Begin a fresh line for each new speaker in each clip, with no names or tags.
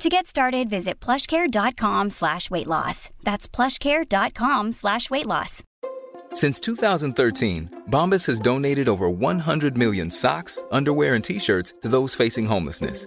To get started, visit plushcare.com slash weight loss. That's plushcare.com slash weight loss.
Since 2013, Bombas has donated over 100 million socks, underwear, and t-shirts to those facing homelessness.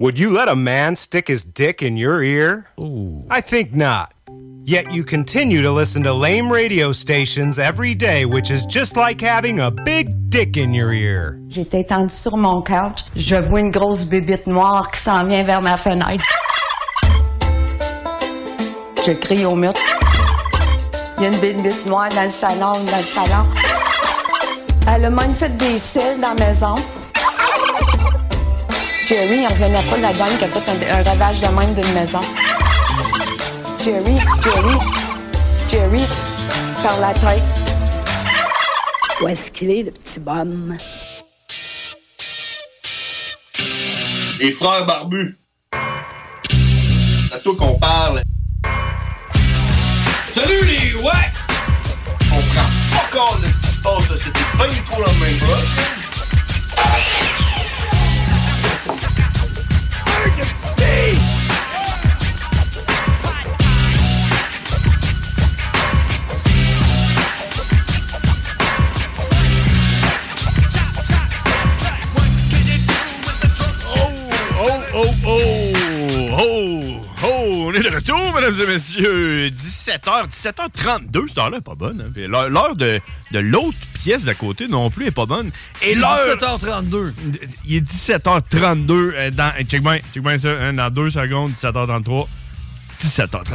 Would you let a man stick his dick in your ear? I think not. Yet you continue to listen to lame radio stations every day, which is just like having a big dick in your ear.
J'étais tendue sur mon couch. Je vois une grosse bébite noire qui s'en vient vers ma fenêtre. Je crie au mur. Il y a une bébite noire dans le salon, dans le salon. Elle a même fait des cils dans la maison. Jerry, il revenait pas de la gang qui a fait un, un ravage de même d'une maison. Jerry, Jerry, Jerry, par la tête.
Où est-ce qu'il est, le petit bonhomme?
Les frères barbus. C'est à toi qu'on parle. Salut les ouais! On prend pas compte de ce qui se passe, là. C'était pas du tout la même
Oh, oh, oh, oh, oh, on est de retour, mesdames et messieurs. 17h, 17h32, cette heure-là est pas bonne. hein. Puis l'heure- L'heure de, de l'autre pièce d'à côté non plus est pas bonne. Et l'heure...
17h32.
Il est 17h32 euh, dans... eh, Check bien, check bien ça, hein, dans deux secondes, 17h33. 17h33.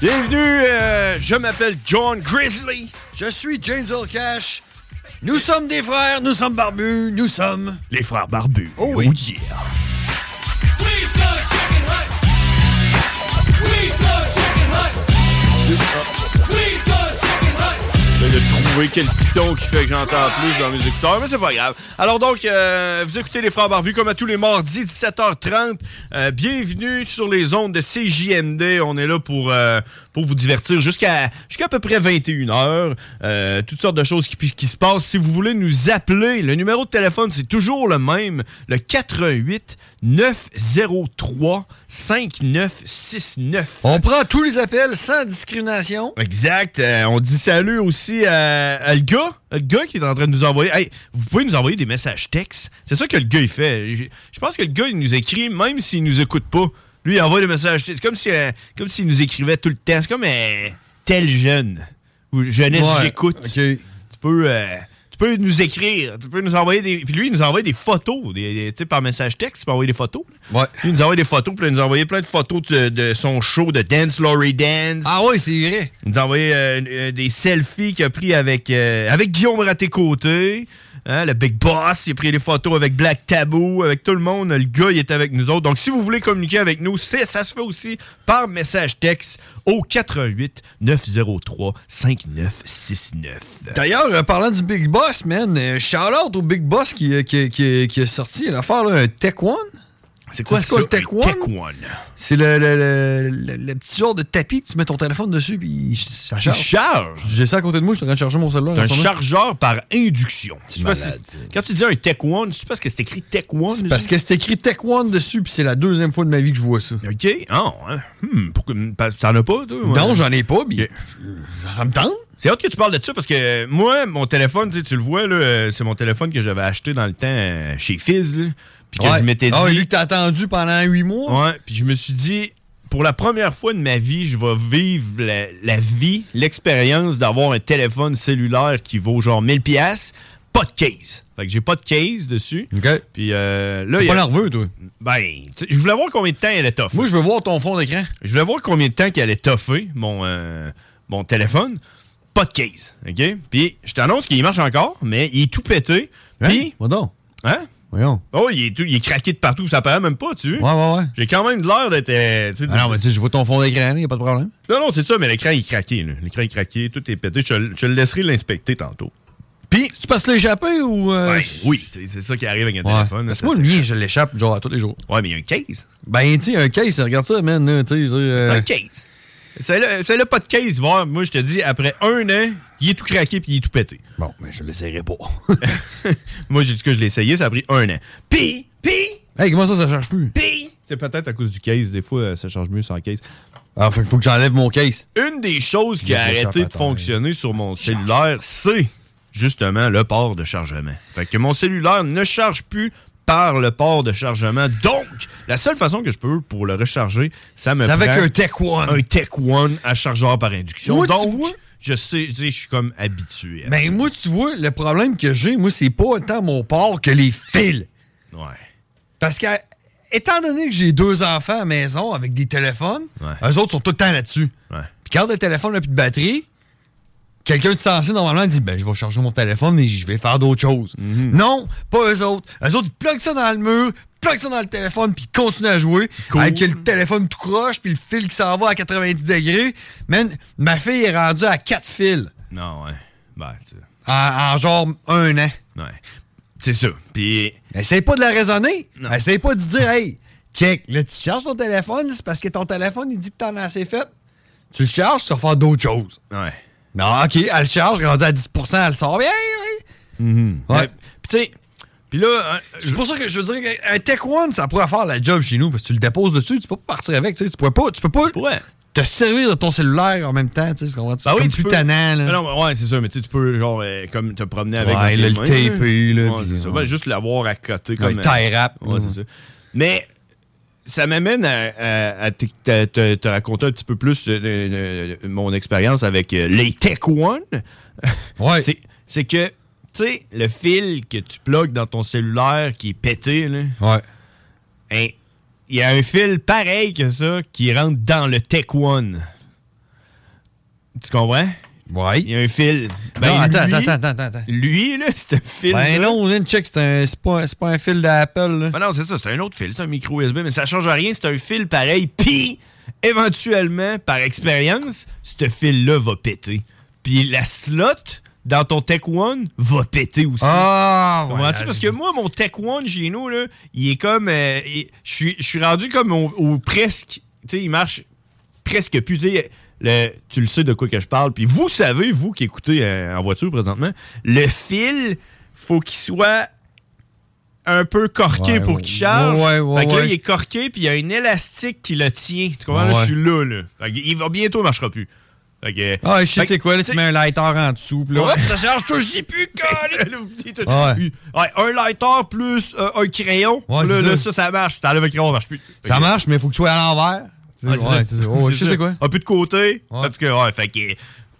Bienvenue, euh, je m'appelle John Grizzly.
Je suis James Olcash. Nous sommes des frères, nous sommes barbus, nous sommes...
Les frères barbus.
Oh oui.
J'ai trouvé quel piton qui fait que j'entends plus dans mes écouteurs, mais c'est pas grave. Alors donc, euh, vous écoutez les Frères Barbus comme à tous les mardis, 17h30. Euh, bienvenue sur les ondes de CJMD. On est là pour, euh, pour vous divertir jusqu'à jusqu'à à peu près 21h. Euh, toutes sortes de choses qui, qui se passent. Si vous voulez nous appeler, le numéro de téléphone, c'est toujours le même, le 88 903 5969.
On prend tous les appels sans discrimination.
Exact. Euh, on dit salut aussi à, à le gars, le gars qui est en train de nous envoyer. Hey, vous pouvez nous envoyer des messages textes. C'est ça que le gars il fait. Je, je pense que le gars il nous écrit même s'il nous écoute pas. Lui il envoie des messages textes. C'est comme si euh, comme s'il nous écrivait tout le temps. C'est comme euh, tel jeune ou jeunesse
Ouais,
j'écoute. Tu peux euh, tu peux nous écrire. Tu peux nous envoyer des. Puis lui il nous envoie des photos, des, des- tu sais par message texte. Il peut envoyer des photos.
Ouais.
Lui, il nous envoie des photos. Puis là, il nous a envoyé plein de photos de, de son show de Dance Laurie Dance.
Ah oui, c'est vrai.
Il nous a envoyé euh, euh, des selfies qu'il a pris avec, euh, avec Guillaume Raté-Côté. hein, le Big Boss, il a pris des photos avec Black Tabou, avec tout le monde. Le gars, il est avec nous autres. Donc, si vous voulez communiquer avec nous, c'est- ça se fait aussi par message texte au 88 903 5969.
D'ailleurs, euh, parlant du Big Boss, man, euh, shout-out au Big Boss qui, euh, qui, qui, qui a sorti une affaire, là, un Tech One.
C'est
quoi ça,
le Tech
un
One?
Tech C'est le, le, le- le- le petit genre de tapis que tu mets ton téléphone dessus puis ça
Il
charge.
charge.
J'ai ça à côté de moi, je suis en train de charger mon cellulaire.
C'est
en
un
ce moment.
chargeur par induction. Je sais pas
malade.
si- quand tu dis un Tech One, je sais pas ce que c'est écrit Tech One.
C'est Parce que c'est écrit Tech One dessus, puis c'est la deuxième fois de ma vie que je vois ça.
OK. Ah, hein. Hmm, pourquoi- parce que T'en as pas, toi?
Non,
Ouais.
j'en ai pas, puis ça me tente.
C'est hâte que tu parles de ça parce que euh, moi, mon téléphone, tu sais, tu le vois, là, euh, c'est mon téléphone que j'avais acheté dans le temps euh, chez Fizz. là. Puis que
Ouais.
je m'étais dit.
Ah, lui que t'as attendu pendant huit mois.
ouais, puis je me suis dit, pour la première fois de ma vie, je vais vivre la, la vie, l'expérience d'avoir un téléphone cellulaire qui vaut genre 1000 pièces, pas de case. Fait que j'ai pas de case dessus. Puis euh, là,
T'es
il y
pas
a-
nerveux, toi.
Ben, tu sais, je voulais voir combien de temps elle est toffée. Moi, je veux voir ton fond d'écran. Je voulais voir combien de temps qu'elle est toffée, mon, euh, mon téléphone. Pas de case, OK? Puis je t'annonce qu'il marche encore, mais il est tout pété. Puis... Hein?
Voyons.
Oh, il est, tout- il est craqué de partout, ça paraît même pas, tu vois.
Ouais, ouais, ouais.
J'ai quand même de l'air d'être. euh, tu sais,
Ah non, mais tu sais, je vois ton fond d'écran, il n'y a pas de problème.
non, non, c'est ça, mais l'écran il est craqué. là. L'écran est craqué, tout est pété. Je, te- je te le laisserai l'inspecter tantôt.
Puis, tu passes l'échapper ou. euh,
Ben, oui, tu sais, c'est ça qui arrive avec un
Ouais.
téléphone.
Parce que moi, le mien, je l'échappe genre à tous les jours.
Ouais, mais il y a un case.
Ben, tu sais, un case, regarde ça, man. là, Tu sais, tu sais,
C'est
euh,
un case. C'est là pas de case, voir. Moi, je te dis, après un an, il est tout craqué puis il est tout pété.
Bon, mais je l'essayerai pas.
Moi, j'ai dit que je l'ai essayé, ça a pris un an. Puis, puis,
Hey, comment ça, ça change plus?
puis, c'est peut-être à cause du case. Des fois, euh, ça change mieux sans case.
Ah, fait qu'il faut que j'enlève mon case.
Une des choses qui a
Je l'échappe,
arrêté de
attends,
fonctionner sur mon cellulaire, c'est justement le port de chargement. Fait que mon cellulaire ne charge plus par le port de chargement. Donc, la seule façon que je peux pour le recharger, ça me
C'est avec
prend
un Tech One.
Un Tech One à chargeur par induction.
Moi, tu
Donc,
vois-
je sais, tu sais, je suis comme habitué. à-
Ben, moi, tu vois, le problème que j'ai, moi, c'est pas tant mon port que les fils.
Ouais.
Parce que, étant donné que j'ai deux enfants à la maison avec des téléphones,
Ouais.
eux autres sont tout le temps là-dessus.
Ouais.
Puis quand le téléphone n'a plus de batterie, quelqu'un de censé, normalement, dit Ben, je vais charger mon téléphone et je vais faire d'autres choses.
Mhm.
Non, pas eux autres. Eux autres, ils pluguent ça dans le mur, pluguent ça dans le téléphone, puis ils continuent à jouer. Avec le téléphone tout croche, puis le fil qui s'en va à 90 degrés. Man, ma fille est rendue à quatre fils
Non, ouais. Ben, tu-
en, en genre un an.
ouais. C'est ça. Puis,
Essaye pas de la raisonner. Essaye pas de dire, hey, check, là, tu cherches ton téléphone, c'est parce que ton téléphone, il dit que t'en as assez fait. Tu le charges, tu vas faire d'autres choses.
ouais.
Non, OK, elle le charge, rendue à 10 elle le sort. Hey, hey. Ouais.
Ben, Puis, tu sais, puis là, hein,
C'est pour ça que je veux dire qu'un Tech One, ça pourrait faire la job chez nous, parce que tu le déposes dessus, tu peux pas partir avec, tu sais, tu pourrais pas, tu peux pas
ouais.
te servir de ton cellulaire en même temps, tu sais, tu comprends? C'est
Bah
comme
tu
plus
peux.
tannant, là.
Mais non, mais ouais, c'est ça, mais tu sais, tu peux, genre, euh, comme te promener avec.
Ouais,
dans
là,
tes
le
mains,
taper, là,
Ouais,
puis,
c'est ça.
ouais.
Ben, juste l'avoir à côté.
Ouais,
Comme, euh,
le tie-wrap.
Ouais,
Ouais.
c'est ça. Mais ça m'amène à, à- à te, te- te- te raconter un petit peu plus euh, euh, euh, mon expérience avec euh, les Tech One.
Ouais.
C'est- C'est que, tu sais, le fil que tu plugues dans ton cellulaire qui est pété, là,
Ouais.
hein, il y a un fil pareil que ça qui rentre dans le Tech One. Tu comprends?
Ouais.
Il y a un fil. Ben,
non,
lui-
attends, attends, attends, attends, attends.
Lui, là, c'est un fil.
Ben
là.
non, Lynn, check, c'est un- c'est pas, c'est pas un fil d'Apple, là.
Ben non, c'est ça, c'est un autre fil, c'est un micro USB, mais ça change rien, c'est un fil pareil. Puis, éventuellement, par expérience, ce fil-là va péter. Puis la slot dans ton Tech One va péter aussi.
Ah,
Comprends-tu? Parce que moi, mon Tech One chez nous, là, il est comme. euh, il- je suis- je suis rendu comme au, au presque. Tu sais, il marche presque plus. Tu sais, le- tu le sais de quoi que je parle. Puis vous savez, vous qui écoutez euh, en voiture présentement, le fil, faut qu'il soit un peu corqué
Ouais,
pour
ouais.
qu'il charge.
Ouais, ouais,
fait que là,
ouais.
il est corqué, puis il y a un élastique qui le tient. Tu comprends? Là,
Ouais.
je suis là, là. Fait que il va bientôt, il marchera plus. Fait que-
Ah, je sais
Fait que-
c'est quoi, là, tu mets un lighter en dessous, pis là.
Hop, ça charge tout, je sais plus, câlin.
Ouais.
Ouais, Un lighter plus euh, un crayon.
Ouais,
là,
c'est
là, ça,
ça.
ça marche. T'enlèves le crayon, ça marche plus.
Ça marche, mais faut que tu sois à l'envers. Tu sais, Ouais, c'est ça. Oh, ouais, je sais c'est quoi.
Un peu de côté.
Ouais.
Parce que, ouais, fait que.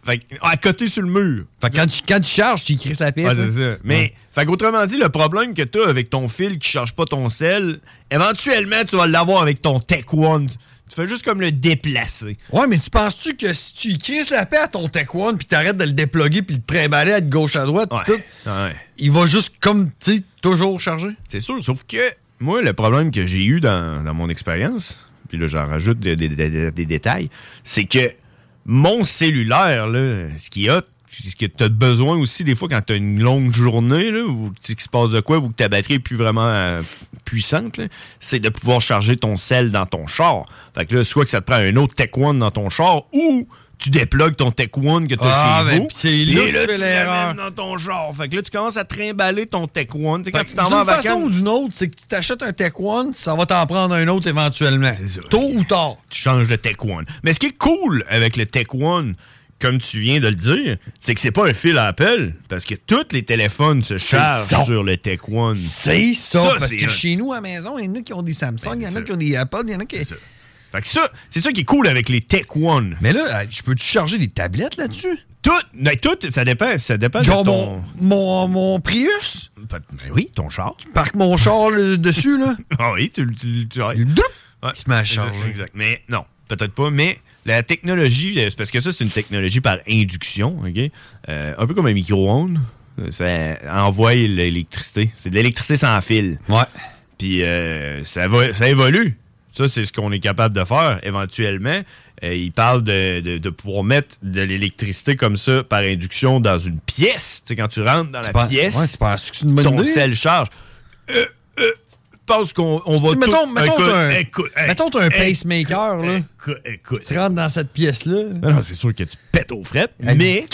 fait que- à côté sur le mur.
Fait que quand tu, quand tu charges, tu y crisses la pièce.
Ouais, c'est
hein.
ça. Mais, fait qu'autrement dit, le problème que t'as avec ton fil qui charge pas ton sel, éventuellement, tu vas l'avoir avec ton Tech One. Tu fais juste comme le déplacer.
Ouais, mais tu penses-tu que si tu y crisses la paix à ton Tech One, pis t'arrêtes de le déploguer, pis le trimballer à de gauche à droite, pis
Ouais.
tout,
Ouais.
il va juste comme, tu sais, toujours charger?
C'est sûr, sauf que moi, le problème que j'ai eu dans, dans mon expérience, puis là, j'en rajoute des, des- des- des détails, c'est que mon cellulaire, là, ce qui a, ce que tu as besoin aussi des fois quand tu as une longue journée, là, ou tu sais qu'il se passe de quoi, ou que ta batterie est plus vraiment euh, puissante, là, c'est de pouvoir charger ton sel dans ton char. Fait que là, soit que ça te prend un autre Tech One dans ton char, ou tu déplugues ton Tech One que tu as
Ah,
chez
ben,
vous.
puis c'est là
et
que tu fais l'erreur.
l'amènes dans ton char. Fait que là, tu commences à trimballer ton Tech One. Tu sais, quand
Fait que
tu t'en
d'une
vas en vacances...
façon ou d'une autre, c'est que tu t'achètes un Tech One, ça va t'en prendre un autre éventuellement.
ça.
Tôt ou tard.
tu changes de Tech One. Mais ce qui est cool avec le Tech One, comme tu viens de le dire, c'est que c'est pas un fil à Apple, parce que tous les téléphones se chargent
ça.
sur le Tech One.
C'est Ben, ça,
Ça,
parce
c'est
que
un-
chez nous, à la maison, il y en a qui ont des Samsung, il y en
c'est
a
ça.
qui ont des Apple, il y en a qui...
ça. Fait que ça, c'est ça qui est cool avec les Tech One. Mais là, je peux-tu charger les tablettes là-dessus? Tout, mais tout, ça dépend, ça dépend
Genre
de ton...
mon, mon, mon Prius?
Mais oui, ton char.
Parque mon char le- dessus, là?
Ah oui, tu le. Tu, tu, ouais. Ouais,
se met à charger.
Exact. Mais non, peut-être pas, mais la technologie, euh, c'est parce que ça, c'est une technologie par induction, OK? Euh, un peu comme un micro-ondes, euh, ça envoie l'électricité. C'est de l'électricité sans fil. Ouais. Puis euh, ça, va, ça évolue. Ça, c'est ce qu'on est capable de faire éventuellement. Euh, il parle de, de, de pouvoir mettre de l'électricité comme ça par induction dans une pièce. Tu sais, quand tu rentres dans la
Tu penses-
pièce,
ouais, tu penses que c'est une bonne
ton
idée?
cell charge. Euh, euh, je pense qu'on on va
Tu sais, mettons,
tout-
mettons,
Écoute,
t'as un,
écoute, hey,
mettons, t'as un
écoute,
pacemaker, là.
Écoute, écoute.
Tu rentres dans cette pièce-là.
Non, non, c'est sûr que tu pètes aux frettes, mais...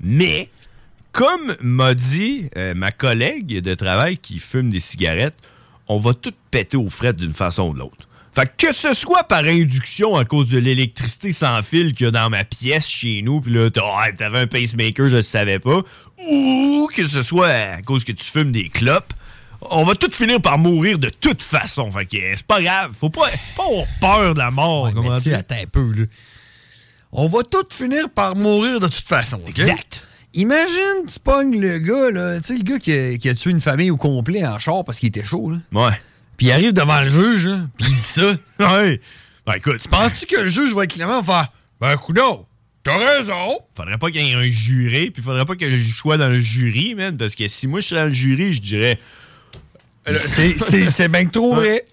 Mais, comme m'a dit euh, ma collègue de travail qui fume des cigarettes, on va tout péter aux frettes d'une façon ou de l'autre. Fait que, que ce soit par induction à cause de l'électricité sans fil qu'il y a dans ma pièce chez nous, puis là, t'as- Ah, t'avais un pacemaker, je le savais pas, ou que ce soit à cause que tu fumes des clopes, on va tous finir par mourir de toute façon. Fait que euh, c'est pas grave, faut pas, pas avoir peur de la mort.
Mais tu sais, attends un peu, là. On va tous finir par mourir de toute façon, OK?
Exact.
Imagine, tu pognes le gars, là. Tu sais, le gars qui a, qui a tué une famille au complet en char parce qu'il était chaud, là.
Ouais.
Puis il arrive devant le juge, là, puis il dit ça.
ouais. Ben écoute,
penses-tu que le juge va être clément va faire Ben, coudon, t'as raison.
Faudrait pas qu'il y ait un juré, puis faudrait pas que je sois dans le jury, man, parce que si moi je suis dans le jury, je dirais.
Euh, C'est- c'est- c'est bien que trop vrai.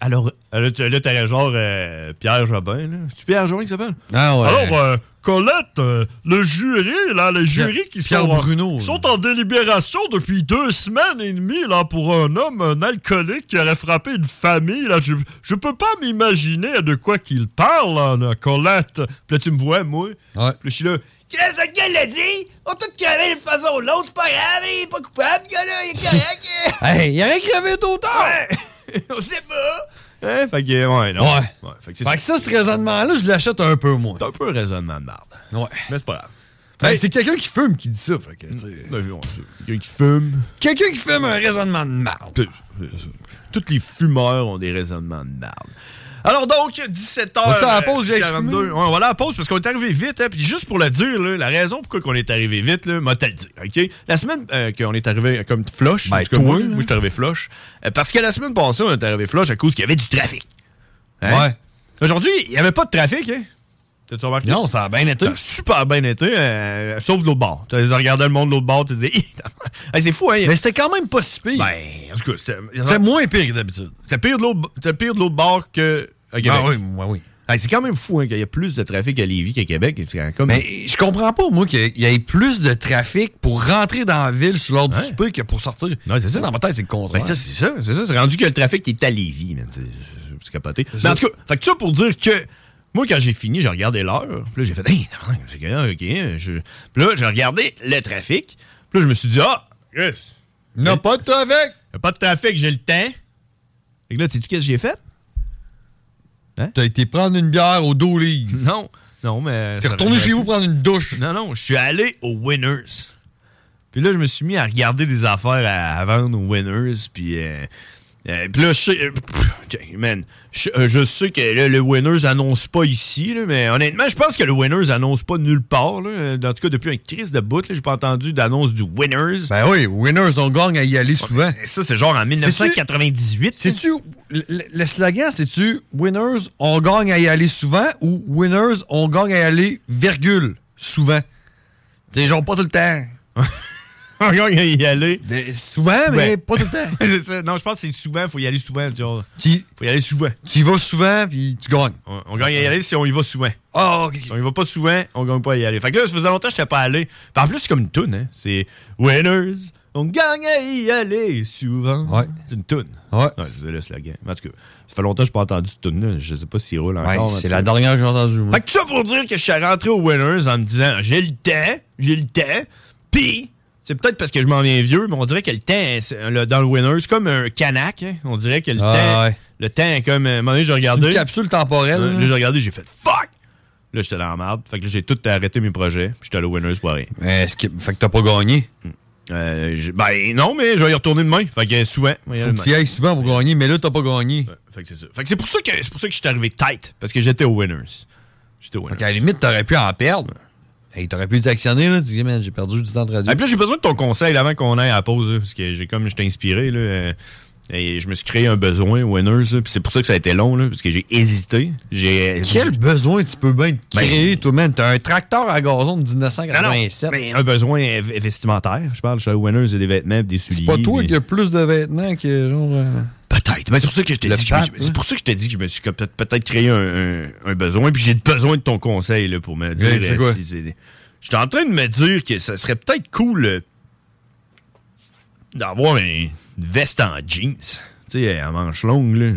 Alors, là, tu- là, t'aurais genre euh, Pierre Jobin, là. C'est Pierre Jobin qui s'appelle?
Ah ouais.
Alors, euh, Colette, euh, le jury, là, le jury qui
Pierre
sont, en-
Bruno,
qui sont en délibération depuis deux semaines et demie, là, pour un homme, un alcoolique qui aurait frappé une famille, là, je, je peux pas m'imaginer de quoi qu'il parle, là, là, Colette. Puis là, tu me vois, moi. Puis je suis là,
Qu'est-ce que le l'a dit? On tout crevé d'une façon ou l'autre, c'est pas grave, il est pas coupable, ce gars-là, il est correct.
Hey, il aurait crevé d'autant!
On sait pas.
Hein? Fait que, ouais, non.
Ouais.
fait que, c'est-
Fait que ça, ce raisonnement-là, je l'achète un peu moins.
T'as un peu un raisonnement de merde.
Ouais.
Mais c'est pas grave. Ben,
Ben, c'est quelqu'un qui fume qui dit ça. Fait que, tu sais.
Quelqu'un qui fume.
Quelqu'un qui fume un raisonnement de marde.
Tous les fumeurs ont des raisonnements de merde. Alors donc, 17h.
On va à la pause, j'ai fumé.
Ouais, on va aller à la pause parce qu'on est arrivé vite. Hein, puis juste pour le dire, là, la raison pourquoi on est arrivé vite, là, m'a t dit. OK? La semaine euh, qu'on est arrivé comme flush, en tout cas,
Ben, toi,
moi,
là.
moi, je suis arrivé flush. euh, parce que la semaine passée, on est arrivé flush à cause qu'il y avait du trafic. Ouais. Aujourd'hui, il n'y avait pas de trafic, hein? T'as-tu remarqué?
Non, ça a bien été.
Ça a super bien été, euh, sauf de l'autre bord. Tu regardais le monde de l'autre bord, tu disais, Hey, c'est fou, hein?
Mais c'était quand même pas si pire.
Ben, en tout cas, c'était.
C'est moins pire que d'habitude.
C'était pire de l'autre c'était pire de l'autre bord que. à Québec.
Ah oui, moi oui.
Hey, c'est quand même fou hein, qu'il y a plus de trafic à Lévis qu'à Québec. C'est Comme...
Mais je comprends pas, moi, qu'il y ait plus de trafic pour rentrer dans la ville sur l'heure du souper que pour sortir.
Non, c'est ça.
Dans ma tête, c'est le
Ben,
contraire.
ça, c'est ça, c'est ça. C'est rendu que le trafic est à Lévis, man. C'est- C'est capoté. Mais en tout cas, fait que ça pour dire que moi, quand j'ai fini, j'ai regardé l'heure. Puis là, j'ai fait, hey, non, c'est que, ah, OK. Je... Puis là, j'ai regardé le trafic. Puis là, je me suis dit, ah, yes.
N'a pas de trafic.
Y a pas de trafic, j'ai le temps. Fait que là, tu sais qu'est-ce que j'ai fait? Hein?
T'as été prendre une bière au Dooley's.
Non, non, mais.
T'es
ça
retourné
aurait-
chez vous prendre une douche.
Non, non, je suis allé aux Winners. Puis là, je me suis mis à regarder des affaires à, à vendre aux Winners. Puis, euh, euh, puis là, je sais. euh, pff, ok, man. Je, euh, je sais que là, le Winners annonce pas ici, là, mais honnêtement, je pense que le Winners annonce pas nulle part. Là. Euh, En tout cas, depuis un crise de bout, là, j'ai pas entendu d'annonce du Winners.
Ben oui, winners on gagne à y aller souvent.
Ça, c'est genre en 1998.
C'est-tu. Le, le- le slogan, c'est-tu winners on gagne à y aller souvent ou winners on gagne à y aller, virgule, souvent? T'es genre pas tout le temps.
On gagne à y aller.
Des- souvent, mais
Ouais.
pas tout le temps.
C'est ça. Non, je pense que c'est souvent. Faut y aller souvent. Genre.
Tu,
Faut y aller souvent.
tu y vas souvent, puis tu gagnes.
On, on gagne à y aller si on y va souvent.
Ah, ok, ok.
Si on y va pas souvent, on gagne pas à y aller. Fait que là, ça faisait longtemps que j'étais pas allé. Puis en plus, c'est comme une toune, hein. C'est Winners, on gagne à y aller souvent.
Ouais.
C'est une toune.
Ouais.
c'est le slogan. Mais En tout cas, ça fait longtemps que j'ai pas entendu cette toune-là. Je sais pas si roule
Ouais,
encore. en
c'est
tout
la
cas.
dernière que j'ai entendue. moi.
Fait que tout ça pour dire que je suis rentré au Winners en me disant j'ai le temps, j'ai le temps, pis c'est peut-être parce que je m'en viens vieux, mais on dirait que le temps, c'est- le- dans le Winners, c'est comme un canac. hein. On dirait que le
Ah,
temps,
ouais.
le temps est comme. À un moment donné, j'ai
Une
regardé. Euh,
capsule temporelle.
Là,
hein. là.
j'ai regardé, j'ai fait fuck! Là, j'étais dans la merde. Fait que là, j'ai tout arrêté mes projets. Puis j'étais allé au Winners pour rien.
Mais est-ce que- Fait que t'as pas gagné.
Euh, je- ben non, mais je vais y retourner demain. Fait que souvent.
Faut que tu y ailles souvent pour gagner, mais là, t'as pas gagné.
Fait que c'est ça. Fait que c'est pour ça que c'est pour ça que je suis arrivé tight. Parce que j'étais au winners. J'étais winners.
à la limite, t'aurais pu en perdre. Hey, t'aurais pu les actionner, là. Tu dis, man, j'ai perdu du temps de radio.
Et puis là, j'ai besoin de ton conseil là, avant qu'on aille à la pause, là, parce que j'ai comme je t'ai inspiré, là, euh, et je me suis créé un besoin, Winners, là, puis c'est pour ça que ça a été long, là, parce que j'ai hésité. J'ai
Quel besoin tu peux bien te créer, toi, man? T'as un tracteur à gazon de 1987.
Non, non, mais un besoin euh, vestimentaire, je parle, je suis à Winners, il y a des vêtements, des souliers.
C'est pas toi
des-
qui a plus de vêtements que genre. euh,
Peut-être. Mais c'est pour ça que je t'ai
Le
dit. que je me-
pape, hein? là.
C'est pour ça que je t'ai dit que je me suis comme peut-être peut-être créé un, un- un besoin. Puis j'ai besoin de ton conseil là, pour me dire.
c'est
euh,
quoi?
si c'est- je suis en train de me dire que ça serait peut-être cool euh, d'avoir un- une veste en jeans. Tu sais, à manches longues, là.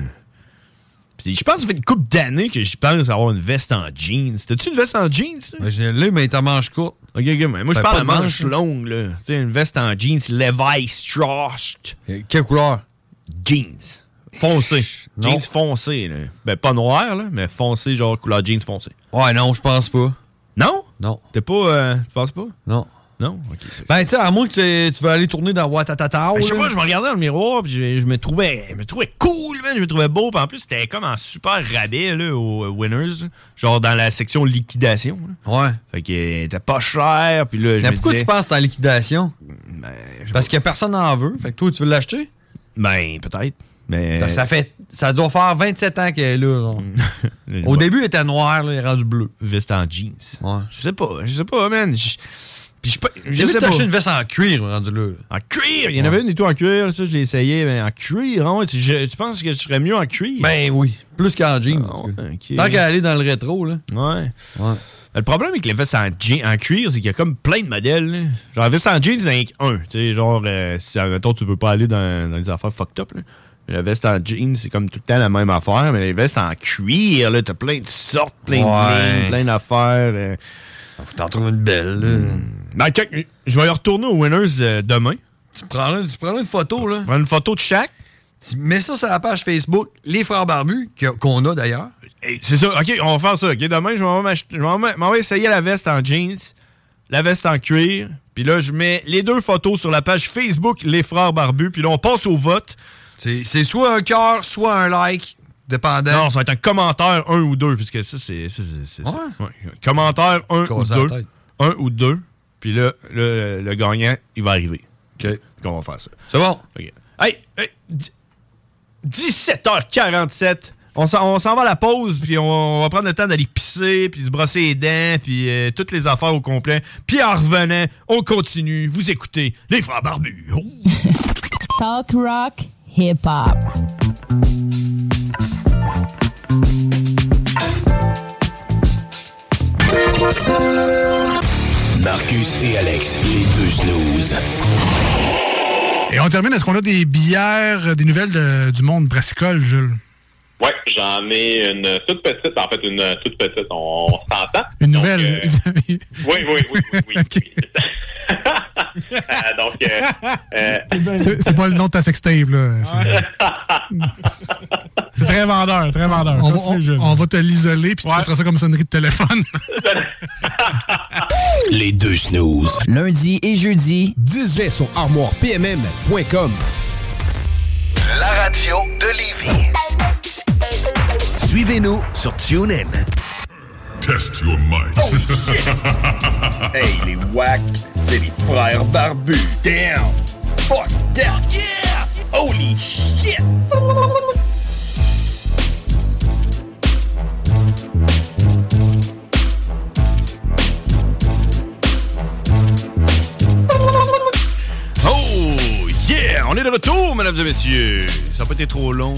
Puis je pense que ça fait une couple d'années que je pense avoir une veste en jeans. T'as-tu une veste en jeans? là?
Ben, je l'ai, mais t'as manche courte.
Ok, ok, mais moi je
Ben,
parle
pas
à
de
manches
manche, là.
longues, là. Tu sais, une veste en jeans Levi Strauss.
Euh, Quelle couleur?
jeans. Foncé.
Non.
Jeans foncé. Là. Ben, pas noir, là, mais foncé, genre couleur jeans foncé.
Ouais, non, je pense pas.
Non?
Non.
T'es pas. euh, tu penses pas?
Non.
Non? Ok.
Ben, tu sais, à moins que tu, tu veux aller tourner dans Watatata.
Ben, je sais pas, je me regardais dans le miroir, puis je, je me trouvais je me trouvais cool, man, je me trouvais beau. Puis en plus, c'était comme en super rabais là, aux euh, Winners, genre dans la section liquidation. là.
Ouais.
Fait que euh, était pas cher, puis là, je
Mais
me
pourquoi
disais,
tu penses que t'es en liquidation? Parce que personne n'en veut. Fait que toi, tu veux l'acheter?
Ben, peut-être. Mais.
Euh,
Ben, Ça fait. Ça doit faire 27 ans qu'elle est là, genre. Au
Ouais.
début, elle était noire, là, elle est rendue bleue.
Veste en jeans.
Ouais.
Je sais pas, je sais pas, man. Je- Puis je, suis pas- je
J'ai
sais
vu
pas.
t'acheter une veste en cuir, rendu là. là.
En cuir! Il y en avait une et tout en cuir, ça je l'ai essayé, mais en cuir, hein, ouais, tu, je- tu penses que je serais mieux en cuir?
Ben oui. Plus qu'en jeans,
Ah,
en tout cas.
ok.
Tant qu'elle est dans le rétro, là.
Ouais.
Ouais.
Le problème avec les vestes en, je- en cuir, c'est qu'il y a comme plein de modèles. là. Genre, la veste en jeans, il y en a un. Tu sais, genre, euh, si, admettons, tu veux pas aller dans, dans les affaires fucked up, là. La veste en jeans, c'est comme tout le temps la même affaire, mais les vestes en cuir, là, t'as plein de sortes, plein de
Ouais.
lignes, plein d'affaires. euh.
Faut t'en trouver une belle, là.
Ben, check, je vais y retourner aux Winners euh, demain.
Tu prends là, tu prends là une photo, là.
Prendre une photo de chaque.
Tu mets ça sur la page Facebook, Les Frères Barbus, que- qu'on a d'ailleurs.
Hey, C'est ça, ok, on va faire ça. ok. demain, je m'en vais m'ach- je m'en vais m'en vais essayer la veste en jeans, la veste en cuir. Puis là, je mets les deux photos sur la page Facebook Les Frères Barbus. Puis là, on passe au vote.
C'est c'est soit un cœur, soit un like, dépendant.
Non, ça va être un commentaire, un ou deux, puisque ça, c'est. c'est- c'est- c'est ça.
Ouais.
Ouais. Commentaire, un ou
Casse la
deux.
tête.
Un ou deux. Puis là, le, le gagnant, il va arriver.
OK.
Donc, on va faire ça.
C'est bon.
Ok. Hey, hey, di- 17h47. On s'en, on s'en va à la pause, puis on, on va prendre le temps d'aller pisser, puis se brosser les dents, puis euh, toutes les affaires au complet. Puis en revenant, on continue. Vous écoutez les frères barbus. Oh.
Talk rock, hip hop.
Marcus et Alex, les deux snooze.
Et on termine. Est-ce qu'on a des bières, euh, des nouvelles de- du monde brassicole, Jules?
Oui, j'en ai une toute petite, en fait, une toute petite, on, on s'entend.
Une nouvelle.
euh,
Oui, oui, oui, oui, oui. Euh, donc, euh, euh,
C'est c'est pas le nom de ta sextape, là. C'est- C'est très vendeur, très vendeur. On, va- on- on va te l'isoler, puis tu feras ça comme sonnerie de téléphone.
Les deux snooze.
Lundi et jeudi, 18 sur armoirepmm.com.
La radio de Lévis.
Suivez-nous sur TuneIn.
Test your might.
Oh.
hey, les wack, c'est les frères barbus. Damn! Fuck that! Yeah! Holy shit!
Oh, yeah! On est de retour, mesdames et messieurs. Ça n'a pas été trop long.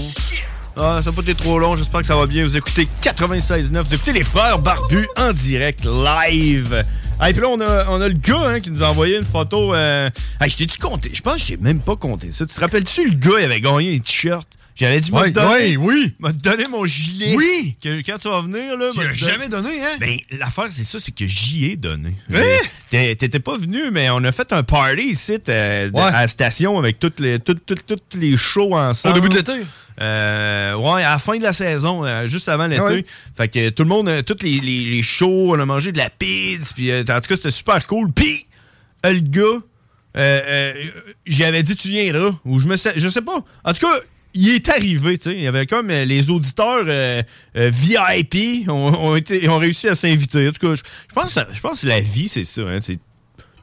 Ah, ça n'a pas été trop long. J'espère que ça va bien. Vous écoutez 96.9. Vous écoutez les frères barbus en direct, live. Ah, et puis là, on a, on a le gars hein, qui nous a envoyé une photo. Euh... Ah, je t'ai-tu compté? Je pense que je t'ai même pas compté ça. Tu te rappelles-tu, le gars, il avait gagné un t-shirt. J'avais dit,
Ouais, ouais,
oui. M'a donné mon gilet.
Oui.
Que, quand tu vas venir, là.
Tu
m'a
l'as
don-
jamais donné, hein?
Ben, l'affaire, c'est ça, c'est que j'y ai donné.
Hein?
T'es- T'étais pas venu, mais on a fait un party ici t'es- de- à la station avec toutes les, toutes, toutes, toutes les shows ensemble.
Au début de l'été?
Euh, ouais, à la fin de la saison, euh, juste avant l'été.
Ah ouais.
Fait que tout le monde, euh, toutes les, les, les shows, on a mangé de la pizza, puis euh, en tout cas, c'était super cool. Puis, euh, le gars, euh, euh, j'avais dit tu viendras ou je me sais, je sais pas. En tout cas, il est arrivé, tu sais. Il y avait comme euh, les auditeurs euh, euh, VIP ont, ont été, ont réussi à s'inviter. En tout cas, je je pense, à- je pense que la vie, c'est ça. hein, c'est-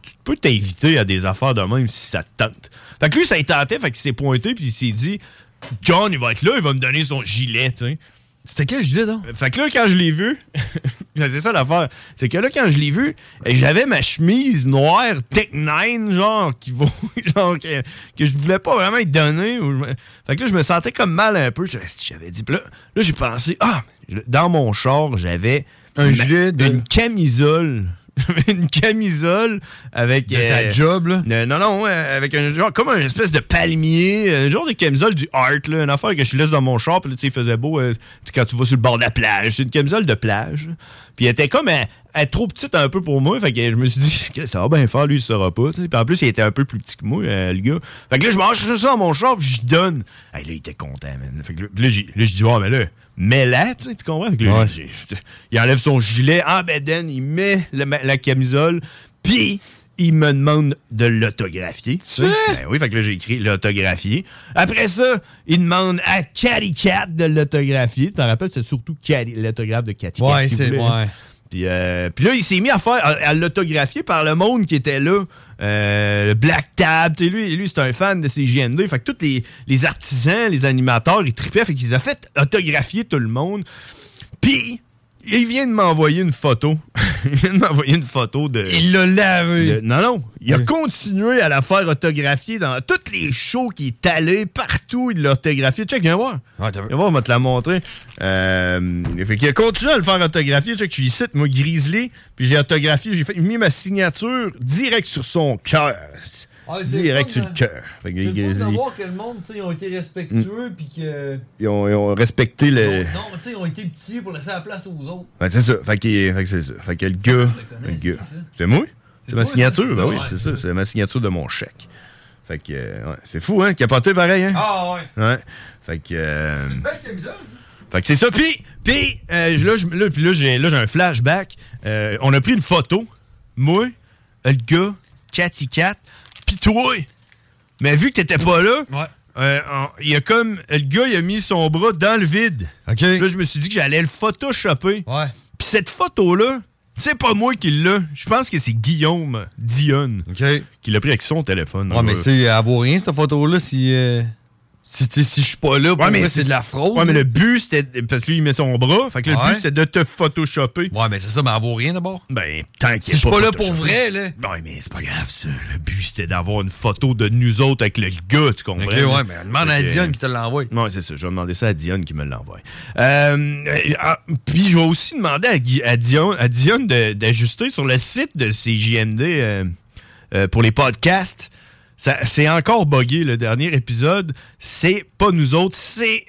tu peux t'inviter à des affaires de même si ça te tente. Fait que lui, ça il tentait, fait qu'il s'est pointé, puis il s'est dit John, il va être là, il va me donner son gilet, tu sais. C'était quel gilet, donc? Fait que là, quand je l'ai vu, c'est ça l'affaire. C'est que là, quand je l'ai vu, euh, j'avais ma chemise noire Tech 9, genre, qui vaut, genre, que, que je voulais pas vraiment être donner. ou je me- Fait que là, je me sentais comme mal un peu. Je- J'avais dit, puis là, là j'ai pensé, ah, je- dans mon char, j'avais
Un
ma-
gilet de-
une camisole. une camisole avec. euh,
De ta job,
là? non, non, euh, avec un genre, comme un espèce de palmier, euh, un genre de camisole du art, là, une affaire que je laisse dans mon char, puis là, tu sais, il faisait beau euh, tu- quand tu vas sur le bord de la plage. C'est une camisole de plage. Puis elle était comme euh, elle est trop petite un peu pour moi, fait que je me suis dit, Qu'est-ce que ça va bien faire, lui, il saura pas. tu sais. Puis en plus, il était un peu plus petit que moi, euh, le gars. Fait que là, je mange ça dans mon char, puis je donne. Hey, là, il était content, man. Fait que là, là, j'ai- là, je dis, oh, mais là, mets-la, tu sais, tu comprends? Fait que là,
Ouais.
j'ai- j'ai- il enlève son gilet en bedaine, il met le ma- la camisole, puis il me demande de l'autographier. tu sais. Ben oui, fait que là, j'ai écrit l'autographier. Après ça, il demande à Catty Cat de l'autographier. Tu t'en rappelles, c'est surtout Catty- l'autographe de Catty Cat.
Ouais,
qu'il
c'est-
voulait.
ouais.
Puis, euh, puis là, il s'est mis à faire, à, à l'autographier par le monde qui était là. Euh, le Black Tab, tu sais, lui, lui c'est un fan de CJMD. Fait que tous les, les artisans, les animateurs, ils tripaient. Fait qu'ils ont fait autographier tout le monde. Puis, il vient de m'envoyer une photo. il vient de m'envoyer une photo de...
Il l'a
de-
lavé.
non, non. Il a continué à la faire autographier dans tous les shows qui est allé, partout, il l'a autographié. Check, viens voir.
Ah,
viens voir, on va te la montrer. Euh, fait qu'il a continué à le faire autographier. Check, je suis ici, moi, grizzly, puis j'ai autographié, j'ai fait- mis ma signature direct sur son cœur.
Ouais, c'est
direct
le
sur
fun,
le
hein.
cœur. Fait que
C'est le
Grizzly,
fun de voir que le monde, tu sais, ils ont été respectueux, puis que.
ils, ont, ils ont respecté Mm. le...
Non, tu sais, ils ont été petits pour laisser la place aux autres.
Ouais, Ben, c'est ça. Fait que, fait que c'est ça. Fait que le gars. le gars. C'est moi? C'est ma
toi, ça,
signature, ben
c'est ça,
oui,
ouais.
c'est ça. C'est ma signature de mon chèque. Fait que, euh, ouais, c'est fou, hein? Capoté pareil, hein?
Ah, ouais.
Ouais. Fait que. euh, fait que c'est ça. Puis, puis euh, là, je- là, puis là, j'ai, là, j'ai un flashback. Euh, on a pris une photo. Moi, euh, le gars, Cathy Cat, puis toi. Mais vu que t'étais pas là, euh, en- il a comme. Le gars, il a mis son bras dans le vide. Là, je me suis dit que j'allais le photoshopper.
Ouais.
Puis cette photo-là, c'est pas moi qui l'a. Je pense que c'est Guillaume Dionne qui l'a pris avec son téléphone. Euh,
Ouais, mais c'est. Elle vaut rien, cette photo-là, si. euh, Si, t'es- si je suis pas là, pour
Ouais, mais
vrai, c'est
c'est-
de la fraude.
Ouais, mais le but, c'était. Parce que lui, il met son bras. Fait que le
Ouais.
but, c'était de te photoshopper.
Ouais, mais c'est ça, mais elle vaut rien d'abord.
Ben, tant
Si je suis pas là pour vrai, là.
Ouais, mais c'est pas grave, ça. Le but, c'était d'avoir une photo de nous autres avec le gars, tu comprends?
Ok, ouais, mais demande à Dionne qui
te l'envoie. Ouais, c'est ça. Je vais demander ça à Dionne qui me l'envoie. Euh, euh, ah, puis, je vais aussi demander à, Gui- à Dionne, à Dionne de- d'ajuster sur le site de CJMD euh, euh, pour les podcasts. Ça- C'est encore buggé, le dernier épisode. C'est pas nous autres, c'est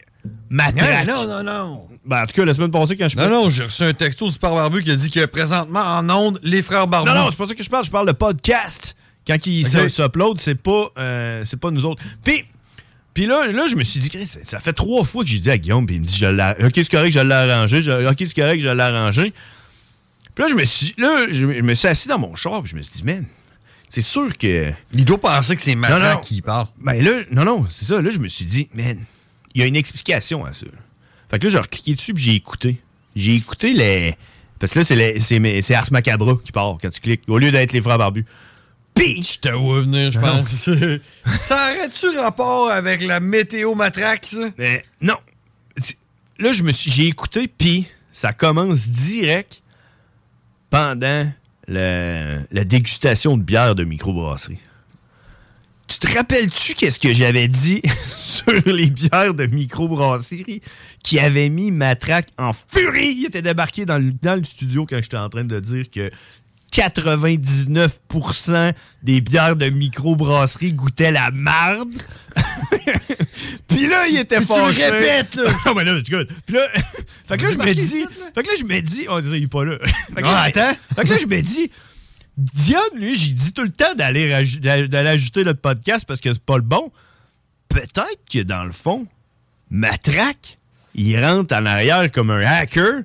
Matraque.
Non, non, non.
Ben, en tout cas, la semaine passée, quand je
Non, non, j'ai reçu un texto du Super Barbu qui a dit que présentement, en onde, les frères Barbu.
Non, non, c'est pas ça que je parle. Je parle de podcast. Quand ils
Ok.
se- s'uploadent, c'est pas, euh, c'est pas nous autres. Puis, puis là, là, je me suis dit, Chris, ça fait trois fois que j'ai dit à Guillaume, puis il me dit, je l'ai- ok, c'est correct, je l'ai arrangé. Je- ok, c'est correct, je l'ai arrangé. Puis là, je me suis, là, je, me- je me suis assis dans mon char, puis je me suis dit, man, c'est sûr que.
Il doit penser que c'est Matraque qui
parle. Ben là, non, non, c'est ça. Là, je me suis dit, man, il y a une explication à ça. Fait que là, j'ai recliqué dessus, puis j'ai écouté. J'ai écouté les. Parce que là, c'est les- c'est mes- c'est Ars Macabra qui part quand tu cliques, au lieu d'être les frères barbus. Ah Pis! Je
te vois venir, je pense.
ça aurait-tu rapport avec la météo matraque, ça? Mais Ben, non. Là, je me suis, j'ai écouté, puis ça commence direct pendant le- la dégustation de bière de microbrasserie. Tu te rappelles-tu qu'est-ce que j'avais dit sur les bières de microbrasserie qui avait mis Matraque en furie? Il était débarqué dans le, dans le studio quand j'étais en train de dire que 99% des bières de microbrasserie goûtaient la marde. Puis là, il était
Puis tu le
fâché.
répètes, là.
non, mais là, c'est good. Puis là, fait que là, je me dis... Fait que là, je me dis... On disait, il est pas là. Fait que là,
Ouais, attends.
Fait que là, je me dis... Diane, lui, j'ai dit tout le temps d'aller raj- d'a- d'aller ajouter notre podcast parce que c'est pas le bon. Peut-être que dans le fond, Matraque, il rentre en arrière comme un hacker,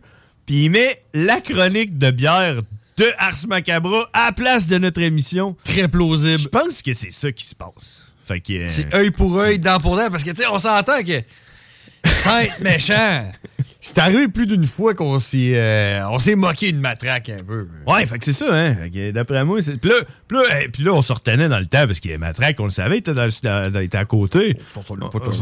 puis il met la chronique de bière de Ars Macabra à la place de notre émission.
Très plausible. Je
pense que c'est ça qui se passe. Fait que, euh,
C'est œil pour œil, dent pour dent, parce que, tu sais, on s'entend que. Sans être méchant, c'est arrivé plus d'une fois qu'on s'est, euh, on s'est moqué de matraque un peu.
Ouais, fait que c'est ça, hein. Fait que D'après moi, c'est. Puis là, puis là, eh, puis là, on se retenait dans le temps parce que Matraque, on le savait, il était, dans le- dans- dans- il était à côté. On on se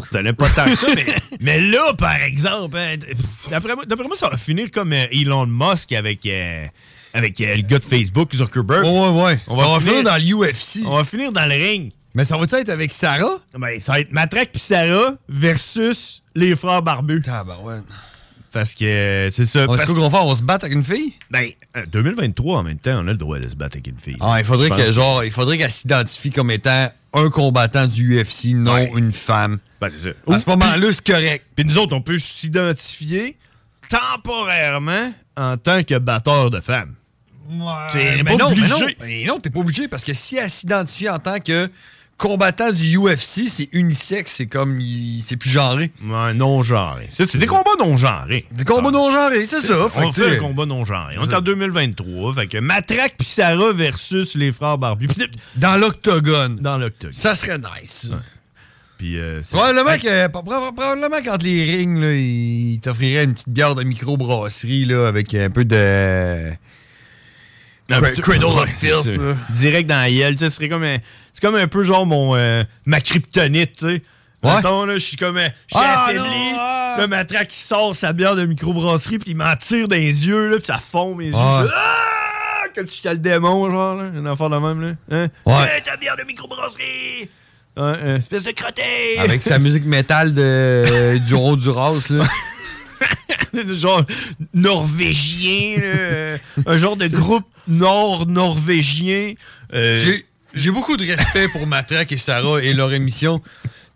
retenait pas tant que ça, mais, mais là, par exemple, hein, d- pff, d'après moi, d'après moi, ça va finir comme euh, Elon Musk avec. euh, avec euh, le gars de Facebook, Zuckerberg.
ouais, ouais.
On
Ça
va,
va
finir
finir dans
l'UFC. On va finir dans le ring.
Mais ça va-tu être avec Sarah?
Ben, ça va être Matraque puis Sarah versus les frères barbus.
Ah, ben ouais.
Parce que euh, c'est ça.
On
parce
se
que-
qu'on va on se battre avec une fille?
Ben, euh, 2023, en même temps, on a le droit de se battre avec une fille.
Ah, il faudrait
Je pense
que, genre, il faudrait qu'elle s'identifie comme étant un combattant du UFC, non une femme.
Ben, c'est ça.
À ce moment-là, c'est correct.
Puis nous autres, on peut s'identifier temporairement en tant que batteur de femmes. T'es
mais
pas
Euh, ben non, mais non,
obligé.
mais non, t'es pas obligé parce que si elle s'identifie en tant que combattant du UFC, c'est unisexe, c'est comme, il- c'est plus genré.
Ouais, non genré. C'est c'est des combats non genrés.
Des combats non genrés, c'est ça. Fait
On
que, tu
fait
sais,
un combat non genré. On
C'est
est
ça.
en 2023. Fait que Matraque puis Sarah versus les frères barbus.
Dans l'octogone.
Dans l'octogone.
Ça serait nice.
Puis, euh, c'est-
Probablement que, proba- probablement quand les rings, là, ils t'offriraient une petite bière de microbrasserie, là, avec un peu de.
Un
Cra-
petit-
Cradle of
Ouais, c'est
Filth,
ça.
là.
Direct dans la gueule, tu sais, ce serait comme un- c'est comme un peu genre mon euh, ma kryptonite, tu sais. Mettons, là, je suis comme euh, je suis
Ah,
affaibli, le matraque qui sort sa bière de microbrasserie puis il m'en tire dans les yeux là, puis ça fond mes yeux.
Ouais.
Je fais, Ah! Comme si j'étais le démon genre là, une affaire de même là. Hein?
Ouais.
Tiens, ta bière de microbrasserie. Hein, hein, espèce de crotté!
Avec sa musique métal de, euh, du Honduras, là.
genre norvégien, là, euh, un genre de groupe nord-norvégien. euh,
J'ai- J'ai beaucoup de respect pour Matraque et Sarah et leur émission,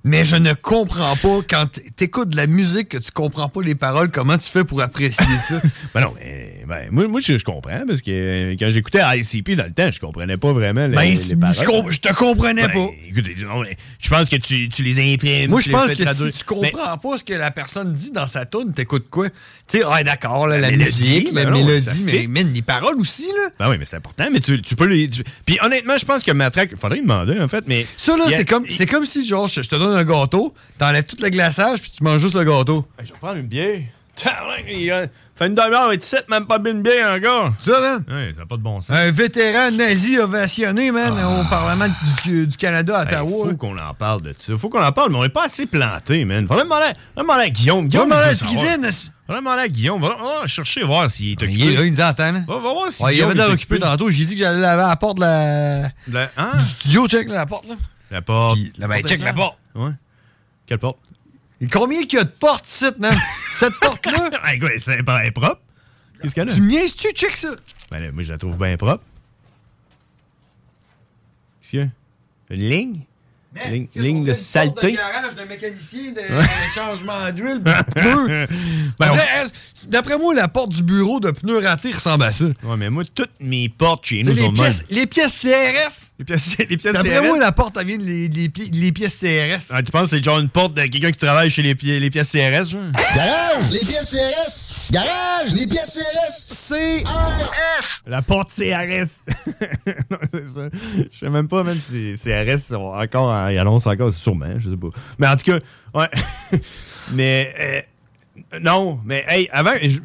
mais je ne comprends pas quand t- t'écoutes de la musique que tu comprends pas les paroles, comment tu fais pour apprécier ça.
Ben non, mais ben, moi, moi je, je comprends parce que euh, quand j'écoutais ICP dans le temps, je comprenais pas vraiment les,
Ben,
les
c'est-
paroles.
je com- je te comprenais
Ben,
pas.
écoute, non, mais je pense que tu, tu les imprimes.
Moi,
tu
je
les
pense
fais
que
traduire.
si tu comprends pas ce que la personne dit dans sa tune, t'écoutes quoi? Tu sais, ah, d'accord, là, la,
mélodie,
musique, la
ben non, ça
mélodie, mais
fit.
man, les paroles aussi, là.
Ben oui, mais c'est important, mais tu, tu peux les. tu- Puis honnêtement, je pense que Matraque. Faudrait lui demander, en fait, mais.
Ça, là,
Il y a-
c'est comme, c'est comme si, genre, je je te donne un gâteau, t'enlèves tout le glaçage, puis tu manges juste le gâteau.
Hey, Ben, je vais prendre une bière. Tabarnak, il y a- Fait une demi-heure et 17, même pas bu une bière encore.
Ça, man?
Ouais, ça n'a pas de bon sens.
Un vétéran nazi ovationné, man, au Parlement du, du Canada à
Il
Ottawa.
faut qu'on en parle de ça. faut qu'on en parle, mais on n'est pas assez planté, man. Faudrait demander, faudrait demander à Guillaume. Guillaume il
demander à
veut
ce
savoir.
qu'il dîne,
Faudrait demander à Guillaume. On va chercher voir s'il est occupé.
Il est là, il nous attend. là.
On va voir si
Ouais, il
Guillaume
avait de l'air
est
occupé tantôt. J'ai dit que j'allais laver la porte de la...
La, hein?
du studio. Check là, la porte, là.
la porte.
Là, ben,
Porte
check
de
la
ça.
porte.
Ouais. Quelle porte?
Et combien qu'il y a de portes ici, man? Cette porte-là?
Ben, quoi, c'est pas elle est propre. Qu'est-ce qu'elle a?
tu me niaises-tu? Check ça.
Ben, là, moi, je la trouve bien propre. Qu'est-ce qu'il y a? Une ligne? ligne ligne de saleté?
garage, de mécanicien, de
Ouais.
changement d'huile, de pneus.
Ben, on-
D'après- D'après moi, la porte du bureau de pneus ratés ressemble à ça.
Ouais, mais moi, toutes mes portes chez
Tu sais,
nous
les
sont de même.
pièces, les pièces CRS.
Les pièces, les pièces
D'après
CRS.
moi, la porte, elle vient des les, pi- les pièces CRS.
Ah, tu penses que c'est genre une porte de quelqu'un qui travaille chez les, pi- les pièces CRS, genre?
Garage, les pièces CRS. Garage, les pièces CRS. CRS.
La porte CRS. Non, c'est ça. Je sais même pas même si CRS sont encore en- ils annoncent encore sûrement, je sais pas. Mais en tout cas, ouais. mais euh, non, mais hey, avant je,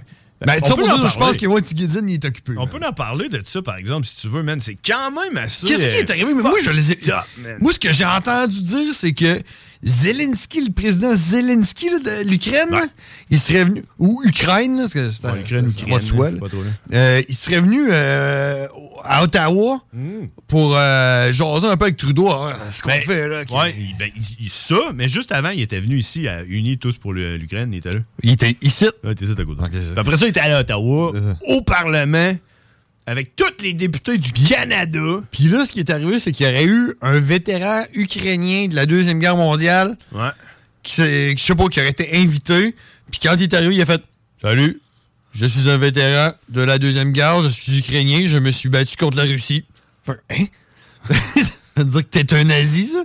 on
Ben, tu sais,
peut
pour
en
ça, je pense
parler.
qu'il voit Tigidine, il est occupé.
on peut en parler de ça par exemple si tu veux, man, c'est quand même assez
Qu'est-ce qui est
euh,
arrivé? Mais moi, je les ai-
fuck up, man.
moi, ce que j'ai entendu dire, c'est que Zelensky, le président Zelensky là, de l'Ukraine, là, il serait venu. Ou Ukraine, là, parce que c'est un-
Ukraine,
c'est pas
Ukraine,
de soi,
là,
là.
pas trop, là.
Euh, il serait venu euh, à Ottawa pour euh, jaser un peu avec Trudeau. hein, ce qu'on
Hmm. Ben,
fait, là. qui-
ouais, il- ben, il- il- ça, mais juste avant, il était venu ici à Unis tous pour le- l'Ukraine, il était là.
Il était ici.
Ouais, t'es ça, t'as goûté. Puis Après ça, il était allé à Ottawa, au Parlement, avec tous les députés du Canada.
Puis là, ce qui est arrivé, c'est qu'il y aurait eu un vétéran ukrainien de la Deuxième Guerre mondiale
Ouais.
qui, s'est- je sais pas, qui aurait été invité. Puis quand il est arrivé, il a fait Salut, je suis un vétéran de la Deuxième Guerre, je suis ukrainien, je me suis battu contre la Russie. Fait, hein? ça veut dire que t'es un nazi, ça?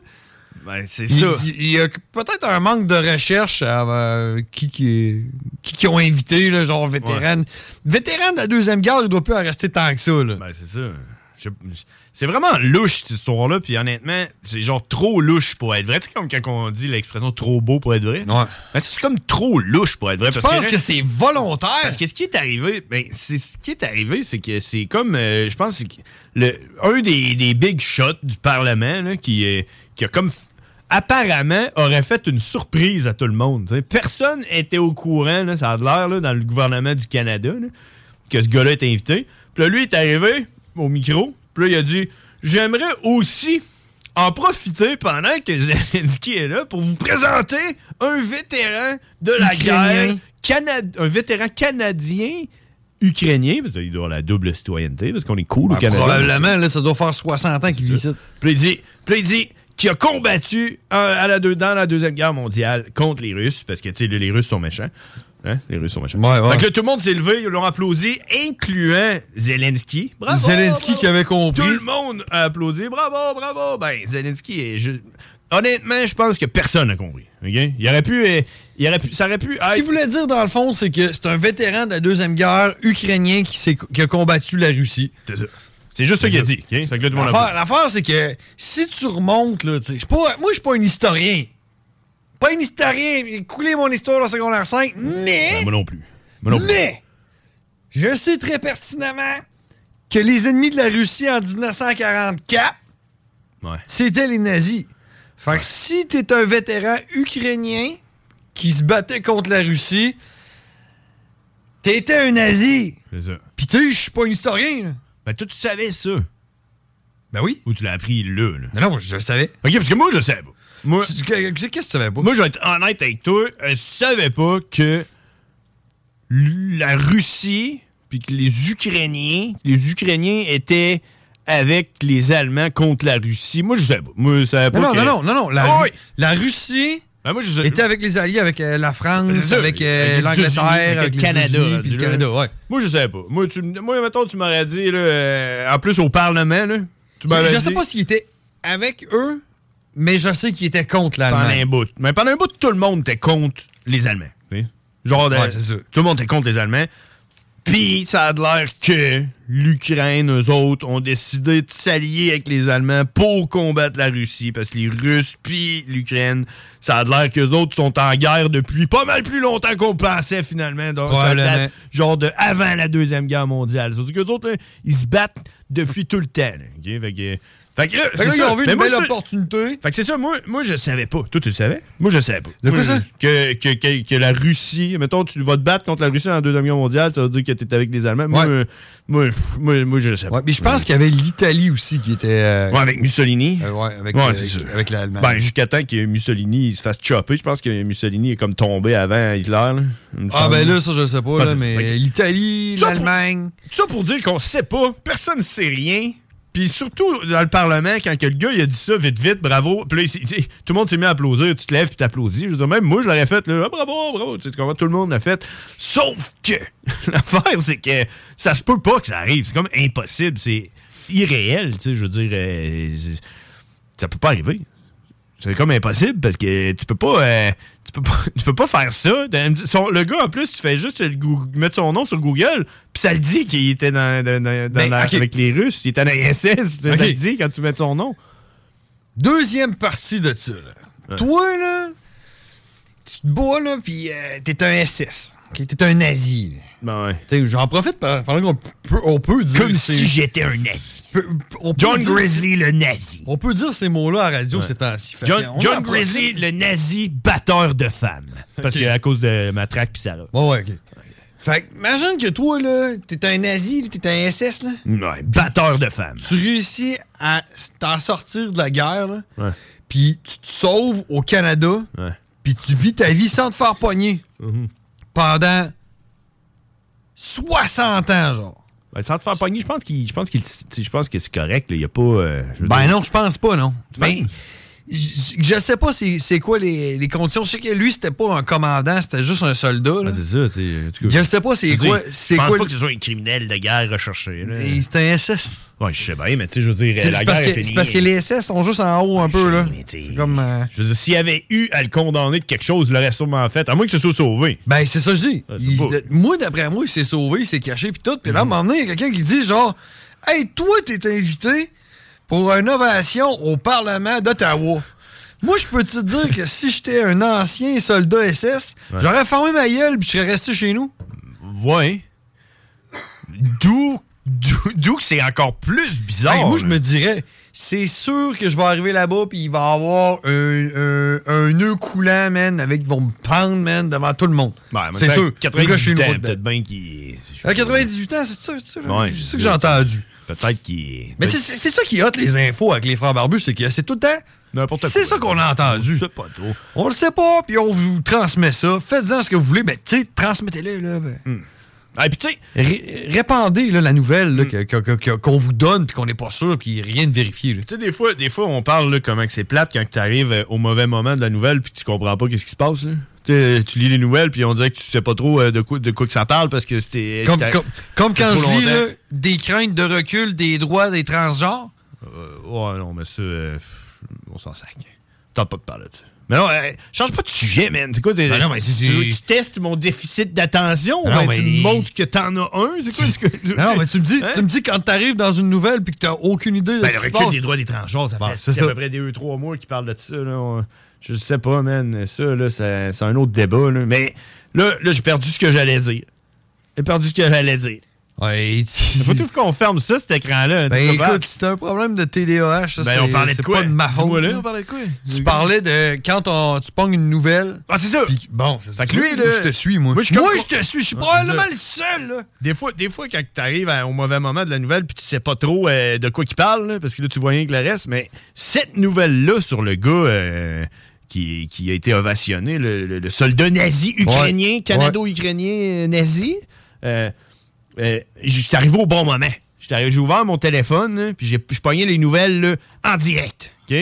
Ben, c'est
Il-
ça.
Il il y a peut-être un manque de recherche à euh, qui, qui, qui, qui ont invité, là, genre vétéran. Vétéran de la Deuxième Guerre, il doit plus en rester tant que ça. Là.
Ben, c'est ça. Je- C'est vraiment louche, cette histoire-là. Puis honnêtement, c'est genre trop louche pour être vrai. C'est comme quand on dit l'expression trop beau pour être vrai. Ben, c'est comme trop louche pour être vrai.
Tu
parce
penses que c'est volontaire?
Parce que ce qui est arrivé, ben, c'est ce qui est arrivé, c'est que c'est comme, euh, je pense, c'est que le, un des, des big shots du Parlement là, qui, euh, qui a comme f- apparemment aurait fait une surprise à tout le monde. tu sais. Personne était au courant, là, ça a l'air, là, dans le gouvernement du Canada, là, que ce gars-là était invité. Puis là, lui, il est arrivé au micro. Puis là, il a dit J'aimerais aussi en profiter pendant que Zelensky est là pour vous présenter un vétéran de la
Ukrainien.
guerre, Canad- un vétéran canadien. Ukrainien, parce qu'il doit avoir la double citoyenneté, parce qu'on est cool au
Ben,
Canada.
probablement, là, ça doit faire 60 ans qu'il vit ici.
Puis il dit, puis il dit qu'il a combattu euh, à la deux- dans la Deuxième Guerre mondiale contre les Russes, parce que, tu sais, les Russes sont méchants. Hein? Les Russes sont méchants.
ouais.
Fait que là, tout le monde s'est levé, ils l'ont applaudi, incluant Zelensky. Bravo!
Zelensky
bravo.
qui avait compris.
Tout le monde a applaudi. Bravo, bravo! Ben, Zelensky est juste... Honnêtement, je pense que personne n'a compris. OK? Il aurait pu... euh, il aurait pu ça aurait pu... ah,
Ce qu'il voulait dire, dans le fond, c'est que c'est un vétéran de la Deuxième Guerre ukrainien qui, s'est- qui a combattu la Russie.
C'est ça. C'est juste ça qu'il a dit. OK? Fait que là, tout le monde
L'affaire,
applaudit.
l'affaire, c'est que si tu remontes, là, tu sais, je suis pas- moi, je suis pas un historien. Pas un historien. J'ai coulé mon histoire au secondaire 5, mais.
Moi non plus. Moi non plus.
Mais, je sais très pertinemment que les ennemis de la Russie en 1944,
Ouais.
c'était les nazis. Fait que si t'es un vétéran ukrainien qui se battait contre la Russie, t'étais un nazi.
C'est ça.
Pis tu sais, je suis pas un historien, là.
Ben, toi, tu savais ça.
Ben oui.
Ou tu l'as appris là, là.
Non, non, je le savais.
OK, parce que moi, je le savais pas. Moi,
Qu'est-ce que tu savais pas?
Moi, je vais être honnête avec toi. euh, Je savais pas que l- la Russie puis que les Ukrainiens, les Ukrainiens étaient avec les Allemands contre la Russie. Moi, je savais pas. Moi, je savais pas
Non, non,
que-
non, non, non, non, La,
Ah
Ru-
oui.
la Russie
Ben, moi, je- Ben,
était avec les Alliés, avec euh, la
C'est
France,
ça,
avec euh,
les
l'Angleterre,
États-Unis,
avec,
le
les
Canada.
États-Unis, puis
rendu
le
là.
Canada, ouais.
Moi, je savais pas. Moi, tu, m- moi mettons, tu m'aurais dit, là, euh, en plus au Parlement, là, tu m'aurais
Je
dit-
sais pas s'il était avec eux, mais je sais qu'il était contre
pendant
l'Allemagne.
un bout. Mais pendant un bout, tout le monde était contre les Allemands. tu sais. Genre, de-
Ouais, c'est ça.
tout le monde était contre les Allemands. Puis, ça a l'air que l'Ukraine, eux autres, ont décidé de s'allier avec les Allemands pour combattre la Russie. Parce que les Russes, puis l'Ukraine, ça a l'air qu'eux autres sont en guerre depuis pas mal plus longtemps qu'on pensait, finalement. Donc, ça
Probablement.
date genre de avant la Deuxième Guerre mondiale. Sauf que les autres, là, ils se battent depuis tout le temps. là. OK? Fait que, fait que là,
Fait que là,
c'est
ils
ça.
ont vu
Mais
une
moi,
belle
ça-
opportunité.
fait que c'est ça, moi, moi je savais pas. Toi, tu le savais? Moi, je le savais pas.
De quoi
Moi,
ça?
je- Que, que, que, que la Russie, mettons, tu vas te battre contre la Russie dans la Deuxième Guerre mondiale, ça veut dire que t'es avec les Allemands. Moi, euh, moi, moi, moi, je le savais
Ouais, mais je pense qu'il y avait l'Italie aussi qui était. euh,
Ouais, avec Mussolini.
Euh, ouais, avec,
Ouais,
euh,
c'est ça.
avec l'Allemagne.
Ben, jusqu'à temps que Mussolini il se fasse chopper, je pense que Mussolini est comme tombé avant Hitler. là, il me
ah,
semble.
ben là, ça, je sais pas,
Ouais,
là,
c'est-
mais
ok.
l'Italie,
Ça pour-
l'Allemagne.
Tout ça pour dire qu'on sait pas, personne sait rien. Puis surtout dans le Parlement, quand que le gars il a dit ça vite, vite, bravo. Puis là, il s'est- il- tout le monde s'est mis à applaudir. Tu te lèves puis t'applaudis. Je veux dire, même moi, je l'aurais fait. Là, Ah, bravo, bravo. Tu sais, tu comprends? Tout le monde l'a fait. Sauf que l'affaire, c'est que ça se peut pas que ça arrive. C'est comme impossible. C'est irréel. Tu sais, je veux dire, euh, c'est- ça peut pas arriver. C'est comme impossible parce que tu peux pas, euh, tu peux pas, tu peux pas faire ça. Dans- son- le gars en plus, tu fais juste le Goo- mettre son nom sur Google, puis ça le dit qu'il était dans, dans- dans- dans
Ben,
la-
ok.
avec les Russes, il était dans la SS. Ça
Ok.
le dit quand tu mets son nom.
Deuxième partie de ça, là. Toi, là, tu te bois, là, pis euh, t'es un SS. ok? T'es un nazi.
Ben ouais.
T'sais, j'en profite par- pendant qu'on peut, on peut dire.
Comme
que
si
c'est-
j'étais un nazi.
Peu- on peut
John
dire-
Grizzly, le nazi.
On peut dire ces mots-là à la radio
Ouais.
ces temps-ci. Fait
John,
qu'on en
John
profite.
Grizzly, le nazi batteur de femmes. Parce que à cause de Matraque puis Sarah.
Ouais, ouais, ok. Fait que, imagine que toi, là, t'es un nazi, là, t'es un SS, là.
Ouais, batteur de femmes.
Tu réussis à t'en sortir de la guerre, là. Puis tu te sauves au Canada.
Ouais. Mhm.
Puis tu vis ta vie sans te faire pogner. Pendant 60 ans, genre.
Ben, sans te faire pogner, je pense qu'il, je pense qu'il, tu sais, je pense que c'est correct. là. Il y a pas. euh, je veux
Ben
dire-
non, Ben, je pense pas, non.
Tu penses?
Mais je je sais pas c'est c'est quoi les, les conditions. Je sais que lui, c'était pas un commandant, c'était juste un soldat. là.
C'est ça, tu sais. en tout cas.
Je sais pas c'est
Je veux
quoi-
dire,
c'est
Je pense
quoi
pas
le-
que ce soit un criminel de guerre recherché. là.
Et C'est un SS.
Ouais, je sais bien, mais tu sais, je veux dire,
C'est
la
c'est
guerre
parce,
est
que,
finie.
c'est parce que les SS sont juste en haut un peu, là. C'est comme. euh,
Je veux dire, s'il y avait eu à le condamner de quelque chose, il l'aurait sûrement fait, à moins que ce soit sauvé.
Ben, c'est ça que je dis.
Euh,
Il- moi, d'après moi, il s'est sauvé, il s'est caché, puis tout. Puis là, à un moment donné, il y a quelqu'un qui dit genre, Hey, toi, t'es invité pour une ovation au Parlement d'Ottawa. Moi, je peux te dire que si j'étais un ancien soldat SS,
Ouais.
j'aurais fermé ma gueule, puis je serais resté chez nous.
Ouais. D'où d'où- d'où que c'est encore plus bizarre.
Hey, moi, je
là.
me dirais, c'est sûr que je vais arriver là-bas, puis il va y avoir un, un, un nœud coulant, man, avec ils vont me pendre, man, devant tout le monde.
Ouais, mais
c'est
t'as
sûr. Le gars, je
98
suis une
ans,
route
peut-être bien qu'il.
À 98 ans, c'est ça, c'est ça.
Ouais,
c'est ça que j'ai entendu.
Peut-être qu'il.
Mais c'est- c'est c'est ça qui hâte les infos avec les frères barbus, c'est que c'est tout le temps. C'est ça qu'on a entendu.
pas trop.
On le sait pas, puis on vous transmet ça. Faites-en ce que vous voulez, mais tu sais, transmettez-le, là. ben.
Ah, puis tu sais.
Ré- répandez là, la nouvelle là, que- que- que- qu'on vous donne, puis qu'on n'est pas sûr, puis rien de vérifié. là.
Tu sais, des fois, des fois, on parle là, comment que c'est plate quand tu arrives au mauvais moment de la nouvelle puis que tu comprends pas qu'est-ce qui se passe. Là. Tu sais, euh, tu lis les nouvelles puis on dirait que tu sais pas trop euh, de, quoi, de quoi que ça parle parce que c'était. euh,
Comme,
c'était-
comme, comme
c'était
quand je
trop
lis
longtemps.
là, des craintes de recul des droits des transgenres.
Euh, ouais, non, mais ça, euh, on s'en sac. T'as pas de parler de ça. Mais non, euh, change pas de sujet, man. C'est quoi t'es-
Ben non, mais
tu,
c'est- c'est-
tu testes mon déficit d'attention.
Ben non,
ben, Tu
mais- Ben
me montres que t'en as un. C'est quoi? c'est quoi-
Non, mais tu me dis,
Hein?
tu me dis quand t'arrives dans une nouvelle puis que t'as aucune idée de
Ben,
ce
le
qui se
recul
passe.
des droits des transgenres, ça
Bon,
fait
Ah, c'est
c'est à
ça.
peu près des 2-3 mois qui parlent de ça. Là. On- Je sais pas, man. Ça, là, c'est c'est un autre débat. là. Mais là, là j'ai perdu ce que j'allais dire. J'ai perdu ce que j'allais dire.
Ouais,
Faut tout qu'on ferme ça, cet écran-là.
Ben
T'es pas
écoute, c'est un problème de TDAH. Ça,
Ben,
c'est-
on parlait de
c'est
quoi?
pas de ma faute.
Dis-moi là,
là.
on parlait de quoi?
Tu parlais de quand on- tu pognes une nouvelle.
Ah, c'est ça!
bon, c'est
Fait que lui, là-
Moi, je te suis, moi.
Moi, je suis comme-
te suis. Je suis
Ouais,
probablement le
c'est
seul, là.
Des fois, des fois quand tu arrives au mauvais moment de la nouvelle, puis tu sais pas trop euh, de quoi qu'il parle, là, parce que là, tu vois rien que le reste, mais cette nouvelle-là sur le gars euh, qui, qui a été ovationné, le, le- le soldat nazi ukrainien,
Ouais.
canado-ukrainien euh, nazi, euh, euh, je suis arrivé au bon moment. Je suis arrivé- J'ai ouvert mon téléphone, là, puis j'ai- je pognais les nouvelles là, en direct. OK?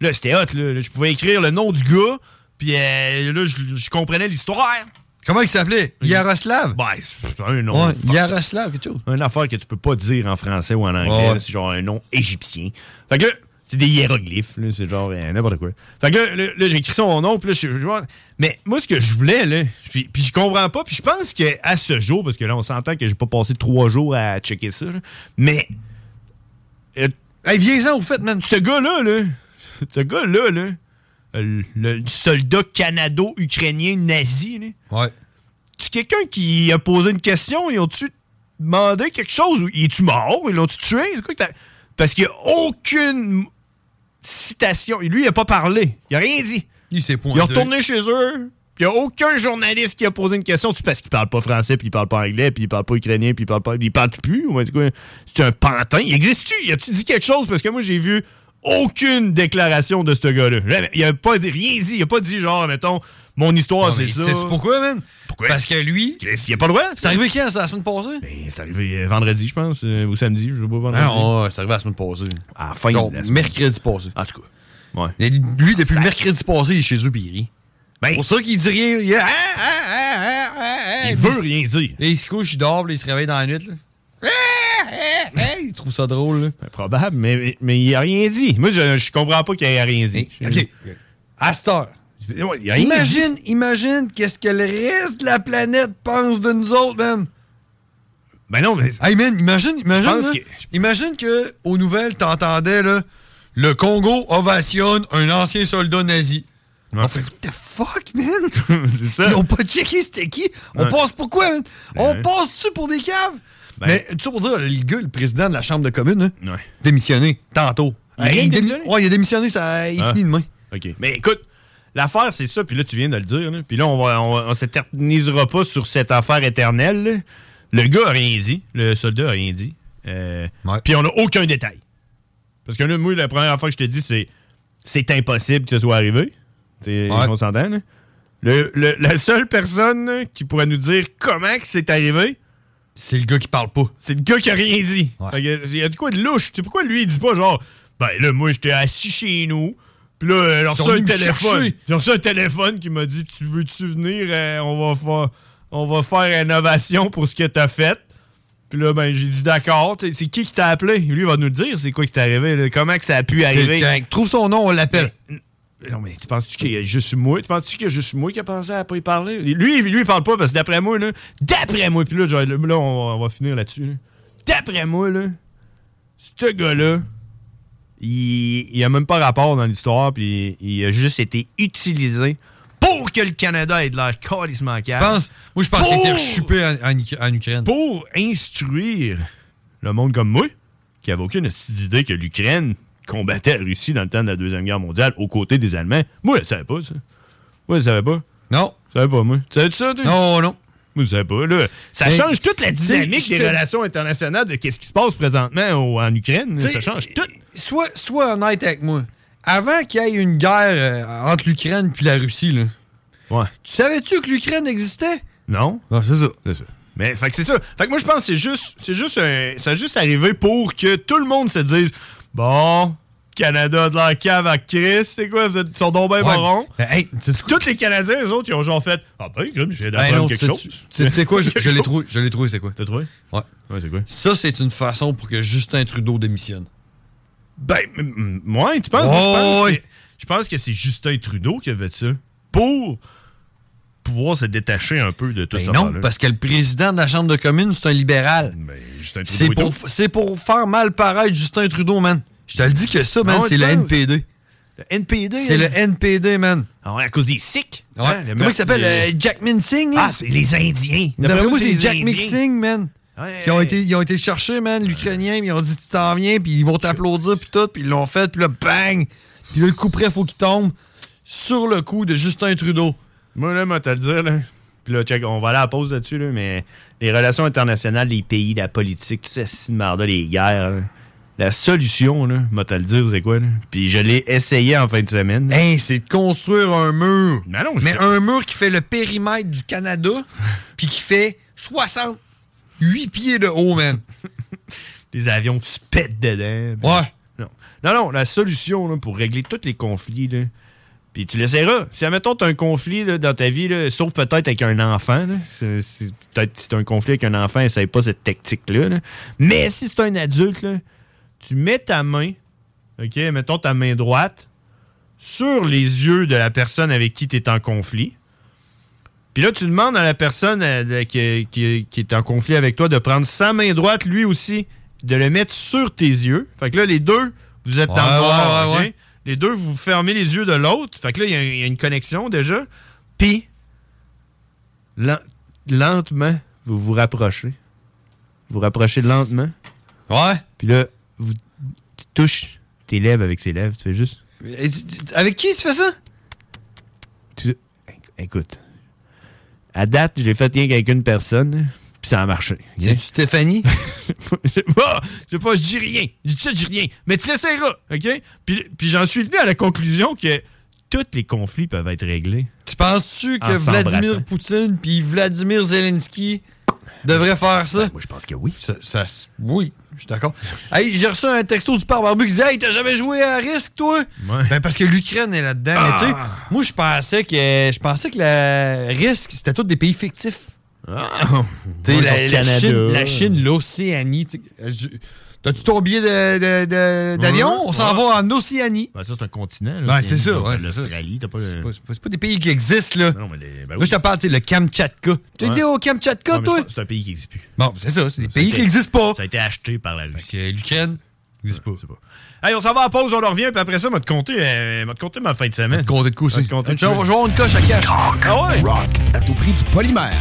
Là, c'était hot. Là, Là, je pouvais écrire le nom du gars, puis euh, là, je, je comprenais l'histoire.
Comment il s'appelait? Yaroslav?
Ben, c'est un nom.
Ouais,
fuck
Yaroslav, quelque chose.
une affaire que tu peux pas dire en français ou en anglais.
Ouais.
là, C'est genre un nom égyptien. Fait que là, c'est des hiéroglyphes. là, C'est genre euh, n'importe quoi. Fait que là, là, là, j'ai écrit son nom. Puis là, je, je vois- mais moi, ce que je voulais, là, puis, puis je comprends pas. Puis je pense qu'à ce jour, parce que là, on s'entend que j'ai pas passé trois jours à checker ça. là, mais. euh,
hey, viens-en, au fait, man.
Ce gars-là, là. Ce gars-là, là. euh, Le, le soldat canado-ukrainien nazi, là.
Ouais.
Tu quelqu'un qui a posé une question? Ils ont-tu demandé quelque chose? Ou est tu mort? Ils l'ont-tu tué? C'est quoi que t'as- Parce qu'il n'y a aucune citation. Lui, il n'a pas parlé. Il n'a rien dit.
Il s'est pointé.
Ils ont retourné chez eux. puis Il n'y a aucun journaliste qui a posé une question. C'est parce qu'il parle pas français, puis il parle pas anglais, puis il parle pas ukrainien, puis il parle pas. Il parle plus. Ou en tout cas, c'est un pantin. Il existe-tu? Il a-tu dit quelque chose? Parce que moi, j'ai vu aucune déclaration de ce gars-là. Jamais. Il n'a pas dit- rien dit. Il n'a pas dit, genre, mettons, mon histoire,
Non,
c'est
mais
ça.
sais-tu pourquoi, man?
Pourquoi?
Parce que lui.
Chris, il n'y a pas le droit.
C'est arrivé quand, ça, la semaine passée?
C'est arrivé euh, vendredi, je pense, euh, ou samedi, je sais pas, vendredi.
Non, c'est arrivé la semaine passée.
À la fin
Genre,
de la semaine.
mercredi passé.
En tout cas. Ouais.
Et Lui, depuis mercredi passé, il est chez eux, puis il rit.
Ben,
pour ça qu'il dit rien. Il, ah,
il veut rien dire.
Et il se couche, il dort, puis il se réveille dans la nuit. Là. il trouve ça drôle. Là.
Ben, Probable, mais, mais, mais il a rien dit. Moi, je, je comprends pas qu'il ait rien dit.
Eh, OK. À cette heure.
Ouais, il a rien dit.
Imagine, imagine qu'est-ce que le reste de la planète pense de nous autres, man.
Ben non, mais.
Hey man, imagine, imagine,
Je pense
là,
que-
imagine que aux nouvelles, t'entendais là, le Congo ovationne un ancien soldat nazi. On fait what the fuck, man.
c'est ça.
Ils ont pas checké c'était qui. On
Ouais.
passe pour quoi, man?
Ben
On
ouais.
passe tu pour des caves.
Ben-
Mais tu sais, pour dire, le gars, le président de la chambre de commune, hein,
Ouais.
démissionné tantôt.
Ah, il a
démi-
démissionné?
Ouais, il a démissionné, ça, il
Ah.
finit demain.
OK. Mais écoute, l'affaire, c'est ça, puis là, tu viens de le dire, là. puis là, on va, on, va- on s'éternisera pas sur cette affaire éternelle. là. Le gars a rien dit, le soldat a rien dit, Euh, puis on n'a aucun détail. Parce que là, moi, la première fois que je te dis, c'est c'est impossible que ce soit arrivé. C'est-
Ouais.
On s'entend, là. Le- le- la seule personne là, qui pourrait nous dire comment que c'est arrivé,
C'est le gars qui parle pas.
c'est le gars qui a rien dit. Fait que, Il y a de quoi de louche. Tu sais pourquoi lui, il dit pas genre, ben là, moi, j'étais assis chez nous, Puis là, elle a
Ils sont
reçu un
venus me
téléphone.
chercher.
J'ai reçu un téléphone qui m'a dit Tu veux-tu venir Euh, on, va fa- on va faire rénovation pour ce que t'as fait. Puis là, ben, j'ai dit D'accord. Tu sais, C'est qui qui t'a appelé Lui, il va nous le dire c'est quoi qui t'est arrivé, là, comment que ça a pu arriver.
Quelqu'un. Trouve son nom, on l'appelle.
Mais- Non, mais tu penses-tu qu'il y a juste moi? Tu penses-tu qu'il y a juste moi qui a pensé à pas y parler? Lui, lui, il parle pas parce que d'après moi, là, d'après moi, puis là, genre, là, on va, on va finir là-dessus. là. D'après moi, là, ce gars-là, il, il a même pas rapport dans l'histoire, puis il, il a juste été utilisé pour que le Canada ait de l'air calissement calme.
penses? Moi, je pense qu'il a été rechupé
en, Ukraine. Pour instruire le monde comme moi, qui avait aucune idée que l'Ukraine combattait la Russie dans le temps de la Deuxième Guerre mondiale aux côtés des Allemands. Moi, je le savais pas, ça. Moi, je le savais pas. Non. Je savais pas, moi. Tu savais ça, toi? Non, non. Moi, je savais pas. Là, ça
Mais,
change toute la
tu sais,
dynamique
je
des
te-
relations internationales de qu'est-ce qui se passe présentement au- en Ukraine. Ça change tout.
Sois, sois honnête avec moi. Avant qu'il y ait une guerre euh, entre l'Ukraine puis la Russie, là, tu savais-tu que l'Ukraine existait?
Non.
c'est ça.
Mais fait que c'est ça. Fait que moi je pense que c'est juste c'est juste un- ça a juste arrivé pour que tout le monde se dise bon Canada de la cave à Chris, c'est quoi vous êtes ils sont donc ben
Ouais,
marrons.
mais, hey,
Tous les Canadiens les autres ils ont genre fait ah ben comme j'ai
Ben non,
d'apprendre quelque
tu-
chose.
tu- Tu tu sais quoi, je, je l'ai
Quelque
trouvé, je l'ai trouvé, c'est quoi?
T'as trouvé?
Ouais.
Ouais, c'est quoi?
Ça, c'est une façon pour que Justin Trudeau démissionne.
Ben, moi, tu pense- moi, je pense que- je pense que c'est Justin Trudeau qui avait ça pour pouvoir se détacher un peu de tout ça.
Ben non, parce que le président de la Chambre de communes, c'est un libéral.
Ben, Justin Trudeau
C'est
est
pour,
autre.
c'est pour faire mal paraître Justin Trudeau, man. Je te le dis que ça, man,
Non,
c'est
tu
le
penses?
NPD.
Le NPD.
C'est le NPD, man.
Ah ouais, à cause des Sikhs.
Ouais.
Hein, le
Comment
meurtre
il s'appelle?
des-
euh, Jackman Singh? là?
Ah, c'est les Indiens.
D'après moi, c'est
les
Jack
Indiens.
Singh, man.
Ouais,
Qui ont
ouais.
été, ils ont été le chercher, man, l'Ukrainien, puis ils ont dit tu t'en viens, puis ils vont t'applaudir, puis tout, puis ils l'ont fait, puis là, bang! Puis là, le coup près, faut qu'il tombe sur le coup de Justin Trudeau.
Moi, là, moi, te le dire, là. Puis là, check, on va aller à la pause là-dessus, là, mais les relations internationales, les pays, la politique, tout ça, c'est marda, les guerres. là. La solution, là, moi, te le dire, c'est quoi, là? Puis je l'ai essayé en fin de semaine.
Hey, c'est de construire un mur.
Mais non,
Mais un mur qui fait le périmètre du Canada, puis qui fait 68 pieds de haut, man.
les avions qui se pètent dedans. puis- Non. non, non, la solution là, pour régler tous les conflits, là, puis tu l'essaieras. Si, admettons, tu as un conflit là, dans ta vie, là, sauf peut-être avec un enfant, là, c'est- c'est- peut-être si tu un conflit avec un enfant, essaye pas cette tactique-là. là. Mais si c'est un adulte, là, tu mets ta main, OK, mettons ta main droite, sur les yeux de la personne avec qui tu es en conflit. Puis là, tu demandes à la personne euh, de- qui, qui- qui est en conflit avec toi de prendre sa main droite, lui aussi, de le mettre sur tes yeux. Fait que là, les deux, vous êtes dans
Ouais,
le noir,
ouais, ouais,
ok?
ouais.
Les deux, vous fermez les yeux de l'autre. Fait que là, il y a- il y, a une connexion déjà. Puis, len- lentement, vous vous rapprochez. Vous rapprochez lentement.
Ouais.
Puis là, vous, tu touches tes lèvres avec ses lèvres. Tu fais juste...
Et tu- tu- Avec qui tu fais ça?
Tu- Écoute, à date, je l'ai fait rien qu'avec une personne, puis ça a marché.
C'est Stéphanie?
je sais pas, je sais pas, je dis rien. Je dis ça, je dis rien. Mais tu l'essaieras, OK? Puis, puis j'en suis venu à la conclusion que tous les conflits peuvent être réglés.
Tu penses-tu
En
que
Ah, s'embrassant.
Vladimir Poutine puis Vladimir Zelensky devraient faire ça? moi,
Ben, je pense que oui.
Ça, ça s- oui, je suis d'accord. Hey, j'ai reçu un texto du père Barbu qui disait Hey, t'as jamais joué à risque, toi? Ben, parce que l'Ukraine est là-dedans. Mais tu sais,
Ah!
moi, je pensais que je pensais que la risque, c'était tous des pays fictifs. Tu sais,
Ah! Moi,
la,
genre
la
Canada.
Chine, la Chine, l'Océanie. tu sais, euh, je- T'as-tu ton billet de- de- de- d'avion?
Ouais,
On s'en
ouais.
va en Océanie.
Ben, ça, c'est un continent.
là. Ouais, c'est ça,
T'as
ouais.
L'Australie, t'as pas.
C'est pas- c'est pas, c'est pas des pays qui existent, là.
Non, mais les- ben
Moi,
oui.
je te parle, tu sais, le Kamchatka. T'as
Ouais.
été au Kamchatka,
Ouais, mais
toi?
c'est pas- C'est un pays qui n'existe plus.
Bon, c'est ça, c'est des
Ça a
pays
été-
qui n'existent pas.
Ça a été acheté par la Russie.
L'Ukraine n'existe pas.
Hey, on s'en va à pause, on en revient, puis après ça, on va te compter, euh, on va te compter ma fin de semaine. On va te compter de coups,
Je vais avoir une coche à cash.
Ah ouais?
Rock à tout prix du polymère.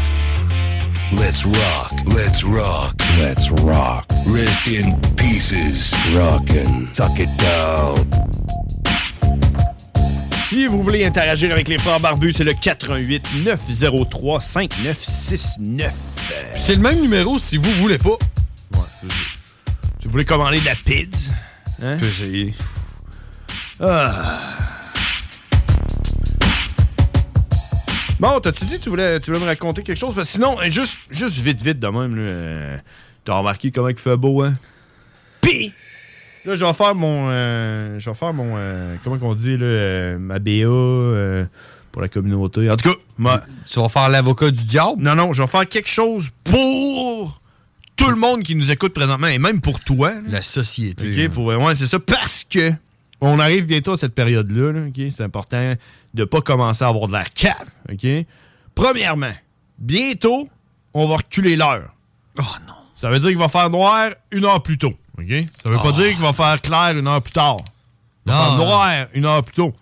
Let's rock. Let's rock. Let's rock. Rest in pieces. Rockin'. Tuck it down.
Si vous voulez interagir avec les frères barbus, c'est le 88 903 5969.
C'est le même numéro si vous voulez pas.
Si vous voulez commander de la pizza, hein?
Peut essayer.
Ah. Bon, t'as-tu dit que tu voulais, tu voulais me raconter quelque chose? Parce que sinon, hein, juste, juste vite, vite de même, là, euh, t'as remarqué comment il fait beau, hein? Pis, Là, je vais faire mon. euh, je vais faire mon. euh, comment qu'on dit, là euh, Ma BA euh, pour la communauté. En tout cas, ma-
Tu vas faire l'avocat du diable?
Non, non, je vais faire quelque chose pour tout le monde qui nous écoute présentement et même pour toi.
La société.
OK, pour, ouais, c'est ça. Parce que on arrive bientôt à cette période-là. là, OK? C'est important de pas commencer à avoir de la cave. OK? Premièrement, bientôt, on va reculer l'heure.
Oh
non. Ça veut dire qu'il va faire noir une heure plus tôt. OK? Ça veut
Ah.
pas dire qu'il va faire clair une heure plus tard. Il va
Non.
faire noir une heure plus tôt.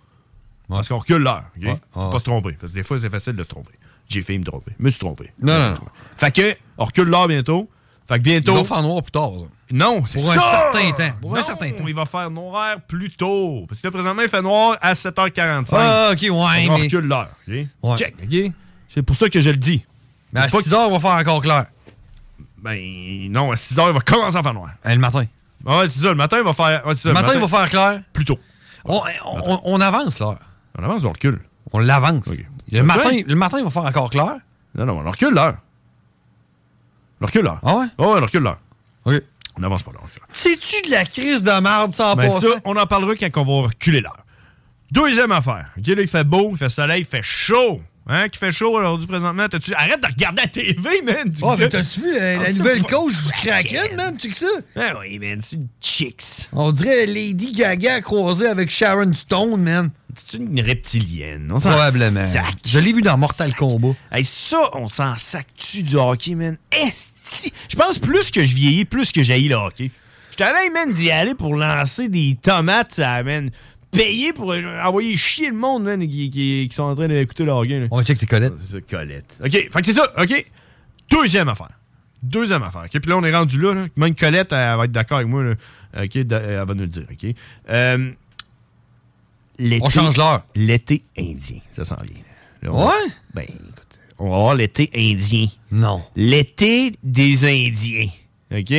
Parce qu'on recule l'heure. OK?
Ouais,
Faut
ouais.
pas se tromper. Parce que des fois, c'est facile de se tromper. J'ai failli me tromper. Je me suis trompé.
Non, non, non.
Fait que, on recule l'heure bientôt. Fait que bientôt.
Il va faire noir plus tard. ça.
Non, c'est
Pour un
ça!
certain temps. Pour un
Non,
certain temps.
Il va faire noir plus tôt. Parce que là, présentement, il fait noir à 7h45.
Ah, ok, ouais,
On
mais-
recule l'heure. OK?
Ouais.
Check, OK? C'est pour ça que je le dis.
Mais à
Faut pas
6 heures, on va faire encore clair.
Ben, non, à 6h, il va commencer à faire noir. Ah,
le matin.
Ouais, c'est ça. Le matin, il va faire. ouais, c'est ça,
Le matin, il va faire clair.
Plus tôt.
On, on- on- on avance l'heure.
On avance ou on recule?
On l'avance. Le,
Ok.
matin, le matin, il va faire encore clair.
Non, non, on recule l'heure. On recule l'heure. Ah ouais? ouais, on recule l'heure.
OK.
On n'avance pas l'heure.
C'est-tu de la crise de merde sans
Mais
passer?
Ben, ça, on en parlera quand on va reculer l'heure. Deuxième affaire. OK, là, il fait beau, il fait soleil, il fait chaud. Hein, qui fait chaud aujourd'hui présentement? T'as-tu... Arrête de regarder la TV, man!
Ah, mais t'as-tu vu la, la nouvelle coach du Kraken,
man?
man? Tu que ça?
Ah oui, man, c'est une chicks.
On dirait Lady Gaga croisée avec Sharon Stone, man.
C'est une reptilienne. On s'en
Probablement.
sac.
Je l'ai vu dans Mortal Kombat.
Hey, ça, on s'en sac-tu du hockey, man? Esti! Je pense plus que je vieillis, plus que j'haïs le hockey. Je t'avais même d'y aller pour lancer des tomates, ça, man. Payer pour euh, envoyer chier le monde, man, qui, qui- qui sont en train d'écouter le hockey. là.
On va check, c'est Colette.
C'est ça, Colette. OK, fait que c'est ça, OK. Deuxième affaire. Deuxième affaire, OK? Puis là, on est rendu là, là. Même Colette, elle va être d'accord avec moi, là. Euh, OK, d- elle va nous le dire, OK? Euh, l'été-
On change l'heure.
L'été indien, ça s'en vient. Là, on-
Ouais?
Ben, écoute, on va avoir l'été indien.
Non.
L'été des Indiens. OK?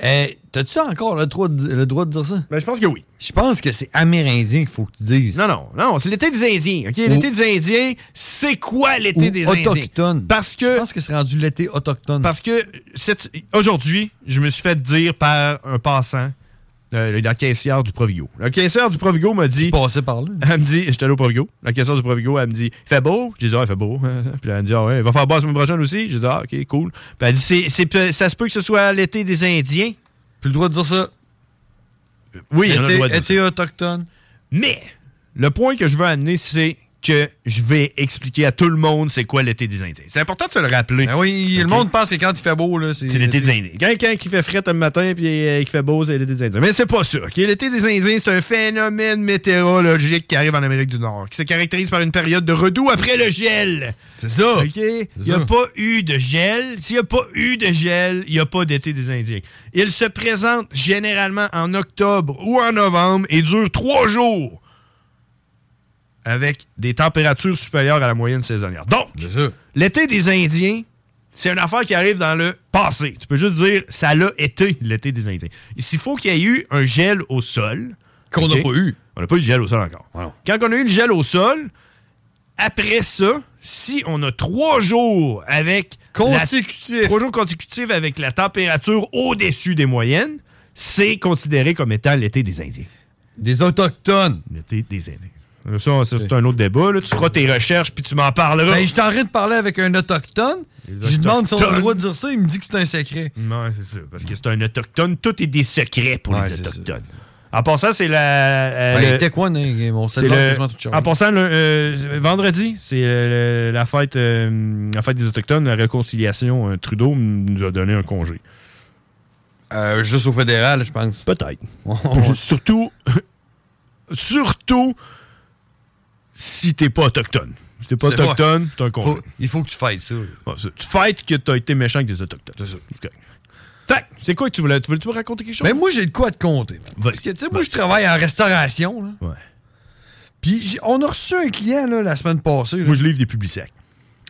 Eh, T'as-tu encore le droit, de, le droit de dire ça?
Ben, je pense que oui.
Je pense que c'est amérindien qu'il faut que tu dises.
Non, non, non, c'est l'été des Indiens, OK? L'été des Indiens, c'est quoi l'été
Ou
des Indiens?
autochtone.
Parce que...
Je pense que c'est rendu l'été autochtone.
Parce que cette- aujourd'hui, je me suis fait dire par un passant, euh, la caissière du Provigo. La caissière du Provigo m'a dit.
passé par là.
Elle me dit, j'étais allé au Provigo. La caissière du Provigo, elle me dit, il fait beau. J'ai dit, ah, il fait beau. Puis elle me dit, ah, ouais, il va faire beau la semaine prochaine aussi. J'ai dit, ah, ok, cool. Puis elle dit, C'est- c'est- ça se peut que ce soit l'été des Indiens.
Plus le droit de dire ça.
Oui, on a le
Été,
droit de dire ça.
été autochtone.
Mais le point que je veux amener, c'est que je vais expliquer à tout le monde c'est quoi l'été des Indiens. C'est important de se le rappeler.
Ben oui, le
Ok.
monde pense que quand il fait beau, là, c'est.
C'est l'été des Indiens. Quand, quand il fait fret le matin puis euh, qu'il fait beau, c'est l'été des Indiens. Mais c'est pas ça. ok? L'été des Indiens, c'est un phénomène météorologique qui arrive en Amérique du Nord, qui se caractérise par une période de redoux après le gel.
C'est ça.
OK? Il n'y a
ça.
pas eu de gel. S'il n'y a pas eu de gel, il n'y a pas d'été des Indiens. Il se présente généralement en octobre ou en novembre et dure trois jours avec des températures supérieures à la moyenne saisonnière. Donc,
C'est ça.
L'été des Indiens, c'est une affaire qui arrive dans le passé. Tu peux juste dire, ça l'a été, l'été des Indiens. Il faut qu'il y ait eu un gel au sol.
Qu'on n'a
OK?
pas eu. Ah
On n'a pas eu de gel au sol encore. Quand on a eu le gel au sol, après ça, si on a trois jours avec... la-
Consécutif.
trois jours consécutifs avec la température au-dessus des moyennes, c'est considéré comme étant l'été des Indiens.
Des autochtones.
L'été des Indiens. Là, Ça, ça, c'est un autre débat. là. Tu feras tes recherches puis tu m'en parleras.
Ben, je t'arrête de parler avec un autochtone. Je lui demande si on a le
autochtones.
droit de dire ça. Il me dit que c'est un secret.
Non, c'est ça. Parce que c'est un autochtone. Tout est des secrets pour
Ouais,
les
c'est
autochtones. En passant, c'est la. euh,
Ben,
le-
t'es quoi, hein, mon
c'est
cellulaire
le-
quasiment tout chargé.
en passant, le, euh, vendredi, c'est euh, la, fête, euh, la fête des Autochtones, la réconciliation. euh, Trudeau nous a donné un congé.
Euh, juste au fédéral, je pense.
Peut-être. surtout, surtout si t'es pas autochtone. Si t'es pas
C'est vrai.
autochtone, t'as un congé.
Faut- il faut que tu fasses ça.
Bon, c'est- tu fêtes que t'as été méchant avec des Autochtones. C'est ça. C'est quoi que tu voulais? Tu voulais-tu me raconter quelque chose?
Mais moi, j'ai de quoi te compter. man.
Vas-y.
Parce que, tu sais, moi, je travaille en restauration. là.
Ouais.
Puis, j'ai- on a reçu un client là, la semaine passée. là.
Moi, je livre des publics secs.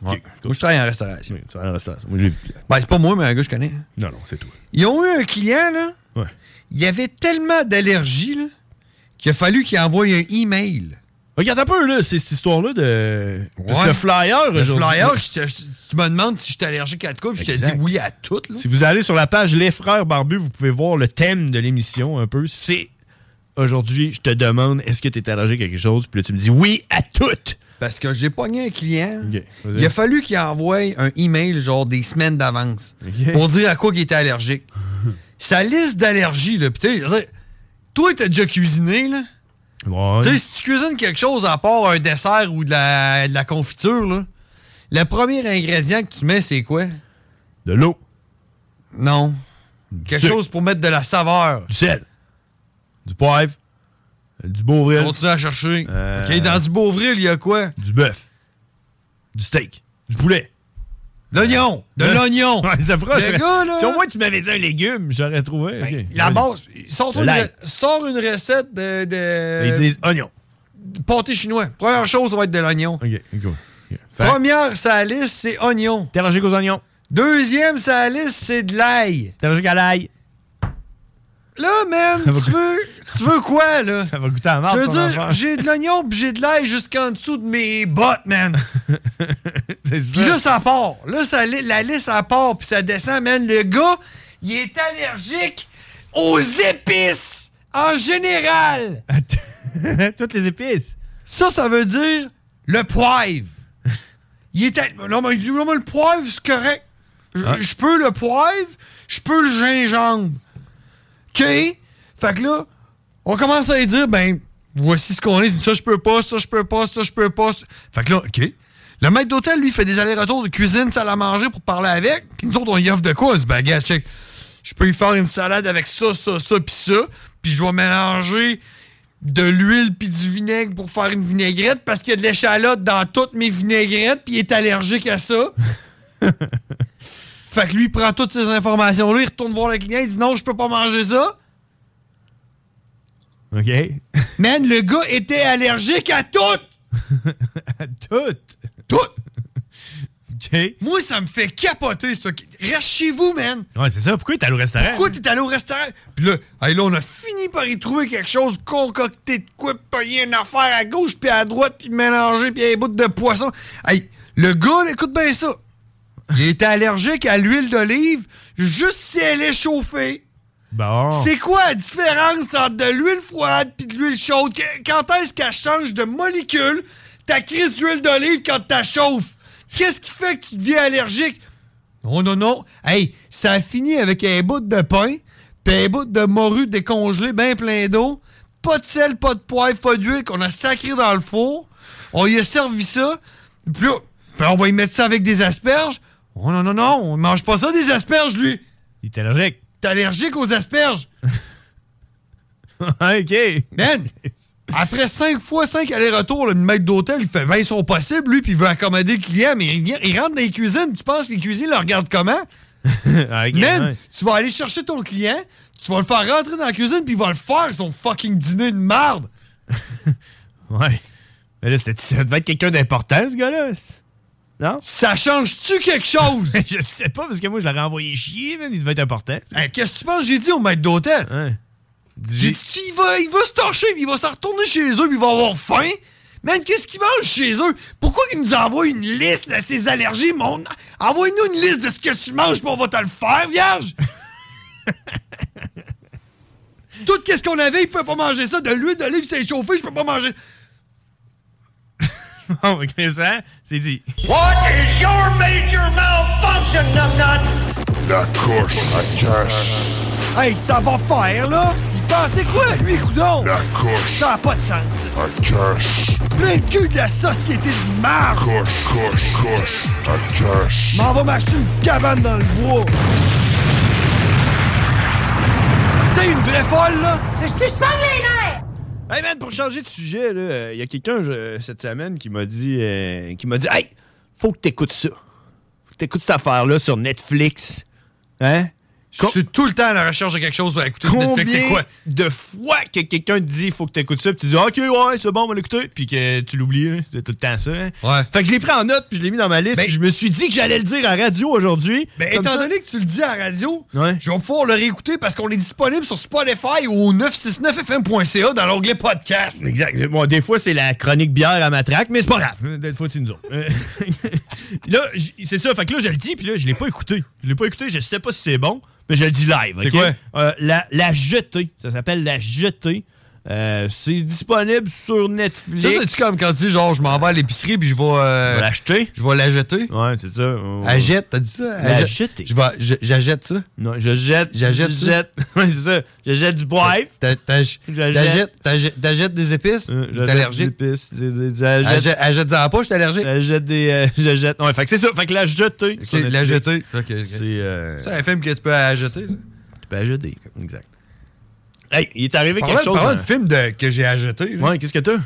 Ouais. Moi, je travaille en restauration.
Oui, tu vas à la restauration. Moi, je l'ai vu.
Ben, c'est pas moi, mais un gars, je connais. hein.
Non, non, c'est tout.
Ils ont eu un client, là.
Ouais.
Il y avait tellement d'allergies, là, qu'il a fallu qu'il envoie un email
Regarde un peu, là, c'est cette histoire-là de, de ce flyer
Le
aujourd'hui.
flyer, que je te- je- tu me demandes si je suis allergique à de quoi, puis je te dis
Exact.
oui à tout. là.
Si vous allez sur la page Les Frères Barbus, vous pouvez voir le thème de l'émission un peu. C'est aujourd'hui, je te demande, est-ce que tu es allergique à quelque chose? Puis là, tu me dis oui à tout.
Parce que j'ai pogné un client.
vas-y.
Il a fallu qu'il envoie un email genre des semaines d'avance pour dire à quoi il était allergique. Sa liste d'allergies, là, pis tu sais, je veux dire, toi, t'as déjà cuisiné, là. Tu sais, si tu cuisines quelque chose à part un dessert ou de la, de la confiture, là, le premier ingrédient que tu mets, c'est quoi?
De l'eau.
Non. Quelque
sucre.
chose pour mettre de la saveur.
Du sel. Du poivre. euh, Du beauvril.
Continue à chercher.
Euh,
OK, dans du beauvril, il y a quoi?
Du bœuf. Du steak. Du poulet.
L'oignon. De
Le-
l'oignon.
Ouais, ça fera-
Le gars, là- Ben,
Si au moins tu m'avais dit un légume, j'aurais trouvé. ok.
La base, Oh, sort
Le
une,
lait.
sors une recette de, de-
Ils disent oignon.
de Euh, pâté chinois. Première chose, ça va être de l'oignon.
OK, go. Fait-
Première, sa liste, c'est oignon.
T'es allergique aux oignons.
Deuxième, sa liste, c'est de l'ail.
T'es allergique à l'ail.
Là, man,
Ça va
tu veux, tu veux quoi, là?
Ça va goûter à la marde,
Je veux
ton
dire,
affaire.
j'ai de l'oignon puis j'ai de l'ail jusqu'en dessous de mes bottes, man. Puis là, ça part. Là, ça, li- la liste, ça part, puis ça descend, man. Le gars, il est allergique aux épices en général.
Toutes les épices.
Ça, ça veut dire le poivre. Il est à- Non, mais il dit, non, mais le poivre, c'est correct. Je
Ah.
je peux le poivre, je peux le gingembre. OK? Fait que là, on commence à lui dire, ben, voici ce qu'on est. Il dit, Ça, je peux pas, ça, je peux pas, ça, je peux pas. ça. Fait que là, OK. Le maître d'hôtel, lui, fait des allers-retours de cuisine, salle à manger pour parler avec. Puis nous autres, on y offre de quoi? On se dit, ben, gars, check. Je peux y faire une salade avec ça, ça, ça, puis ça. Puis je vais mélanger de l'huile puis du vinaigre pour faire une vinaigrette parce qu'il y a de l'échalote dans toutes mes vinaigrettes puis il est allergique à ça. fait que lui, il prend toutes ces informations-là, il retourne voir le client, il dit non, je peux pas manger ça.
OK.
Man, le gars était allergique à tout!
Tout! Tout! OK.
Moi, ça me fait capoter, ça. Reste chez vous, man!
Ouais, c'est ça. Pourquoi t'es allé au restaurant?
Pourquoi t'es allé au restaurant? Puis là, hey, là, on a fini par y trouver quelque chose, concocté de quoi, payer une affaire à gauche, puis à droite, puis mélanger, puis un bout de poisson. Hey, le gars, là, écoute bien ça. Il était allergique à l'huile d'olive juste si elle est chauffée.
Bon.
C'est quoi la différence entre de l'huile froide puis de l'huile chaude? Que- Quand est-ce qu'elle change de molécule, ta crise d'huile d'olive quand t'as chauffe? Qu'est-ce qui fait que tu deviens allergique? Non, non, non. Hey, ça a fini avec un bout de pain, puis un bout de morue décongelée, bien plein d'eau. Pas de sel, pas de poivre, pas d'huile qu'on a sacré dans le four. On y a servi ça. Puis là, ben, on va y mettre ça avec des asperges. Oh non, non, non, on mange pas ça des asperges, lui.
Il est allergique.
T'es allergique aux asperges.
OK.
Man, après cinq fois cinq allers-retours, le maître d'hôtel, il fait ben, ils sont possibles, lui, puis il veut accommoder le client, mais il, vient- il rentre dans les cuisines. Tu penses que les cuisines le regardent comment?
OK,
Man,
ouais.
tu vas aller chercher ton client, tu vas le faire rentrer dans la cuisine, puis il va le faire son fucking dîner de marde.
Ouais. Mais là, c'était- ça devait être quelqu'un d'important, ce gars-là. Non?
Ça change-tu quelque chose?
je sais pas, parce que moi, je l'aurais envoyé chier, man. Il devait être important.
Hey, Qu'est-ce que tu penses que j'ai dit au maître d'hôtel?
Ouais.
J'ai dit, il va, il va se torcher, puis il va s'en retourner chez eux, puis il va avoir faim. Man, qu'est-ce qu'ils mangent chez eux? Pourquoi qu'ils nous envoient une liste de ses allergies, mon... Envoie-nous une liste de ce que tu manges, puis on va te le faire, vierge! Tout qu'est-ce qu'on avait, ils pouvaient pas manger ça. De l'huile d'olive, c'est chauffé, je peux pas manger...
Bon, ok, ça, c'est dit.
What is your major malfunction, numbnut?
La coche à cache.
Hey, ça va faire, là! Il pensait quoi, lui, coudon?
La coche
Ça a pas de sens,
à cache.
ça. Plein de cul de la société de marre!
Coche, coche, coche à cache.
M'en va m'acheter une cabane dans le bois. Tu sais, une vraie folle, là.
Hey man, pour changer de sujet, il y a quelqu'un je- cette semaine qui m'a dit euh, qui m'a dit Hey, faut que t'écoutes ça. Faut que t'écoutes cette affaire-là sur Netflix. Hein? Je
Je suis tout le temps à la recherche de quelque chose pour écouter sur
Combien
Netflix, c'est quoi?
de fois que quelqu'un te dit faut que tu écoutes ça, puis tu dis OK, ouais, c'est bon, on va l'écouter, puis que tu l'oublies, hein, c'est tout le temps ça. hein. Fait que je l'ai pris en note, puis je l'ai mis dans ma liste, puis je me suis dit que j'allais le dire à la radio aujourd'hui.
Ben,
Comme
étant
ça-
donné que tu le dis à la radio, je vais pouvoir le réécouter parce qu'on est disponible sur Spotify ou au 969fm.ca dans l'onglet podcast.
Exact. Bon, des fois, c'est la chronique bière à matraque, mais c'est pas grave. Des fois, tu nous autres. Euh, là, j- c'est ça. Fait que là, je le dis, puis là, je l'ai pas écouté. Je l'ai pas écouté, je sais pas si c'est bon, mais je le dis live.
C'est
ok?
quoi?
Euh, la, la jetée. Ça s'appelle La jetée. Euh, c'est disponible sur Netflix.
Ça, c'est-tu comme quand tu dis genre, je m'en vais à l'épicerie puis je vais. euh,
l'acheter.
Je vais la jeter.
Ouais, c'est ça.
Elle jette, t'as dit ça? Elle
La
jette.
jetée.
Je vais- je- J'achète ça.
Non, je jette.
J'achète
Je
ça.
jette. Ouais, c'est ça. Je jette du bois.
T'achètes t'achètes- t'achètes des épices?
Euh,
T'es allergique? Elle jette- elle jette dans la poche, t'es allergique?
Elle jette des. euh, je jette. Ouais, fait que c'est ça. Fait que la jetée. sur
la
Netflix.
jetée.
C'est. euh,
C'est un film que tu peux acheter.
Tu peux acheter. Exact. Hey, il est arrivé
Parlant-
quelque chose.
parlant
hein.
de film de- que j'ai acheté. Euh,
Ouais, qu'est-ce que t'as?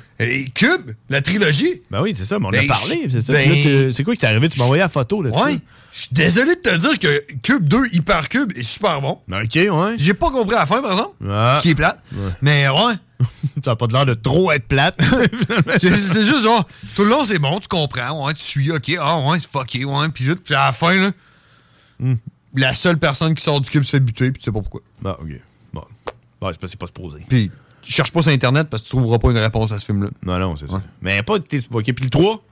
Cube, la trilogie.
Ben oui, c'est ça, mais on
Ben,
a parlé.
je-
C'est ça.
ben,
Là, t'es- c'est quoi qui t'est arrivé? Tu m'as envoyé la photo là-dessus.
Ouais. Je suis désolé de te dire que Cube 2 Hypercube est super bon.
Ben, OK, ouais.
J'ai pas compris à la fin, par exemple.
Ah.
Ce qui est plate. Mais ouais.
Ça a pas de l'air de trop être plate.
c'est c'est juste genre, tout le long, c'est bon, tu comprends. Ouais, tu suis, ok, ah ouais, c'est fucké, ouais. Puis là, puis à la fin, là,
Hmm.
la seule personne qui sort du cube se fait buter, puis tu sais pas pourquoi.
Ah, ok. Bon. Ouais, c'est pas, c'est pas supposé.
Puis, tu cherches pas sur Internet parce que tu trouveras pas une réponse à ce film-là.
Non, non, c'est ça. Mais pas. t'es- Ok, puis le 3?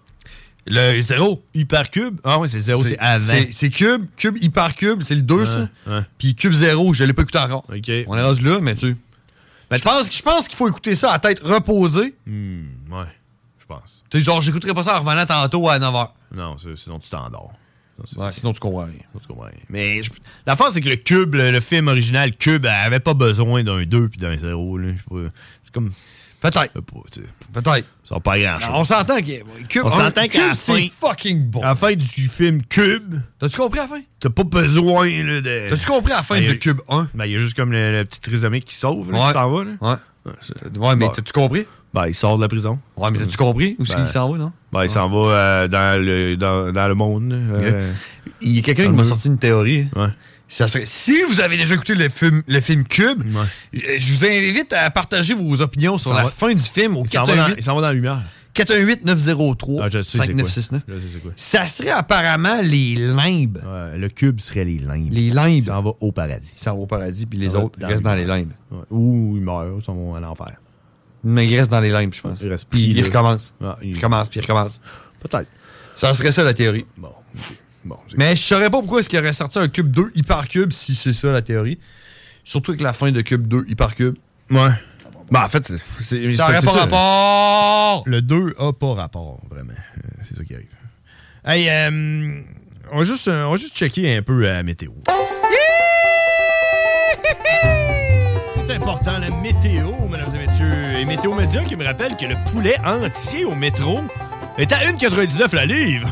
Le 0. Hypercube? Ah, ouais, c'est 0, c'est avant.
c'est- C'est Cube, Cube, Hypercube, c'est le 2, ça. Puis Cube 0, je l'ai pas écouté encore. On est rendu là, mais tu. je pense, je pense qu'il faut écouter ça à tête reposée.
Hmm, ouais, je pense.
Tu sais, genre, j'écouterai pas ça en revenant tantôt à 9h.
Non, c'est- sinon tu t'endors.
sinon tu comprends rien.
tu comprends rien. Mais je- l'affaire, c'est que le cube, le, le film original Cube, elle avait pas besoin d'un 2 puis d'un 0. là. Je sais pas. C'est comme.
Peut-être.
Peut-être. Ça va pas grand-chose.
Ben, On s'entend que. euh, Cube,
On
un-
s'entend qu'à
Cube,
la
c'est
fin-
fucking bon.
À la fin du film Cube.
T'as-tu compris à la fin?
T'as pas besoin là, de.
T'as-tu compris à la fin
Ben,
de
y a-
Cube 1?
Ben, il y a juste comme le, le petit trisomique qui sauve, là,
Ouais.
qui s'en va. Là.
Ouais. Ouais, mais t'as-tu compris?
Ben, il sort de la prison.
Ouais, mais t'as-tu compris où est-ce qu'il s'en va, non?
Ben, il s'en va euh, dans, le, dans, dans le monde. euh,
Il y a quelqu'un
dans le
qui m'a
mur.
sorti une théorie.
Ouais.
Ça serait- si vous avez déjà écouté le film, le film Cube, euh, je vous invite à partager vos opinions sur
Ça
la
va-
fin du film au
Il s'en va dans-
418
il s'en va dans la lumière.
418 903
Ah, je sais, c'est quoi.
5969.
Je sais, c'est quoi.
Ça serait apparemment les limbes.
Ouais, le cube serait les limbes.
Les limbes. Ça
en va au paradis.
Ça va au paradis, puis les
Ça va
autres restent dans les
lumière.
limbes.
Ouais. Ou ils meurent, ils sont à l'enfer.
Mais ils restent dans les limbes, je pense. Puis ils
pile.
recommencent.
Ah,
Ils
il-
recommencent, puis ils recommencent.
Peut-être.
Ça serait ça la théorie. Mais je saurais pas pourquoi est-ce qu'il aurait sorti un cube 2 hypercube si c'est ça la théorie. Surtout avec la fin de cube 2 hypercube.
Ouais. Bah, en fait, c'est- c'est.
Ça aurait
c'est
pas
ça.
rapport.
Le 2 a pas rapport, vraiment. Euh, C'est ça qui arrive. Hey, euh, on, va juste, euh, on va juste checker un peu la météo. C'est important, la météo, mesdames et messieurs. Et Météo Média qui me rappelle que le poulet entier au métro est à 1,99 la livre.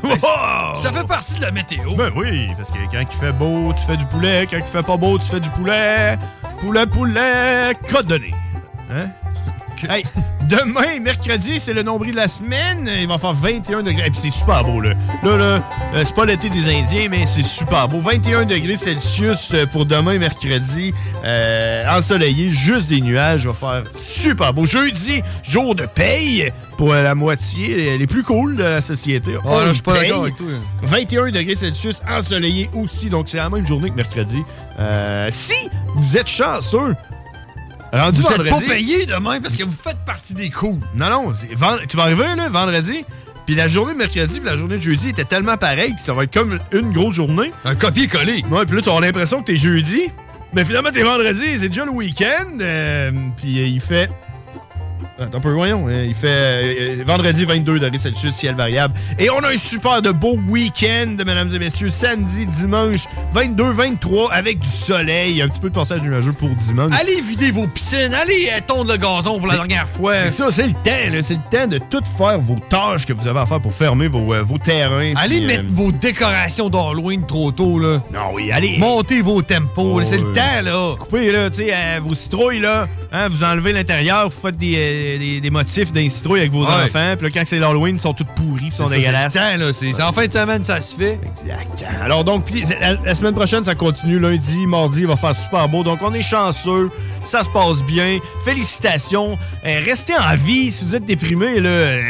Ça fait partie de la météo.
Ben oui, parce que quand il fait beau, tu fais du poulet. Quand il fait pas beau, tu fais du poulet. Poulet, poulet, crotte de nez. Hein? Hey, demain, mercredi, c'est le nombril de la semaine. Il va faire 21 degrés. Et puis c'est super beau, là. Là, là, euh, c'est pas l'été des Indiens, mais c'est super beau. 21 degrés Celsius euh, pour demain, mercredi. Euh, ensoleillé, juste des nuages. Il va faire super beau. Jeudi, jour de paye pour euh, la moitié, euh, les plus cool de la société.
Ah, là, je suis pas
On paye.
d'accord avec toi.
eh. 21 degrés Celsius, ensoleillé aussi. Donc, c'est la même journée que mercredi. Euh, si vous êtes chanceux, rendu
Vous êtes
vendredi.
pas payé demain parce que vous faites partie des coups.
Non, non. c'est vend- Tu vas arriver, là, vendredi. Puis la journée de mercredi, puis la journée de jeudi était tellement pareille que ça va être comme une grosse journée.
Un copier-coller.
Ouais, puis là, tu as l'impression que t'es jeudi. Mais finalement, t'es vendredi. C'est déjà le week-end. Euh, puis euh, il fait. Attends un peu, voyons. Euh, Il fait euh, euh, vendredi 22 degrés Celsius, ciel variable. Et on a un super de beau week-end, mesdames et messieurs. Samedi, dimanche, 22-23 avec du soleil. Un petit peu de passage nuageux pour dimanche.
Allez vider vos piscines, allez euh, tondre le gazon pour la
C'est-
dernière fois.
C'est ça, c'est le temps. là. C'est le temps de tout faire vos tâches que vous avez à faire pour fermer vos, euh, vos terrains.
Allez
puis, euh,
mettre vos décorations d'Halloween trop tôt, là.
Non, oui, allez.
Oh, Montez vos tempos, là, c'est le temps, là.
Coupez, là, tu sais, euh, vos citrouilles, là. Hein, vous enlevez l'intérieur, vous faites des, euh, des- des motifs d'un citrouille avec vos
Ouais.
enfants. Puis là, quand c'est l'Halloween, ils sont toutes pourris, ils sont
Ça, c'est
dégueulasses.
le temps, là, c'est- c'est en fin de semaine, ça se fait.
Exact. Alors donc, puis la, la semaine prochaine, ça continue. Lundi, mardi, il va faire super beau. Donc, on est chanceux. Ça se passe bien. Félicitations. Euh, restez en vie. Si vous êtes déprimé, là, euh,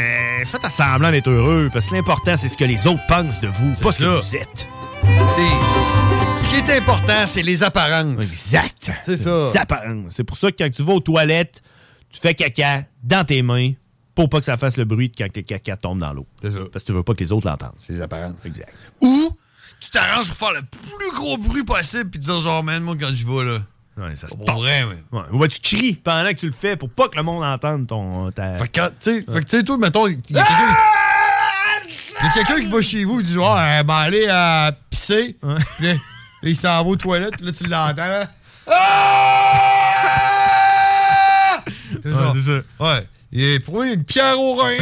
faites à semblant d'être heureux. Parce que l'important, c'est ce que les autres pensent de vous, pas ce que vous êtes.
C'est- Ce qui est important, c'est les apparences.
Exact.
C'est ça.
Ça parle. C'est pour ça que quand tu vas aux toilettes, tu fais caca dans tes mains pour pas que ça fasse le bruit de quand tes caca tombe dans l'eau. C'est ça. Parce que tu veux pas que les autres l'entendent. C'est les apparences. Exact.
Ou tu t'arranges pour faire le plus gros bruit possible puis dire genre, man, moi, quand je vais là.
Ouais, ça se
Pas vrai, mais.
Ouais. Ou ben, tu cries pendant que tu le fais pour pas que le monde entende ton. Ta... Ah!
Fait que quand- tu sais, fait que tu sais, toi, mettons, il y a quelqu'un. il y a quelqu'un qui va chez vous et dit genre, Ah, ben, allez à pisser. Puis là, il s'en va aux toilettes, là, tu l'entends, là.
Ah!
Ouais, c'est ça. Ouais. Il est pour une pierre au rein.
ouais,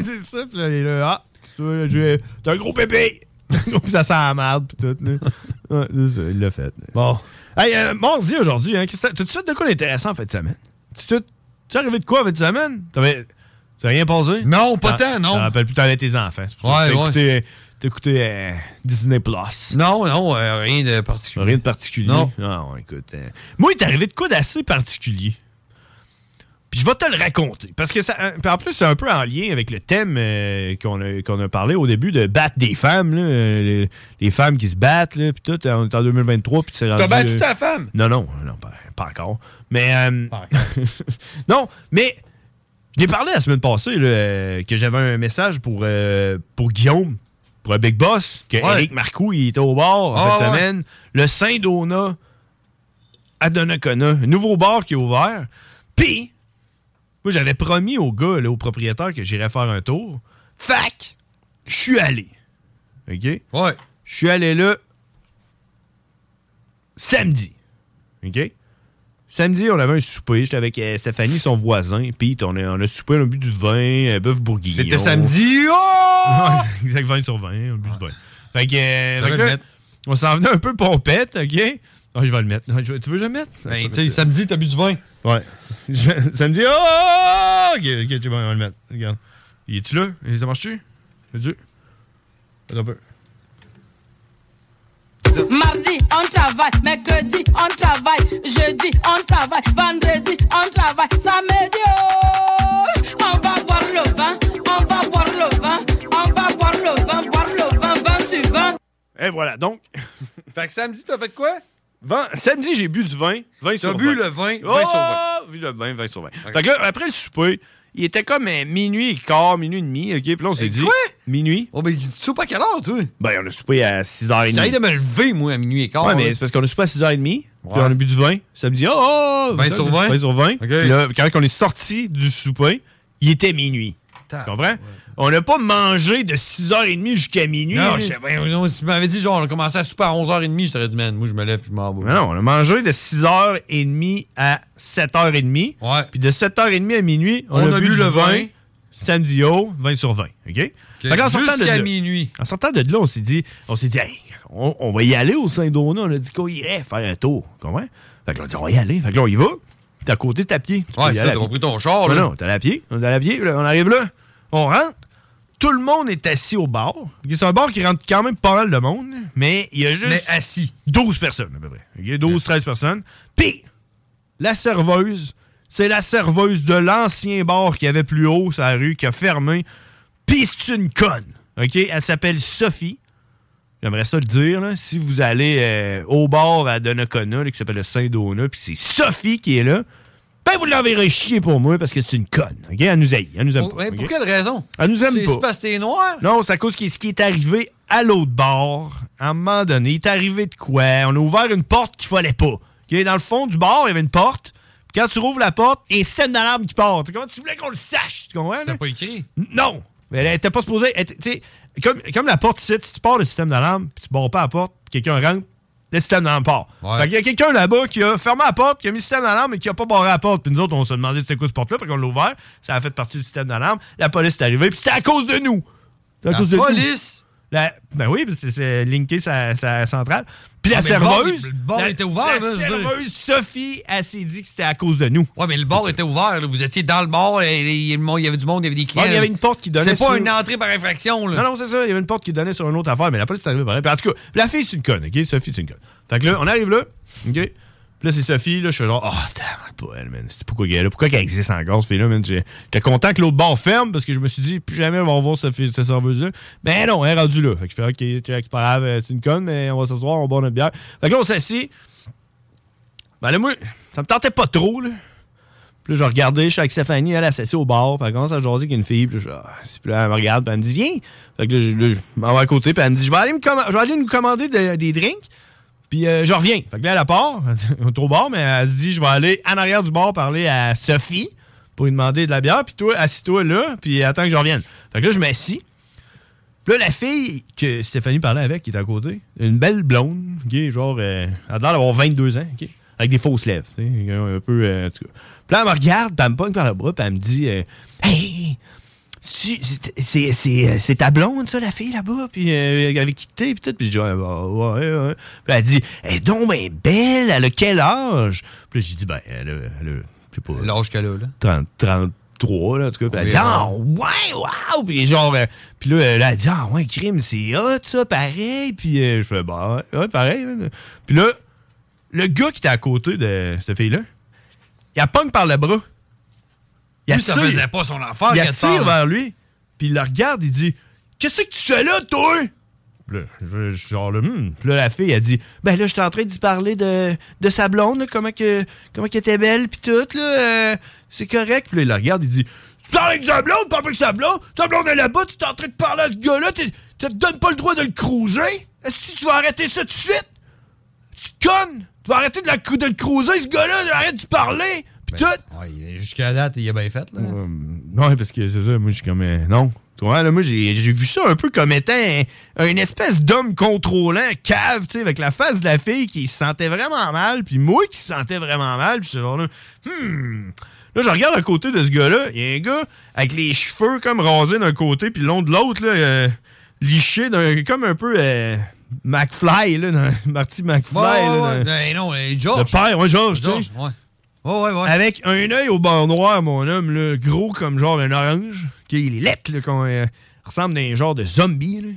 c'est ça. Puis là, il est là. Ah, qu'est-ce que tu veux, là, j'ai- t'as un gros bébé. Puis ça sent la merde, puis tout. Là. Ouais, c'est ça, il l'a fait. Bon. Hey, euh, mardi aujourd'hui, hein, qu'est-ce que t'as- t'as-tu fait de quoi d'intéressant en fin de semaine? T'as-tu t'es arrivé de quoi en fin de semaine? T'avais. T'as rien passé?
Non, pas
T'en-
tant, non.
t'en rappelles plus, t'avais tes enfants. C'est pour ça que
Ouais,
t'as
ouais.
écouté- T'as écouté euh, Disney Plus.
Non, non, euh, rien de particulier.
Rien de particulier.
Non.
Non, écoute. euh, moi, il est arrivé de quoi d'assez particulier. Puis je vais te le raconter. Parce que ça. euh, puis en plus, c'est un peu en lien avec le thème euh, qu'on a, qu'on a parlé au début de battre des femmes. là, euh, les, les femmes qui se battent, là, puis tout. On est en 2023, puis c'est rendu,
T'as battu
euh,
ta femme?
Non, non, non, pas, pas encore. Mais. euh, non, mais. Je l'ai parlé la semaine passée là, euh, que j'avais un message pour, euh, pour Guillaume, pour un Big Boss, que
Ouais.
Eric Marcoux, il était au bar en
Ah,
fin de
ouais.
semaine. Le Saint Dona à Donnacona, un nouveau bar qui est ouvert. Puis, moi, j'avais promis au gars, là, au propriétaire, que j'irais faire un tour. Fac, je suis allé. OK?
Ouais.
Je suis allé là samedi. OK? Samedi, on avait un souper. J'étais avec euh, Stéphanie, son voisin. Pete, on a, on a soupé, on a bu du vin, euh, bœuf bourguignon.
C'était samedi. Oh!
Ouais, exact, 20 sur 20, on a bu du vin. Fait que, euh,
Ça
fait
va
que là,
le mettre.
on s'en venait un peu pompette, OK? Ah, je vais le mettre. Ah, je vais- tu veux que je le mette?
Ben, tu sais, samedi, t'as bu du vin.
Ouais. Je- ça me dit, oh! Ok, ok, tu vas on va le mettre. Regarde. Il est-tu là? Ça marche-tu? Fais-tu? Attends un peu.
Mardi, on travaille. Mercredi, on travaille. Jeudi, on travaille. Vendredi, on travaille. Samedi, oh, on va boire le vin. On va boire le vin. On va boire le vin. Boire le vin. Vin sur vin.
Et voilà, donc.
Fait que samedi, t'as fait quoi?
Vin- samedi, j'ai bu du vin. 20
T'as
sur
bu
20.
le vin, 20
Oh,
sur 20.
bu le vin, 20 sur 20. Fait que là, après le souper, il était comme euh, minuit et quart, minuit et demi, OK? Puis là, on s'est dit...
quoi?
Minuit.
Oh, ben, tu soupes à quelle heure, toi?
Ben, on a soupé à 6h30.
J'arrive de me lever, moi, à minuit et quart.
Ouais, mais
là.
c'est parce qu'on a soupé à 6h30, puis
Ouais.
on a bu du vin. Ça me dit, oh, oh,
20 sur 20.
20 sur 20.
OK.
Puis là, quand on est sorti du souper, il était minuit. Tu comprends? On n'a pas mangé de 6h30 jusqu'à minuit.
Non,
là.
je sais pas, non, si tu m'avais dit, genre, on a commencé à souper à 11h30, je t'aurais dit, man, moi, je me lève, puis je m'en vais.
Mais non, on a mangé de 6h30 à 7h30.
Ouais.
Puis de 7h30 à minuit, on, a, bu, le vin. Samedi haut, 20 sur 20. OK? Fait qu'en sortant de
Jusqu'à
là-
minuit.
En sortant de là, on s'est dit, on s'est dit, hey, on, on va y aller au Saint-Donat. On a dit qu'on irait faire un tour. Tu comprends? Fait que là, on dit, on va y aller. Fait que là, on y va. T'es à côté, t'es à pied. Tu peux
Ouais,
y
c'est
aller
ça,
à
t'as
pied.
pris ton char,
Non,
là.
non, t'es allé à pied. On est allé à pied. là, on arrive là. On rentre. Tout le monde est assis au bar. OK, C'est un bar qui rentre quand même pas mal de monde, mais il y a juste.
Mais assis.
12 personnes, à peu près. OK, 12, 13 personnes. Puis, la serveuse, c'est la serveuse de l'ancien bar qui avait plus haut sur la rue, qui a fermé. Puis, c'est une conne. OK? Elle s'appelle Sophie. J'aimerais ça le dire, là, si vous allez euh, au bar à Donnacona, là, qui s'appelle le Saint-Donat, puis c'est Sophie qui est là, ben vous l'enverrez chier pour moi parce que c'est une conne. OK? Elle nous haït, elle nous aime
Pour,
pas.
mais pour
OK?
quelle raison?
Elle nous aime
C'est-
pas.
C'est parce que t'es noir?
Non, c'est à cause de ce qui est arrivé à l'autre bord. À un moment donné, il est arrivé de quoi? On a ouvert une porte qu'il fallait pas. OK, Dans le fond du bar, il y avait une porte. Puis Quand tu rouvres la porte, il y a une scène d'alarme qui part. Tu comprends? Tu voulais qu'on le sache, tu comprends? là?
T'as pas écrit?
Non! Mais elle était pas supposée. elle était- tu sais, comme, comme la porte ici, si tu pars le système d'alarme, puis tu barres pas la porte, puis quelqu'un rentre, le système d'alarme part. Fait qu'il y a quelqu'un là-bas qui a fermé la porte, qui a mis le système d'alarme, mais qui a pas barré la porte. Puis nous autres, on s'est demandé c'était quoi cette porte-là, fait qu'on l'a ouvert. Ça a fait partie du système d'alarme. La police est arrivée, puis c'était à cause de nous. C'était à
La
cause de nous.
police?
la- ben oui, c'est- c'est linké sa, sa centrale. Puis la
Ah, mais le bar,
serveuse.
il- le bar
la-
était ouvert,
la
là, je veux dire.
serveuse, Sophie, elle s'est dit que c'était à cause de nous.
Ouais, mais le bar était ouvert. là. Vous étiez dans le bar, et- et le monde- il y avait du monde, il y avait des clients.
Ouais, il y avait une porte qui donnait
C'est pas
sur-
une entrée par infraction. Là.
Non, non, c'est ça. Il y avait une porte qui donnait sur une autre affaire, mais la police est arrivée pareil. Puis en tout cas, la fille, c'est une conne, OK? Sophie, c'est une conne. Fait que là, on arrive là, OK? Puis là, c'est Sophie, là, je suis genre, oh, damn, pas elle, man. C'est pourquoi qu'elle est là? Pourquoi qu'elle existe encore, ce fille-là, man? J'ai- J'étais content que l'autre bar ferme parce que je me suis dit, plus jamais on va revoir cette, fille- cette serveuse-là. Ben non, elle est rendue là. Fait que je fais, OK, check, c'est pas grave, euh, c'est une conne, mais on va s'asseoir, on boit notre bière. Fait que là, on s'assit. Ben là, moi, ça me tentait pas trop, là. Puis là, je regardais, je suis avec Stéphanie, elle, elle s'assied au bar. Fait qu'elle commence à jaser avec une fille. Puis là, je- ah, c'est- puis là, elle me regarde, puis elle me dit, viens. Fait que là, je, là, je m'en vais à côté, puis elle me dit, je vais aller, me comma- je vais aller nous commander de- des drinks. Puis euh, je reviens. Fait que là, elle part, on est au bar, mais elle se dit, je vais aller en arrière du bar parler à Sophie pour lui demander de la bière. Puis toi, assis-toi là, puis attends que je revienne. Fait que là, je m'assis. Puis là, la fille que Stéphanie parlait avec, qui est à côté, une belle blonde, ok, genre, euh, elle a l'air d'avoir 22 ans, ok, avec des fausses lèvres, tu sais, un peu, euh, en tout cas. Puis là, elle me regarde, puis elle me pogne par le bras, puis elle me dit, euh, Hey, tu- c'est- c'est- c'est euh, c'est ta blonde, ça, la fille là-bas, puis euh, avec qui t'es, puis tout. Puis je dis, ouais, bah, ouais, ouais. Puis elle dit, elle est donc ben belle, elle a quel âge? Puis là, j'ai dit, ben, elle a, elle a, je sais pas. L'âge qu'elle a, là? 30, 33, là, en tout cas. Puis elle dit, ah, ouais, waouh! Puis genre, euh, puis là, euh, là, elle dit, ah, ouais, crime, c'est hot, ça, pareil. Puis euh, je fais, bah, ouais, ouais, pareil. ouais. Puis là, le gars qui était à côté de cette fille-là, il a pogne par le bras. Il
Lui, ça
attire-
faisait pas son affaire,
Il
quelque
attire
part, là.
vers lui, puis il le regarde, il dit Qu'est-ce que tu fais là, toi Puis là, je- je- genre, là, Hmm. Puis là, la fille, elle dit Ben là, je suis en train d'y parler de, de sa blonde, là, comment que comment qu'elle était belle, puis tout, là, euh, c'est correct. Puis là, il la regarde, il dit Tu parles avec sa blonde, tu parles avec sa blonde, sa blonde est là-bas, tu t'es en train de parler à ce gars-là, t'es- tu te donnes pas le droit de le cruiser Est-ce que tu vas arrêter ça tout de suite Tu connes Tu vas arrêter de, la, cru- de le cruiser, ce gars-là, arrête de parler, puis tout
Ouais, Jusqu'à date, il a bien fait. Là.
Ouais, Euh, parce que c'est ça, moi, je suis comme. euh, non. Tu vois, là, moi, j'ai j'ai vu ça un peu comme étant un- une espèce d'homme contrôlant, cave, tu sais, avec la face de la fille qui se sentait vraiment mal, puis moi qui se sentais vraiment mal, puis j'étais genre là, hmm. Là, je regarde à côté de ce gars-là, il y a un gars avec les cheveux comme rasés d'un côté, puis long de l'autre, là, euh, liché, d'un- comme un peu euh, McFly, là, dans- Marty McFly.
Ouais,
là,
ouais,
dans-
ouais, ben non, euh, George.
le père, ouais, George, tu
George,
sais.
Oh, ouais.
Avec un œil au bord noir, mon homme, là, gros comme genre un orange. qui il est lettre, là, qu'on, euh, ressemble à un genre de zombie. Là.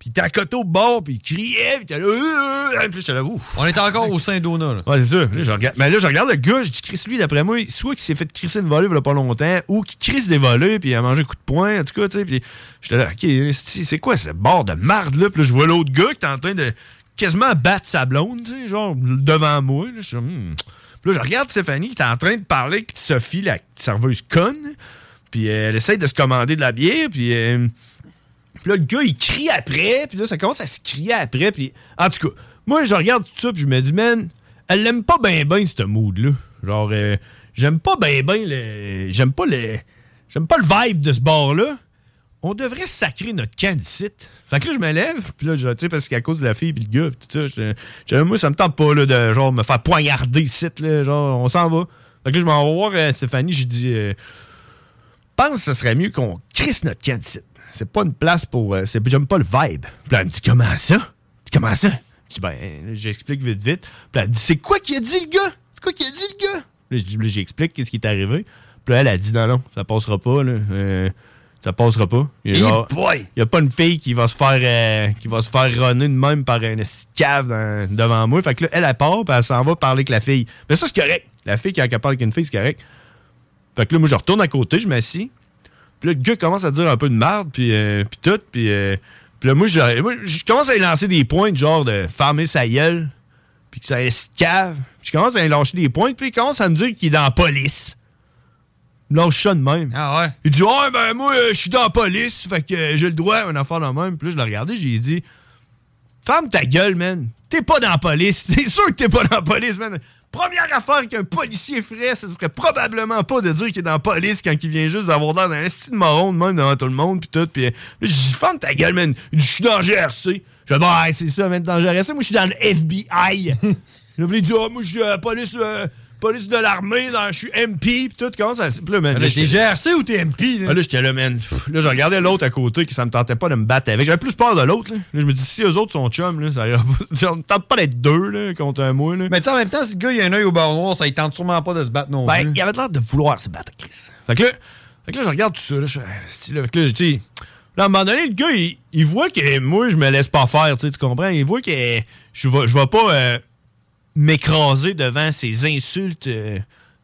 Puis il était à côté au bord, puis il criait, puis t'es là... euh, euh, puis là, j'étais là, ouf.
On est encore au sein d'Ona. là.
Ouais, c'est ça. Là, je regarde- mais là, je regarde le gars, je dis, Chris, lui, d'après moi, soit qu'il s'est fait crisser une volée il y a pas longtemps, ou qu'il crisse des volées, puis il a mangé un coup de poing, en tout cas, tu sais. Puis j'étais là, OK, c'est c'est quoi ce bord de marde, là? Puis là, je vois l'autre gars qui est en train de quasiment battre sa blonde, tu sais, genre, devant moi. Là, je suis comme, Hmm. Puis là, je regarde Stéphanie qui est en train de parler avec Sophie, la serveuse conne, puis euh, elle essaie de se commander de la bière, puis. euh, puis là, le gars, il crie après. Puis là, ça commence à se crier après. Puis en tout cas, moi, je regarde tout ça. Puis je me dis, man, elle l'aime pas bien, bien, ce mood-là. Genre, euh, j'aime pas bien, bien le. J'aime pas le. J'aime pas le vibe de ce bar-là. On devrait sacrer notre camp d'ici. Fait que là, je me lève. Puis là, je- tu sais, parce qu'à cause de la fille, puis le gars, puis tout ça, je- je- moi, ça me tente pas, là, de genre me faire poignarder ici. Là, genre, on s'en va. Fait que là, je m'en vais voir euh, Stéphanie. J'ai dit. euh, pense que ce serait mieux qu'on crisse notre camp d'ici. C'est pas une place pour. euh, c'est- J'aime pas le vibe. Puis là, elle me dit Comment ça Comment ça Je dis Ben, là, j'explique vite, vite. Puis là, elle me dit C'est quoi qu'il a dit le gars C'est quoi qu'il a dit le gars Là, je dis- là, j'explique qu'est-ce qui est arrivé. Puis là, elle a dit Non, non, ça passera pas, là. Euh, ça passera pas. Il
Eh
y a,
boy!
il y a pas une fille qui va se faire euh, qui va se faire runner de même par une petite cave dans- devant moi. Fait que là, elle, elle part, puis elle s'en va parler avec la fille. Mais ça, c'est correct. La fille, quand elle parle avec une fille, c'est correct. Fait que là, moi, je retourne à côté, je m'assis. Puis là, le gars commence à dire un peu de merde, puis, euh, puis tout. Puis, euh, puis là, moi, je, moi, je commence à lui lancer des points, du genre de farmer sa gueule, puis que ça se cave. Puis je commence à lui lâcher des points, puis il commence à me dire qu'il est dans la police. Il me lâche ça de même. Ah ouais? Il dit, ouais, ben moi, euh, je suis dans la police, fait que euh, j'ai le droit à une affaire de même. Puis là, je l'ai regardé, j'ai dit, Ferme ta gueule, man. T'es pas dans la police. C'est sûr que t'es pas dans la police, man. Première affaire qu'un policier ferait, ce serait probablement pas de dire qu'il est dans la police quand il vient juste d'avoir l'air d'un style de moron de même devant tout le monde pis tout. Pis euh, là, j'ai dit, ferme ta gueule, man. Il dit, Je suis dans le GRC. Je dis, bah, ouais, c'est ça, man, dans le GRC. Moi, je suis dans le FBI. Là, pis il dit, Ah, moi, je suis à la police. euh, police de l'armée, dans- je suis MP, pis tout, comment ça. Pis là, man, là,
Ah, là,
j'étais-
t'es GRC ou t'es MP?
Ah, là, j'étais là, man. Pff, Là, je regardais l'autre à côté qui ça me tentait pas de me battre avec. J'avais plus peur de l'autre. Là. Là, je me dis, si eux autres sont chums, là, ça ira pas. On ne tente pas d'être deux là, contre un moi. Là.
Mais tu sais, en même temps, si le gars, il a un œil au bord noir, ça, il tente sûrement pas de se battre non
Ben,
plus.
il avait l'air de vouloir se battre, Chris. Fait que là, fait que là je regarde tout ça. Là, je, fais, Asti, là, Fait que là, tu sais, là, à un moment donné, le gars, il, il voit que moi, je me laisse pas faire, tu sais, tu comprends? Il voit que je vais, je vais pas euh, m'écraser devant ces insultes euh,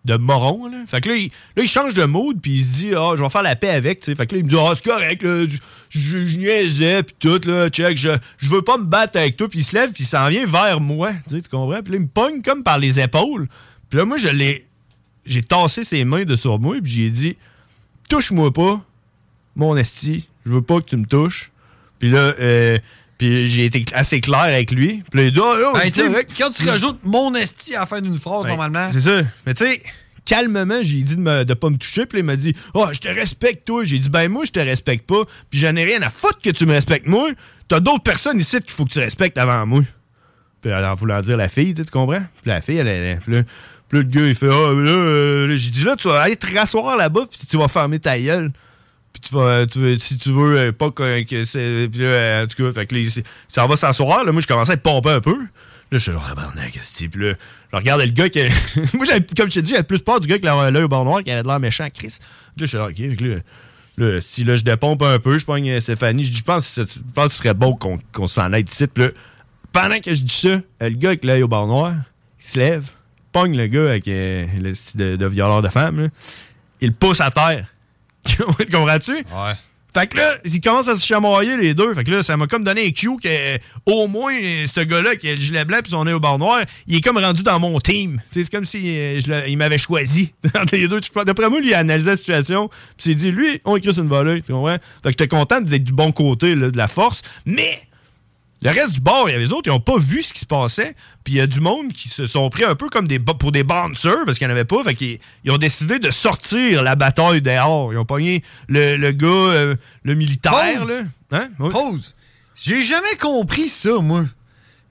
de moron. Là. Fait que là il, là, il change de mode, puis il se dit, ah, je vais faire la paix avec, tu sais. Fait que là, il me dit, ah, c'est correct, là, je, je, je niaisais, puis tout, là, check, je, je veux pas me battre avec toi, puis il se lève, puis il s'en vient vers moi, tu sais, tu comprends? Puis là, il me pogne comme par les épaules. Puis là, moi, je l'ai j'ai tassé ses mains de sur moi puis j'ai dit touche-moi pas mon esti je veux pas que tu me touches puis là euh, puis j'ai été assez clair avec lui puis là, il dit Ah, oh,
Ben,
c'est
tu sais,
correct.
quand tu rajoutes mon esti à la fin d'une phrase,
Ouais,
normalement.
c'est ça mais tu sais calmement j'ai dit de, me, de pas me toucher puis là, il m'a dit oh je te respecte toi j'ai dit ben moi je te respecte pas puis j'en ai rien à foutre que tu me respectes moi t'as d'autres personnes ici qu'il faut que tu respectes avant moi puis en voulant dire la fille, tu sais, tu comprends? Puis la fille, elle, elle, elle- puis là, puis là, le gars, il fait, ah, mais là, euh, là, j'ai dit, là, tu vas aller te rasseoir là-bas, puis tu vas fermer ta gueule. Puis tu vas, tu veux- si tu veux, euh, pas que, que c'est, puis là, euh, en tout cas, fait que là, il s- il s'en va s'asseoir, là, moi, je commençais à être pompé un peu. Là, ah, ben, je suis genre, tabarnak, esti. Puis là, je regardais le gars qui. moi, j'avais- comme je t'ai dit, j'avais plus peur du gars qui avait l'œil au bord noir, qui avait de l'air méchant, Chris. Puis Là, je suis genre, ok, fait que là, Là, si là, je dépompe un peu, je pogne euh, Stéphanie, je dis, je pense, que ce- je pense que ce serait bon qu'on qu'on s'en aille d'ici. Puis là, pendant que je dis ça, euh, le gars avec l'œil au bord noir, il se lève, pogne le gars avec euh, le style de, de violeur de femme, là. il le pousse à terre. Comprends-tu? Ouais. Fait que là, ils commencent à se chamoyer les deux. Fait que là, ça m'a comme donné un cue que euh, au moins, euh, ce gars-là qui a le gilet blanc puis son nez au bord noir, il est comme rendu dans mon team. Tu sais, C'est comme si euh, je l'ai- il m'avait choisi. Entre les deux, tu comprends? D'après moi, lui, il a analysé la situation puis il s'est dit, lui, on écrit sur une volée. Tu comprends? Fait que j'étais content d'être du bon côté là, de la force. Mais le reste du bord, il y avait les autres, ils n'ont pas vu ce qui se passait. Puis il y a du monde qui se sont pris un peu comme des ba- pour des bouncers parce qu'il n'y en avait pas. Fait qu'ils ils ont décidé de sortir la bataille dehors. Ils ont pogné le, le gars, euh, le militaire.
Pause.
Là. Hein? Oui.
Pause. J'ai jamais compris ça, moi.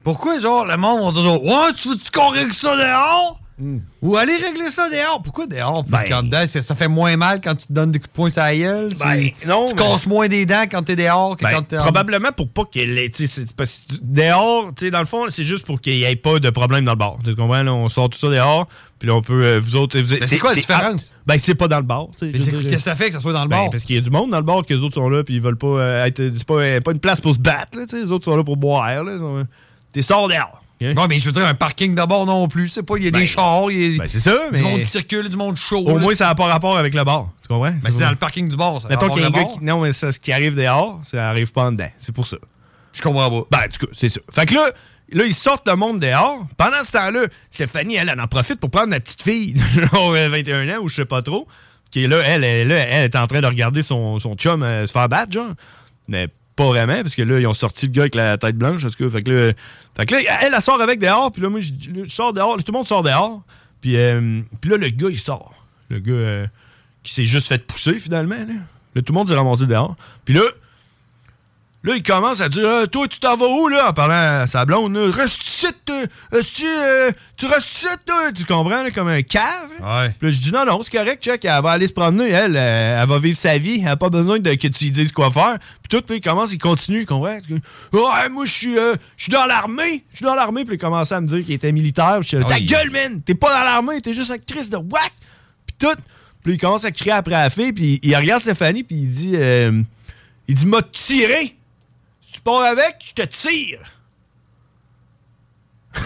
Pourquoi, genre, le monde va dire genre, Ouais, tu veux-tu qu'on règle ça dehors?
Hmm.
Ou aller régler ça dehors? Pourquoi dehors? Parce
Ben.
qu'en dedans, c'est- ça fait moins mal quand tu te donnes des coups de poing sur la gueule. Tu,
Ben, non,
tu
mais-
casses moins des dents quand t'es dehors que
Ben,
quand t'es en-
probablement pour pas qu'il ait. tu sais, c'est parce que Dehors, tu sais, dans le fond, c'est juste pour qu'il n'y ait pas de problème dans le bar. Tu comprends? là, on sort tout ça dehors, puis là, on peut. euh, vous autres. vous-
Mais Ben, c'est quoi la
t'es-
différence?
ah, Ben, c'est pas dans le bar. tu sais,
Mais
je
c'est-
veux dire,
qu'est-ce que ça fait que ça soit dans le
Ben,
bar?
Parce qu'il y a du monde dans le bar que les autres sont là, puis ils veulent pas euh, être. C'est pas, euh, pas une place pour se battre, là, tu sais, Les autres sont là pour boire, là. ils sont, euh, T'es sort dehors.
Non, mais je veux dire, un parking d'abord non plus. C'est pas, il y a des chars, il y a
c'est ça, mais-
du monde qui circule, du monde chaud.
Ben, Au
là.
moins, ça n'a pas rapport avec le bar. Tu comprends?
Mais c'est dans le parking du bar, ça.
Mettons
dans le
qu'il y a un
bar.
gars qui. Non, mais ça, ce qui arrive dehors, ça arrive pas en dedans. C'est pour ça.
Je comprends pas.
Ben, en tout cas, c'est ça. Fait que là, là, ils sortent le monde dehors. Pendant ce temps-là, Stéphanie, elle, elle en profite pour prendre la petite fille de genre, euh, 21 ans ou je sais pas trop. Qui est là, elle, elle, là, elle est en train de regarder son, son chum euh, se faire battre, genre. Mais pas vraiment, parce que là, ils ont sorti le gars avec la tête blanche, en tout cas. Fait que là, fait que là, elle, elle sort avec dehors, puis là, moi, je, je sors dehors, tout le monde sort dehors. Puis, euh, puis là, le gars, il sort. Le gars euh, qui s'est juste fait pousser, finalement. Là, Là, tout le monde s'est ramassé dehors. Puis là, Là, il commence à dire Euh, Toi, tu t'en vas où, là En parlant à sa blonde, là, Reste ici, toi. Est-ce que, euh, tu restes ici, toi. Tu comprends, là, comme un cave. là? Puis là, je dis Non, non, c'est correct, check. Elle va aller se promener, elle. euh, elle va vivre sa vie. Elle n'a pas besoin de, que tu lui dises quoi faire. Puis tout, puis il commence, il continue, tu comprends Ouais, moi, je suis euh, je suis dans l'armée. Je suis dans l'armée. Puis il commençait à me dire qu'il était militaire. Puis je suis là,
Ah
Ta
oui.
gueule, man T'es pas dans l'armée, t'es juste actrice de whack. Puis tout. Puis il commence à crier après la fille. Puis il regarde Stéphanie, puis il dit euh, Il dit M'a tiré tu pars avec, je te tire.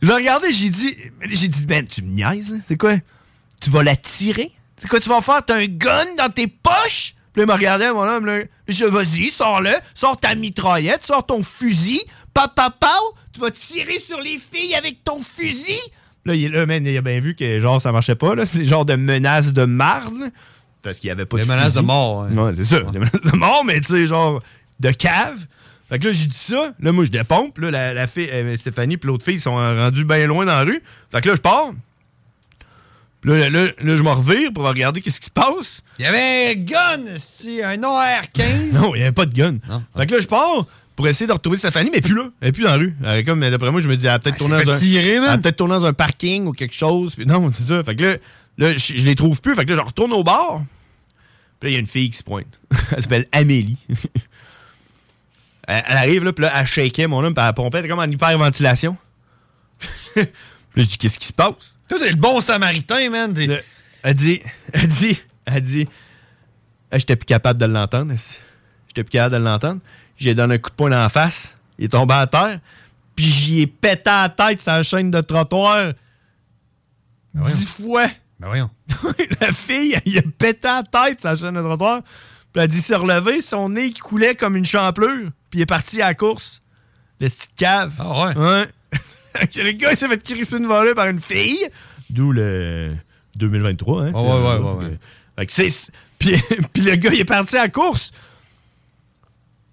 Je l'ai regardé, j'ai dit, j'ai dit, ben, tu me niaises, là, c'est quoi? Tu vas la tirer? C'est quoi tu vas faire? T'as un gun dans tes poches? Puis là, il m'a regardé, mon homme, là, je vas-y, sors-le, sors ta mitraillette, sors ton fusil, papa, tu vas tirer sur les filles avec ton fusil? Là, il est là, man, il a bien vu que, genre, ça marchait pas, là, c'est genre de menace de marde, là, parce qu'il y avait pas
Des
de
menaces
fusil.
de mort, hein.
Ouais, c'est ça, des menaces de mort, mais tu sais, genre, de cave. Fait que là, j'ai dit ça. Là, moi, je dépompe. Là, la, la fille, euh, Stéphanie puis l'autre fille, ils sont rendus bien loin dans la rue. Fait que là, je pars. Puis Là, là, là, je me revire pour regarder qu'est-ce qui se passe. Il y avait un gun, un AR-15. non, il n'y avait pas de gun. Fait que là, je pars. pour essayer de retrouver sa famille, mais plus là. Elle est plus dans la rue. Elle est comme, d'après moi, je me dis, Ah, elle a peut-être
Elle s'est
tourné
fait
dans un.
tirer, man.
elle a peut-être tourné dans un parking ou quelque chose. Puis non, c'est ça. Fait que là, là, je, je les trouve plus. Fait que là, je retourne au bar. Puis là, il y a une fille qui se pointe. Elle s'appelle Amélie. elle, elle arrive, là, puis là, elle shakeait mon homme, puis elle pompait. Elle était comme en hyperventilation. Puis là, je dis, qu'est-ce qui se passe? Toi, t'es le bon samaritain, man. Elle dit, elle dit, elle dit, Ah, j'étais plus capable de l'entendre. esti. J'étais plus capable de l'entendre. J'ai donné un coup de poing dans la face. Il est tombé à terre. Puis j'y ai pété à la tête sur la chaîne de trottoir. Dix fois. Ben voyons. la fille, il a pété à la tête sur la chaîne de trottoir. Puis elle a dit se relever. Son nez qui coulait comme une champlure. Puis il est parti à la course. Le petit cave. Ah ouais? le gars, il s'est fait crisser une volée par une fille. D'où le 2023, hein?
Ah ouais, ouais, ouais, ouais.
Fait que c'est- Puis, puis le gars, il est parti à la course.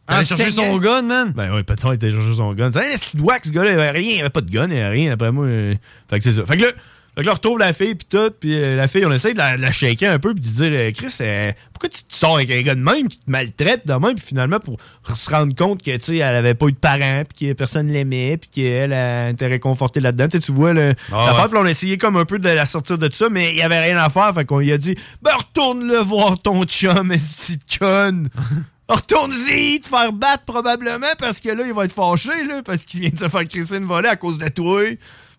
T'allais chercher son
gun, man. Ben oui, peut-être il était chercher son gun. C'est un petit wax, ce gars-là, il avait rien, il avait pas de gun, il avait rien, après moi. euh, Fait que c'est ça. Fait que là, fait que là, on retrouve la fille, puis tout, puis euh, la fille, on essaie de la, de la shaker un peu, puis de dire, euh, Chris, euh, pourquoi tu, tu sors avec un gars de même, qui te maltraite de même, puis finalement, pour se rendre compte que, tu sais, elle avait pas eu de parents, puis que personne l'aimait, puis qu'elle elle était réconfortée là-dedans. Tu sais, tu vois, le,
Ah
l'affaire,
ouais.
puis on a essayé comme un peu de la sortir de tout ça, mais il y avait rien à faire, fait qu'on lui a dit, ben, retourne-le voir ton chum, esti de conne. Retourne-y, te faire battre probablement parce que là, il va être fâché, là, parce qu'il vient de se faire crisser une volée à cause de toi.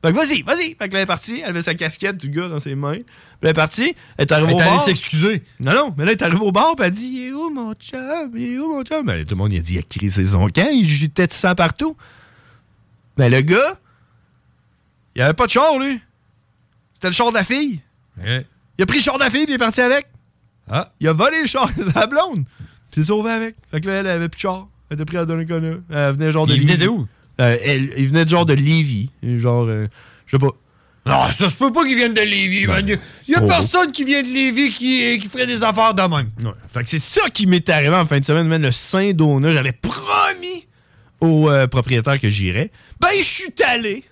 Fait que vas-y, vas-y. Fait que là, elle est partie, elle avait sa casquette du gars dans ses mains. Puis elle est partie, elle est arrivée
Elle
au
est allée
bar.
s'excuser.
Non, non, mais là, elle est arrivée au bar, puis elle dit Il est où mon chum Il est où mon chum Mais tout le monde, il a dit Il a crissé son camp, il jutait de sang partout. Mais le gars, il avait pas de char, lui. C'était le char de la fille.
Eh.
Il a pris le char de la fille, puis il est parti avec.
Ah.
Il a volé le char de sa blonde. Puis il s'est sauvé avec. Fait que là, elle avait plus de char. Elle était prise à Donnacona. Elle venait genre de
Il venait
Lévis.
de où?
Euh, elle- il venait de genre de Lévis. Genre, euh, je sais pas. Oh.
Non, ça se peut pas qu'ils viennent de Lévis, man. Il y a
trop.
personne qui vient de Lévis qui, qui ferait des affaires de même.
Fait que c'est ça qui m'est arrivé en fin de semaine, man, le Saint-Donat. J'avais promis au euh, propriétaire que j'irais. Ben, je suis allé.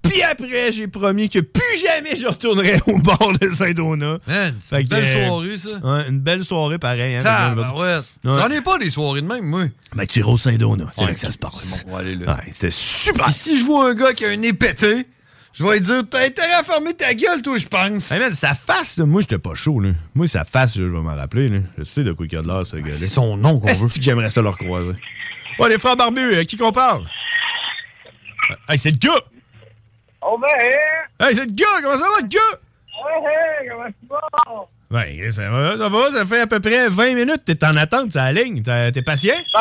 Puis après, j'ai promis que plus jamais je retournerais au bord de Saint-Donat.
c'est une
Fait que,
belle
euh,
soirée, ça.
ouais, une belle soirée, pareil. Hein,
Tabarouette.
Ouais.
J'en ai pas des soirées de même, moi.
Ben, tu iras au Saint-Donat. C'est
Ouais,
là que ça se passe.
C'est bon, on va aller là.
Ouais, C'était super.
Puis si je vois un gars qui a un nez pété, je vais lui dire T'as intérêt à fermer ta gueule, toi, je pense.
Hey man, sa face, là, moi, j'étais pas chaud. Là. Moi, sa face, là, je vais m'en rappeler. Là. Je sais de quoi il a de l'air, ce gars-là. C'est son nom qu'on veut. que j'aimerais ça leur croiser. Ouais, les frères barbus, à qui qu'on parle? Euh, hey, c'est le gars!
Oh ben,
Hey, c'est le gars! Comment ça va, le gars?
hey, hey, hein, comment tu vas?
Ouais, Ben, ça va, ça va, ça fait à peu près 20 minutes. T'es en attente, ça ligne. T'es t'es patient?
Ben,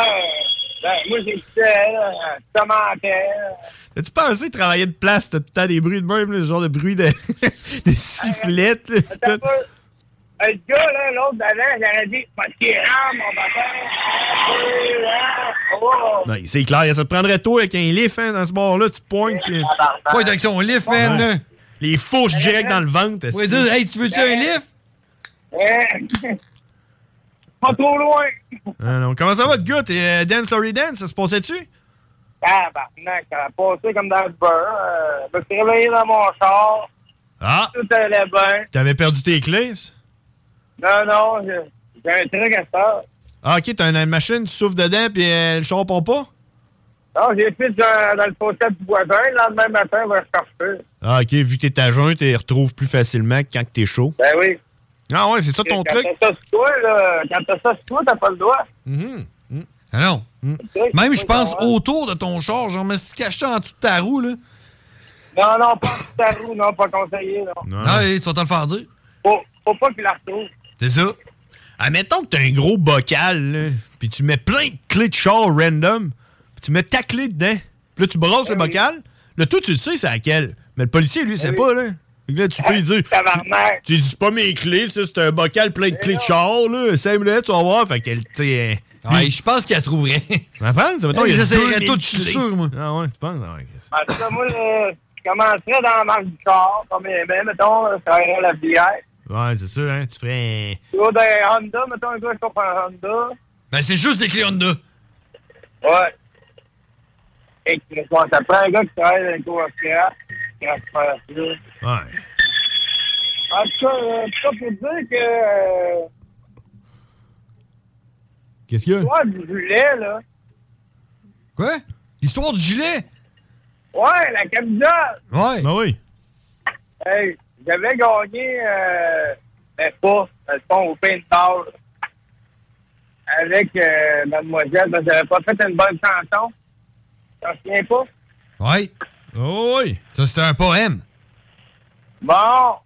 ben, moi j'écoutais, là, je commentais.
T'as-tu pensé travailler de place? T'as tout le temps des bruits de même, là, ce genre de bruit de, de sifflette. là,
Attends un
tout.
peu. Euh, Le gars, là, l'autre d'avant, j'aurais dit, parce qu'il est rare, mon papa. Oh,
Non, c'est clair, ça te prendrait toi avec un lift hein, dans ce bar-là, tu pointes. Puis... Pointe avec son lift, man. là. Les fourches direct dans le ventre.
Ouais, dire, Hey, tu veux-tu un lift?
Eh, Pas trop loin.
Ah non. Comment ça va, le gars? T'es euh, Dance Story Dance, ça se passait-tu?
Tabarnak, ça a passé comme dans le beurre. Euh, je me suis réveillé dans mon char.
Ah!
Tout allait bien.
T'avais perdu tes clés? ça?
Non, non, je- j'ai un truc à faire.
Ah, ok, t'as une machine, tu souffles dedans, puis euh, le char part pas?
Non, Ah, j'ai fait dans, dans le fossé du voisin. Le lendemain matin, on va chercher.
Ah, ok, vu que t'es à jeun, t'es retrouves plus facilement que quand que t'es chaud.
Ben oui.
Ah ouais, c'est ça ton
quand
truc?
T'as ça sur toi, là. Quand t'as ça sur toi, t'as pas le droit.
Mm-hmm. Mm.
Ah non. Même, je pense, autour de ton char, genre, mais si tu caches ça en dessous de ta roue, là.
Non, non, pas sur ta roue, non, pas conseillé, non.
hein?
Ah, hey, tu vas te le faire dire.
Faut, faut pas qu'il la retrouve.
C'est ça. Admettons que t'as un gros bocal, là, puis tu mets plein de clés de char random, puis tu mets ta clé dedans. Puis là, tu
Eh
brosses le bocal. Là, toi, tu le sais c'est laquelle. Mais le policier, lui, il sait pas, là. Fait que là, tu peux lui dire...
Tabarnak!
Tu dis, c'est pas mes clés, ça, c'est un bocal plein de clés de char, là. Essaye-le, tu vas voir. Fait qu'elle, tu sais... Ouais, je pense qu'elle trouverait. Tu comprends? Ça, mettons,
Ils
il y a
essaieraient
2000
toutes, je suis
clés.
sûr, moi.
Ah ouais, tu penses? Ah ouais,
En tout cas, moi, euh, je commencerais dans la marche du corps, comme les mains, mettons, je travaillerais la bière.
Ouais, c'est sûr, hein. Tu ferais un...
Tu vois, dans un Honda, mettons, un gars, je comprends un Honda.
Ben, c'est juste des clés Honda.
Ouais. Et tu bon, ça prend un gars qui travaille dans les coursières. Quand tu fais ça.
Ouais.
En tout cas, euh, tout ça pour dire que. euh,
Qu'est-ce qu'il y a?
L'histoire du gilet, là.
Quoi? L'histoire du gilet?
Ouais, la camisole.
Ouais.
Ben oui.
Hey, j'avais gagné, euh, ben pas, dans le fond, au paintball. Avec euh, mademoiselle, parce que j'avais pas fait une bonne chanson. T'en souviens pas?
Ouais.
Oh, oui.
Ça, c'était un poème.
Bon.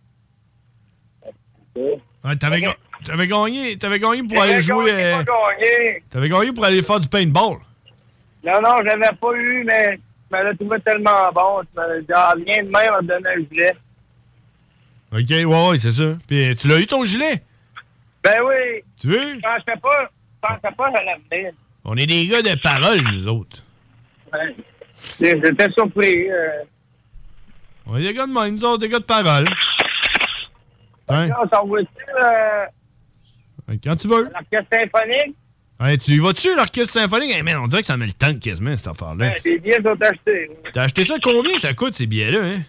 Ouais, t'avais, ga- t'avais gagné, t'avais gagné pour
J'avais
aller jouer.
gagné,
euh,
pas gagné.
t'avais gagné pour aller faire du paintball.
Non, non, j'avais pas eu, mais tu m'avais trouvé tellement bon. Tu m'avais dit, ah, viens demain, on te donne un gilet.
Ok, ouais, ouais, c'est ça. Puis euh, tu l'as eu ton gilet.
Ben oui.
Tu veux?
Je pensais pas, je pensais pas à l'avenir.
On est des gars de parole, nous autres.
Ouais. J'étais surpris. euh.
On est des gars de même, nous autres, des gars de parole. Hein?
Là, on s'envoie-tu euh,
Quand tu veux.
à l'orchestre symphonique?
Hey, tu y vas-tu, l'orchestre symphonique? Hey, man, on dirait que ça met le temps quasiment, cette affaire-là.
Ben, les billets sont achetés.
T'as acheté ça combien ça coûte, ces billets-là, hein?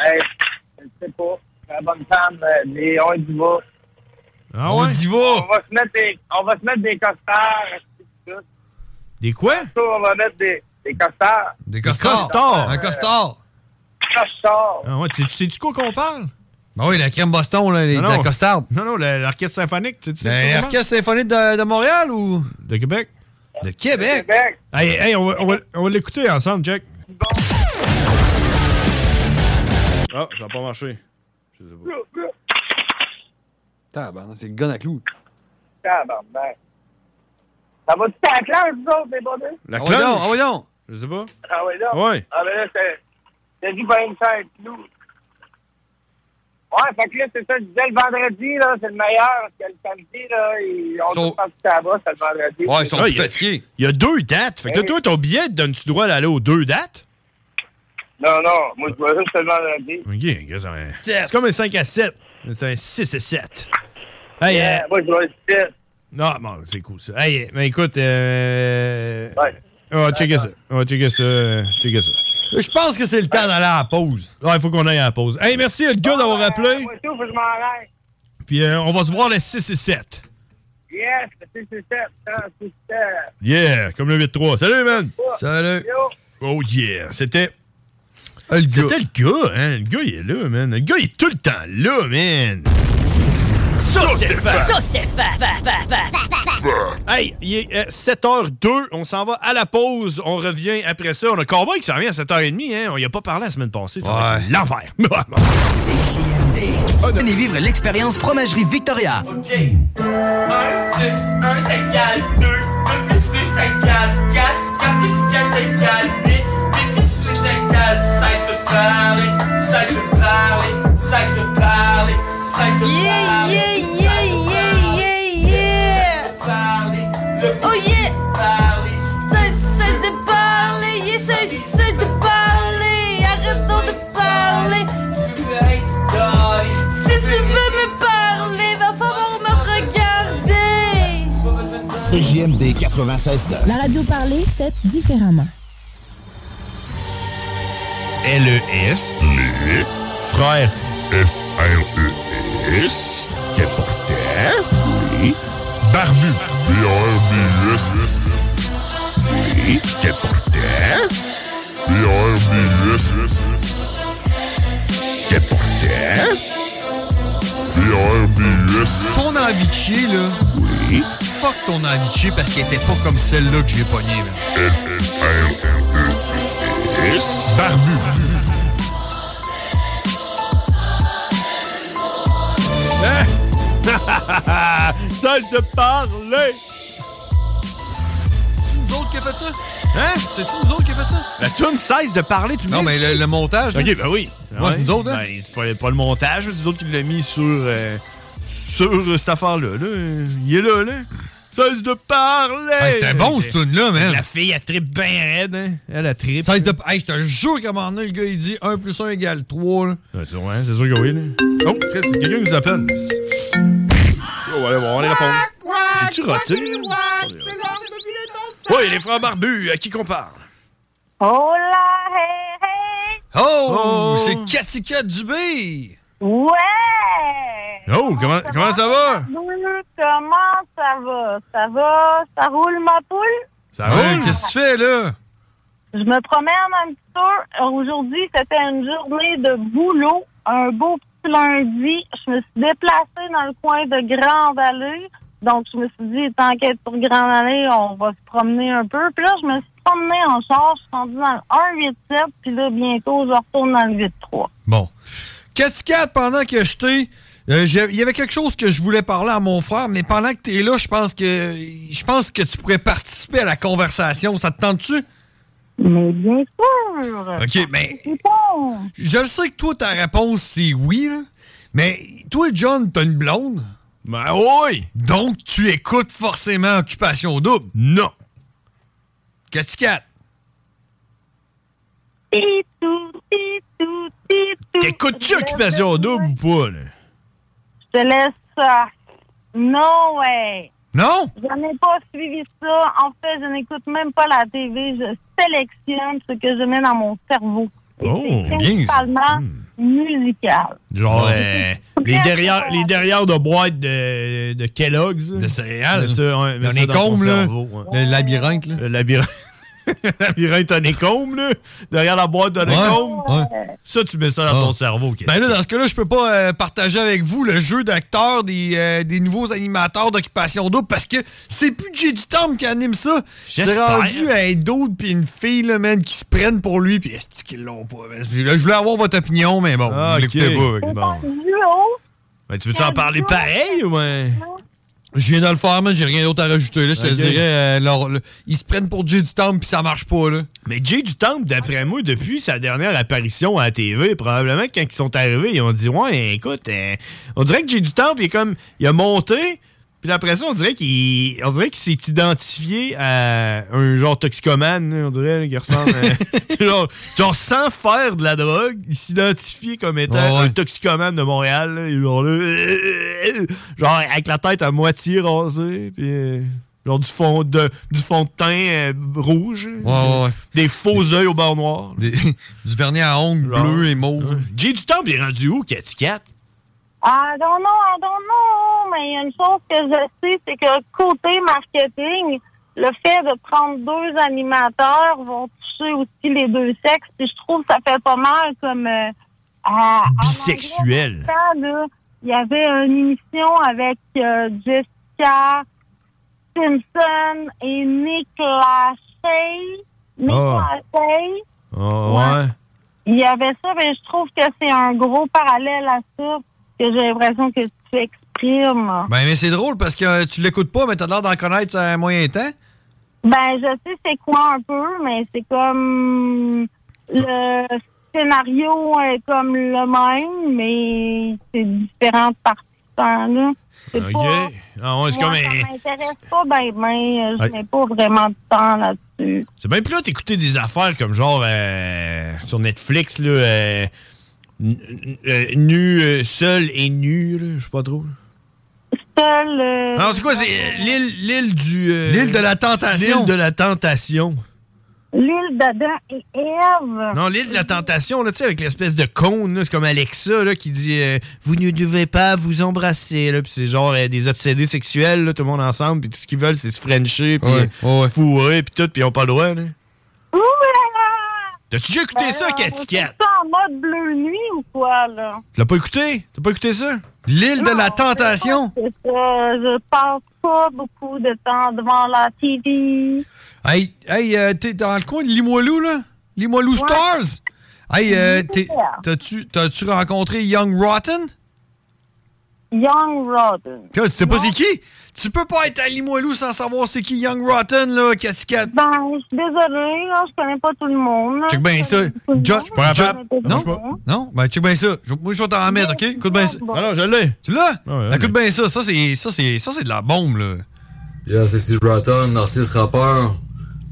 Hey, je sais pas. La bonne femme, euh, dit, on y va.
Ah ouais?
On va se mettre des, on va se mettre des costards. ainsi de suite.
Des quoi?
Ça, on va mettre des, des costards.
Des
costards. Un
costard.
Costards.
Ah ouais, tu sais-tu quoi qu'on parle?
Ben oui, la crème Boston, là, les,
Non,
la
non.
costarde.
Non, non, le- l'orchestre symphonique, tu sais.
Ben, l'orchestre symphonique de, de Montréal ou?
De Québec.
De Québec?
Hey, hey, on va, on va, on va l'écouter ensemble, Jack. Ah, ça n'a pas marché.
Tabarnak, c'est le gun à clous.
Tabarnak. Ça va-tu à la classe, vous autres, les bonheurs?
La
Ah ouais
cloche?
donc, ah ouais donc.
Je sais pas.
Ah ouais, là?
Ouais.
Ah ben là, c'est... T'as dit pas une tête, nous. Ouais, fait que là, c'est ça, je disais, le vendredi, là, c'est le meilleur, parce que le samedi, là, ils- on
Sont-
doit faire du tabac, c'est le
Ah,
vendredi.
il y a- Il y a deux dates. Fait que là, toi, ton billet, te donnes-tu droit d'aller aux deux dates?
Non, non, moi, je vois juste le vendredi.
Ok, gars, ça va- c'est comme un 5 à 7. C'est un 6 et 7. Hey, euh,
Yeah, Moi, je vois le 6.
Non, bon, c'est cool ça. Hey, mais écoute, euh... On va checker ça. On va checker ça. euh, Checker ça. Je pense que c'est le temps d'aller à la pause. Ouais, il faut qu'on aille à la pause. Hey, merci le gars d'avoir appelé.
Moi, tout, faut que je m'en aille.
Puis euh, on va se voir le 6 et 7.
Yes, c'est c'est ça, c'est ça.
Yeah, comme le 8-3. Salut, man.
Salut.
Oh yeah, c'était... C'était le gars, hein. Le gars, il est là, man. Le gars, il est tout le temps là, man. Ça, c'est fat.
Ça, c'était fa- fa- fa- fa- fa- fa-
Hey, il est euh, 7h02, on s'en va à la pause, on revient après ça. On a Cowboy qui s'en vient à 7h30, hein. On y a pas parlé la semaine passée, ça va être l'enfer.
Venez vivre l'expérience Fromagerie Victoria.
OK. 1 plus 1, ça égale 2. 2 plus 2, ça égale 4. 4 plus 4, ça égale 8. 8 plus 2, ça égale 5. Se parler, 5 se parler, 5 se parler, 5 se
Yeah,
parler.
yeah, yeah, yeah, yeah, yeah. Oh yeah. Cesse, cesse de parler, yeah, cesse, cesse de parler. Arrêtons de parler. Si tu veux me parler, va falloir me regarder.
CJMD 96
La radio parlée, faite différemment.
L-E-S. Les. Frères.
E
F-R-E-S. Qu'importe. Oui. Barbu. B-R-B-U-S. Oui. Qu'importe. B-R-B-U-S. Qu'importe. B-R-B-U-S.
Ton envie de chier, là. Oui. Fuck ton envie de chier parce qu'elle était pas comme celle-là que j'ai pognée, là.
F-R-E-S. Barbu.
Hein? Cesse de parler!
C'est nous autres qui a fait ça? Hein? C'est-tu nous autres qui a fait ça?
La toune cesse de parler tout de
Non, mais le, le montage. là.
Ok, ben oui.
Ouais, c'est nous autres, hein?
Ben, c'est pas, pas le montage, c'est nous autres qui l'a mis sur, euh, sur euh, cette affaire-là. Là. Il est là, là. Cesse de parler!
Hey, c'était bon, ce tune-là, man.
La fille, elle tripe bien raide, hein. Elle a tripe.
Cesse de- Hey, je te jure qu'à un moment donné, le gars, il dit 1 plus 1 égale 3, là.
Ouais, c'est sûr, hein, c'est sûr que oui, là. Oh, Chris, c'est quelqu'un qui nous appelle. Oh, allez, bon, on est là tu raté? Oui, les frères barbus, à qui qu'on parle?
Oh là, hey, hey!
Oh!
Oh, c'est Katika Dubé!
Ouais!
Oh, comment, comment ça va?
Salut, comment ça va? Ça va? Ça roule ma poule?
Ça roule? Qu'est-ce que tu fais, là?
Je me promène un petit peu. Alors, Aujourd'hui, c'était une journée de boulot, un beau petit lundi. Je me suis déplacée dans le coin de Grande-Allée. Donc, je me suis dit, t'inquiète pour Grande-Allée, on va se promener un peu. Puis là, je me suis promenée en charge. Je suis rendue dans le 187. Puis là, bientôt, je retourne dans le 83.
Bon. Qu'est-ce qu'il y a pendant que je t'ai. euh, j'ai- Il y avait quelque chose que je voulais parler à mon frère, mais pendant que tu es là, je pense que je pense que tu pourrais participer à la conversation. Ça te tente-tu?
Mais bien sûr!
OK, mais
C'est bon!
je le sais que toi, ta réponse, c'est oui, là. mais toi, John, t'as une blonde?
Ben oui!
Donc, tu écoutes forcément Occupation Double? Non! Qu'est-ce qu'il y a?
Euh, T'écoutes-tu Occupation Double ou pas, là?
Je te laisse ça. No way.
Non?
J'en ai pas suivi ça. En fait, je n'écoute même pas la TV. Je sélectionne ce que je mets dans mon cerveau. Et
Oh, bien,
c'est
Hmm. ça.
principalement musical.
Genre, euh, les derrières les derrières de boîtes de, de Kellogg's. De
céréales. Dans
les
les combes, là.
Le
labyrinthe,
Le labyrinthe. Le labyrinthe en écombe, là. Derrière la boîte d'un
Ouais,
écombe. Ça, tu mets ça dans ton cerveau.
Ben là, dans ce cas-là, je peux pas euh, partager avec vous le jeu d'acteurs des, euh, des nouveaux animateurs d'Occupation Double parce que c'est plus Jay du Temple qui anime ça. C'est
J'espère.
rendu à un dude puis une fille, là, man, qui se prennent pour lui puis est-ce qu'ils l'ont pas? man? Là, je voulais avoir votre opinion, mais bon,
Ah,
vous l'écoutez
ok.
pas.
Bon. Ben, tu veux-tu en parler pareil ou ouais?
Je viens de le faire, mais j'ai rien d'autre à rajouter. Là, je te
Ok.
dirais, euh, leur- le- ils se prennent pour Jay du Temple puis ça marche pas. Là.
Mais Jay du Temple, d'après moi, depuis sa dernière apparition à la TV, probablement quand ils sont arrivés, ils ont dit Ouais, écoute, euh, on dirait que Jay du Temple, il est comme. Il a monté, puis après ça, on dirait qu'il. On dirait qu'il s'est identifié à un genre toxicomane, là, on dirait, là, qui ressemble à- genre, genre, sans faire de la drogue, il s'identifie comme étant
Ouais, ouais.
un toxicomane de Montréal. là, et genre, là, euh, euh, genre, avec la tête à moitié rasée, puis. euh, Genre du fond de, du fond de teint euh, rouge.
ouais, ouais.
Des faux œils au bord noir.
du vernis à ongles bleu et mauve.
Jay du Temple est rendu où, Cathy Cat?
I don't know, I don't know, ah, mais il y a une chose que je sais, c'est que côté marketing, le fait de prendre deux animateurs vont toucher aussi les deux sexes, puis je trouve que ça fait pas mal comme euh, à- en
Bisexuel.
temps, là, il y avait une émission avec euh, Jessica Simpson et Nick Lachey. Nick
Oh.
Lachey.
Oh, ouais.
Il y avait ça, mais je trouve que c'est un gros parallèle à ça que j'ai l'impression que tu exprimes.
Ben, mais c'est drôle parce que euh, tu l'écoutes pas, mais t'as l'air d'en connaître ça, un moyen temps.
Ben, je sais c'est quoi un peu, mais c'est comme le scénario est comme le même, mais c'est différent par là. C'est
Ok.
pas-
Ah ouais, c'est
moi,
comme un-
ça m'intéresse pas, ben, ben, je
Ouais.
n'ai pas vraiment de temps là-dessus.
C'est bien plus là d'écouter des affaires comme genre euh, sur Netflix, là. euh, n- n- euh, nu, euh, seul et nu, là. Je sais pas trop.
Seul. euh,
Non, c'est quoi? C'est euh, l'île, l'île du. euh,
L'île de la tentation.
L'île de la tentation.
L'île d'Adam et Ève.
Non, l'île de la tentation, là, tu sais, avec l'espèce de cône, là, c'est comme Alexa, là, qui dit euh, Vous ne devez pas vous embrasser, là, puis c'est genre euh, des obsédés sexuels, là, tout le monde ensemble, puis tout ce qu'ils veulent, c'est se frencher, puis euh,
Ouais,
fourrer, puis tout, puis ils ont pas le droit, là.
Ouh,
T'as-tu déjà écouté
ben
ça,
là,
Cathy
c'est
Cat?
ça en mode bleu nuit ou quoi, là?
Tu l'as pas écouté? T'as pas écouté ça? L'île de la tentation?
C'est ça, je passe pas beaucoup de temps devant la TV.
Hey, hey euh, t'es dans le coin de Limoilou, là? Limoilou Stars? Hey, euh, t'es- t'as-tu, t'as-tu rencontré Young Rotten?
Young Rotten.
Que, tu sais pas c'est qui? Tu peux pas être à Limoilou sans savoir c'est qui Young Rotten, là, Cathy Cat.
Ben, je suis désolée, là, je connais pas tout le monde.
Check bien ça. Jo-
pas
Jo-
capable.
Non? Non? Ben, check bien ça. Je- Moi, je vais t'en mettre, OK? Écoute bien ça. Alors, je l'ai. Tu l'as? Ben, Écoute bien ça. Ça, c'est, ça, c'est, ça, c'est de la bombe, là.
Yeah, c'est Steve Bratton, artiste rappeur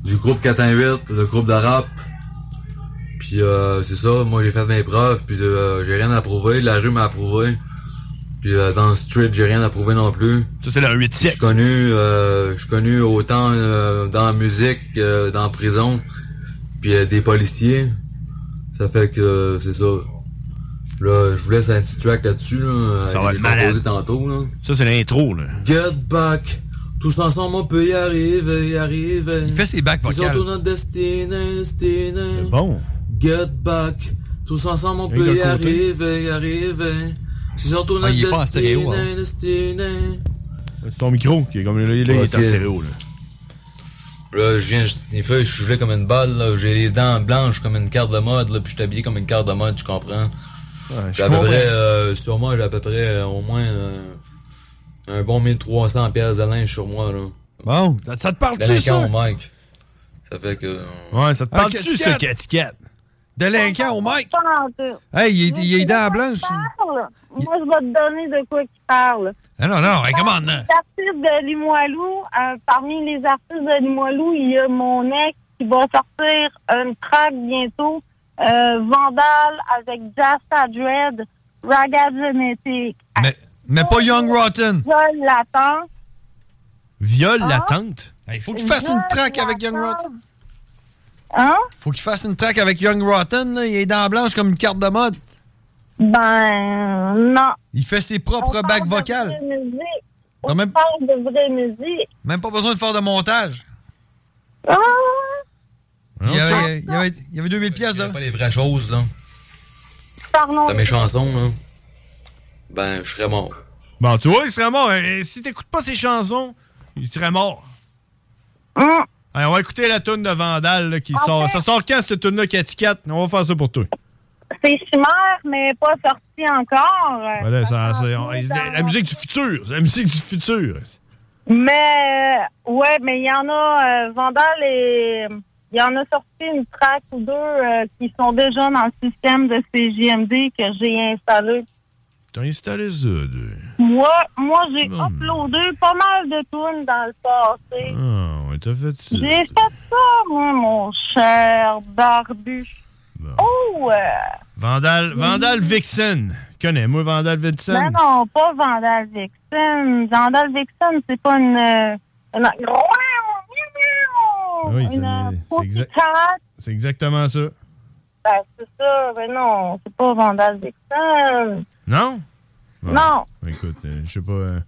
du groupe 418, le groupe de rap. Puis euh, c'est ça, moi j'ai fait mes preuves, puis euh, j'ai rien à prouver, la rue m'a approuvé. Puis euh, dans le street, j'ai rien à prouver non plus.
Ça c'est la 8 Je
suis connu, euh, je suis connu autant euh, dans la musique, euh, dans la prison, puis euh, des policiers. Ça fait que euh, c'est ça. Là, je vous laisse un petit track là-dessus. Là,
Ça va être
J'ai composé
malade.
tantôt, là.
Ça, c'est l'intro, là.
Get back. Tous ensemble, on peut y arriver, y arriver. Il fait ses
bacs
Ils
vocales.
sont notre destinée, destinée.
Oh.
Bon.
Get back. Tous ensemble, on
Rien que
peut y
d'un côté.
arriver, y arriver. C'est surtout
Ah,
notre
il est pas en stéréo, hein.
destinée, destinée.
C'est ton micro qui est comme là, là, il est en
Ok.
stéréo, là.
Là, je viens, je sniffer, je suis gelé comme une balle, là. J'ai les dents blanches comme une carte de mode, là, puis je suis habillé comme une carte de mode, tu comprends? j'ai à peu
comprends.
près, euh, sur moi, j'ai à peu près euh, au moins euh, un bon 1300 pièces de linge sur moi, là.
Bon, ça, ça te parle-tu, ça?
Délinquant au mic. Ça fait que... euh,
Ouais, ça te
Un
parle-tu,
Cat-Kat?
ça, Cat-Cat?
Délinquant au mic.
Pas en tout.
Hey, il est, il est dans la blanche.
Parle. Moi, je vais te donner de quoi qu'il parle.
Ah non, non, hey, comment non?
Les artistes de Limoilou, euh, parmi les artistes de Limoilou, il y a mon ex qui va sortir une track bientôt, euh, Vandal avec Jasta Dread, Raga Genetic.
Mais, mais pas Young Rotten.
Je l'attends.
Viole
Ah.
la tante?
Il faut qu'il fasse une track avec Young Rotten.
Hein?
Faut qu'il fasse une track avec Young Rotten, là. Il est dans la blanche comme une carte de mode.
Ben, non.
Il fait ses propres bacs vocales.
De musique.
T'as même-
On parle de vraie musique.
Même pas besoin de faire de montage.
Ah!
Il y avait, il y avait, il y avait 2000 pièces, là.
pas les vraies choses, là.
Pardon.
Dans mes chansons, là. Ben, je serais mort.
Bon, tu vois, il serait mort. Et si t'écoutes pas ses chansons, il serait mort. Mm. Allez, on va écouter la toune de Vandal là, qui
En
sort.
fait-
Ça sort quand cette toune-là, Cathy Cat? On va faire ça pour toi.
C'est chimère, mais pas sorti encore.
Voilà, ça, c'est- on- c'est la musique du futur. c'est La musique du futur.
Mais, euh, ouais, mais il y en a, euh, Vandal et. Il y en a sorti une track ou deux euh, qui sont déjà dans le système de CJMD que j'ai installé.
T'as installé ça, deux.
Moi, moi j'ai uploadé pas mal de tunes dans le passé.
Ah, ouais, t'as fait ça.
J'ai fait ça, moi, mon cher barbu. Oh! euh,
Vandal, Vandal Vixen. Connais-moi Vandal Vixen?
ben non, pas Vandal Vixen. Vandal Vixen, c'est pas une... euh, une...
Ah Oui,
une,
ça,
euh,
c'est exact-
copycat.
C'est exactement ça.
Ben, c'est ça. Ben non, c'est pas Vandal Vixen.
Non? Bon,
Non.
Écoute, euh, je sais pas. euh,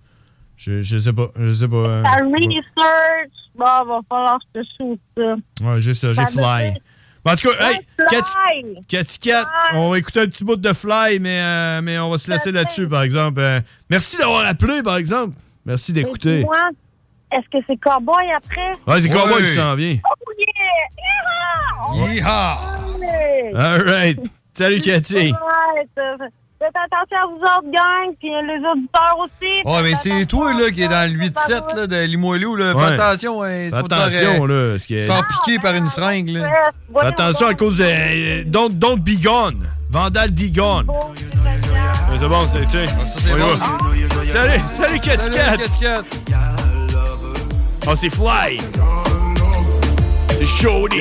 je, je sais pas. Je sais pas. euh,
Ta research, bon, va falloir que je te shoot ça.
Ouais, j'ai ça, j'ai
Ça
Fly.
veut dire-
Bon, en tout cas, hey, Cathy-
Fly!
Cathy Cat, on va écouter un petit bout de Fly, mais, euh, mais on va se laisser là-dessus, par exemple. Euh, merci d'avoir appelé, par exemple. Merci d'écouter.
Moi, est-ce que c'est Cowboy après?
Ouais, c'est Cowboy
Ouais.
qui s'en vient.
Oh yeah! Yeah! Yeah!
All right. Salut, Cathy.
Ouais, euh, faites attention à vous autres, gang, puis les auditeurs aussi.
Ouais, mais c'est toi, là, qui est dans le 8-7, là, de Limoilou, là. Fais
Ouais.
attention, hein.
Fais
tu vas te
attention,
faire,
là.
euh,
parce que-
Faire piquer par une seringue, là.
Fais attention à cause de. euh, don't, don't be gone. Vandal be gone. Ouais, C'est bon, c'est. tu sais, on y va. Salut, salut, Cathy Cat. Oh, c'est Fly.
Jody.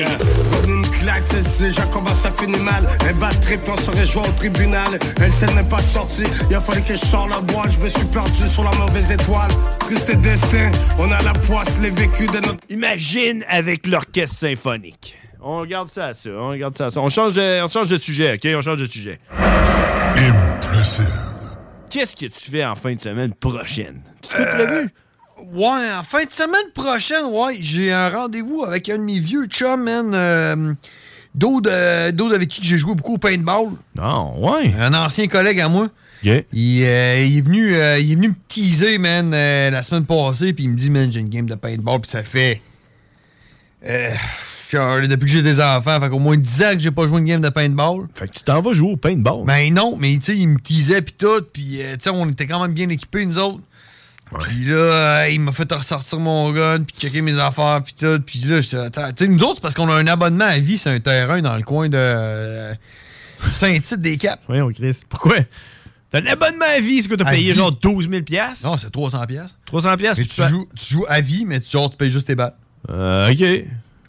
Une claque, c'est- c'est déjà comment ça finit mal. Un bad trip, on serait joué au tribunal. Elle scène n'est pas sortie, il a fallu que je sorte la voile. Je me suis perdu sur la mauvaise étoile. Triste destin, on a la poisse, les vécus de notre.
Imagine avec l'orchestre symphonique. On regarde ça, à ça. On regarde ça, à ça. On change de, on change de sujet, OK? On change de sujet.
Impressive.
Qu'est-ce que tu fais en fin de semaine prochaine?
Euh, Ouais, en fin de semaine prochaine, ouais, j'ai un rendez-vous avec un de mes vieux chums, man. euh, D'autres euh, d'autres avec qui que j'ai joué beaucoup au paintball.
Non, ouais.
Un ancien collègue à moi. Il, euh, il est venu, euh, il est venu me teaser, man, euh, la semaine passée, puis il me dit, man, j'ai une game de paintball, puis ça fait. euh, que- depuis que j'ai des enfants, fait qu'au moins 10 ans que j'ai pas joué une game de paintball.
Fait que tu t'en vas jouer au paintball.
Ben non, mais tu sais, il me teasait, puis tout, puis euh, tu sais, on était quand même bien équipés, nous autres. Puis là, euh, il m'a fait ressortir mon gun, puis checker mes affaires, puis tout. Puis là, j'étais, attends, tu sais, nous autres, c'est parce qu'on a un abonnement à vie sur un terrain dans le coin de euh, Saint-Tite-des-Caps.
Voyons, Chris, pourquoi? T'as un abonnement à vie, c'est quoi? T'as
À
payé
vie.
genre 12 000 piastres?
Non, c'est 300 piastres.
300 piastres.
Mais tu, joues, tu joues à vie, mais tu, genre, tu payes juste tes balles.
Euh, OK. Ouais,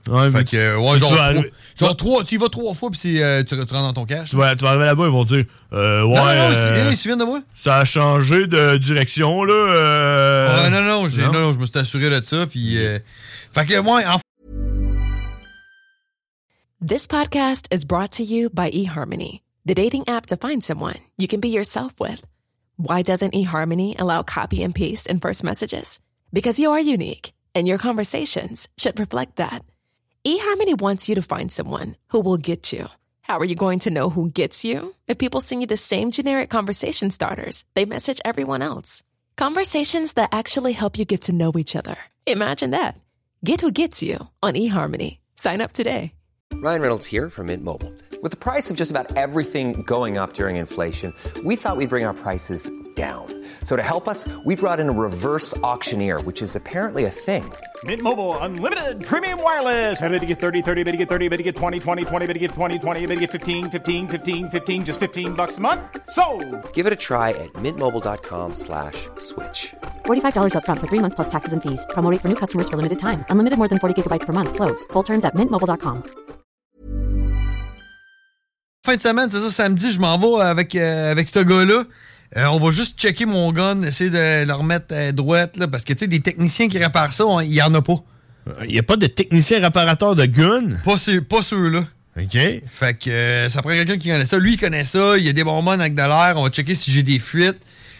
mais
Fait
tu-
que, euh, ouais,
tu
genre,
vas
trois-
aller-
genre trois- tu y vas trois fois, puis c'est, euh, tu, re- tu rentres dans ton cash.
Tu vas, tu vas arriver là-bas, ils vont dire euh, Ouais,
non, non, non,
euh,
ils se souviennent de moi?
ça a changé de direction, là. euh.
Ouais, non, non, j'ai- non, non, je me suis assuré de ça, puis... euh, fait que, moi, en
This podcast is brought to you by eHarmony, the dating app to find someone you can be yourself with. Why doesn't eHarmony allow copy and paste in first messages? Because you are unique, and your conversations should reflect that. eHarmony wants you to find someone who will get you. How are you going to know who gets you? If people send you the same generic conversation starters, they message everyone else. Conversations that actually help you get to know each other. Imagine that. Get who gets you on eHarmony. Sign up today.
Ryan Reynolds here from Mint Mobile. With the price of just about everything going up during inflation, we thought we'd bring our prices down. So to help us, we brought in a reverse auctioneer, which is apparently a thing.
Mint Mobile unlimited premium wireless. Ready to get 30, 30, bit to get 30, bit to get 20, 20, 20, bit to get 20, 20, bit to get 15, 15, 15, 15 just 15 bucks a month. So,
Give it a try at mintmobile.com slash switch.
$45 upfront for three months plus taxes and fees. Promo rate for new customers for limited time. Unlimited more than 40 gigabytes per month. Slows. Full terms at mintmobile.com.
Fin de semaine, c'est ça, samedi, je m'en vais avec, euh, avec ce gars-là. Euh, on va juste checker mon gun, essayer de le remettre à droite, là, parce que, tu sais, des techniciens qui réparent ça, on- il n'y en a pas.
Euh, Il n'y a pas de technicien réparateur de gun?
Pas, ceux- pas ceux-là.
OK.
Fait que euh, ça prend quelqu'un qui connaît ça. Lui, il connaît ça. Il y a des bonbons avec de l'air. On va checker si j'ai des fuites.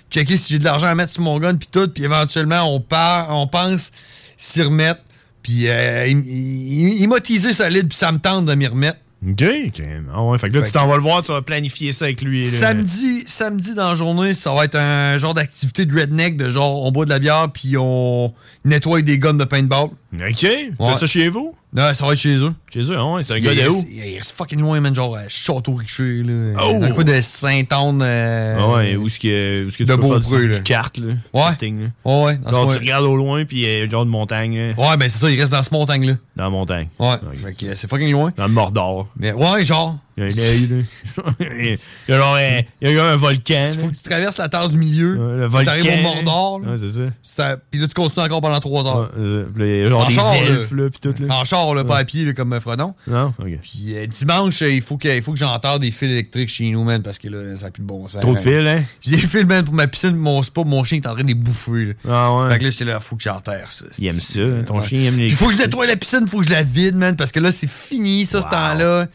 Checker si j'ai de l'argent à mettre sur mon gun, puis tout. Puis éventuellement, on part, on pense s'y remettre. Puis euh, il, il- il m'a teasé solide, puis ça me tente de m'y remettre.
OK, OK. Ah ouais, fait que là,
Fait
tu t'en vas le voir, tu vas planifier ça avec lui. là.
Samedi, samedi dans la journée, ça va être un genre d'activité de redneck, de genre on boit de la bière puis on nettoie des guns de paintball.
OK. Tu fais ça chez vous?
Non, ça va être chez eux.
Chez eux, ah ouais, c'est un gars de où?
Il il reste fucking loin, man, genre à Château-Richer, là.
Oh!
Dans le coin de Saint-Anne. euh,
Ah ouais, où est-ce que, où est-ce que tu
de
peux faire
Beaupré,
du-
là.
du carte, là?
Ouais.
Karting, là.
Ouais, ouais, dans ce
Genre,
coin-
tu regardes au loin, puis il y a genre de montagne. hein.
Ouais, ben c'est ça, il reste dans ce montagne-là.
Dans la montagne.
Ouais. Fait que euh, c'est fucking loin.
Dans le Mordor.
Mais ouais, genre.
Il y a un œil, là. Il y a genre un- il y a un volcan.
Il faut que tu traverses la tasse du milieu.
le
puis
volcan.
T'arrives au Mordor. là.
Ouais, c'est ça.
C'est à- Puis là, tu continues encore pendant trois heures.
Euh, puis là, il y a genre
En
des
char,
elfes,
là.
là, puis tout, là.
En char, là, pas à pied, là, comme euh, Frodon.
Non? OK.
Puis euh, dimanche, euh, il faut que, il faut que j'enterre des fils électriques chez nous, man, parce que là, ça n'a plus de bon sens.
Trop de fils, hein?
Ben J'ai des fils, man, pour ma piscine, mon spa, mon chien est en train de les bouffer. Là.
Ah ouais.
Fait que là, j'étais là, faut que j'enterre ça.
Il aime ça. hein. Ton
Ouais.
chien aime les.
Il faut que je nettoie la piscine, faut que je la vide, man, parce que là, c'est fini, ça, ce temps-là.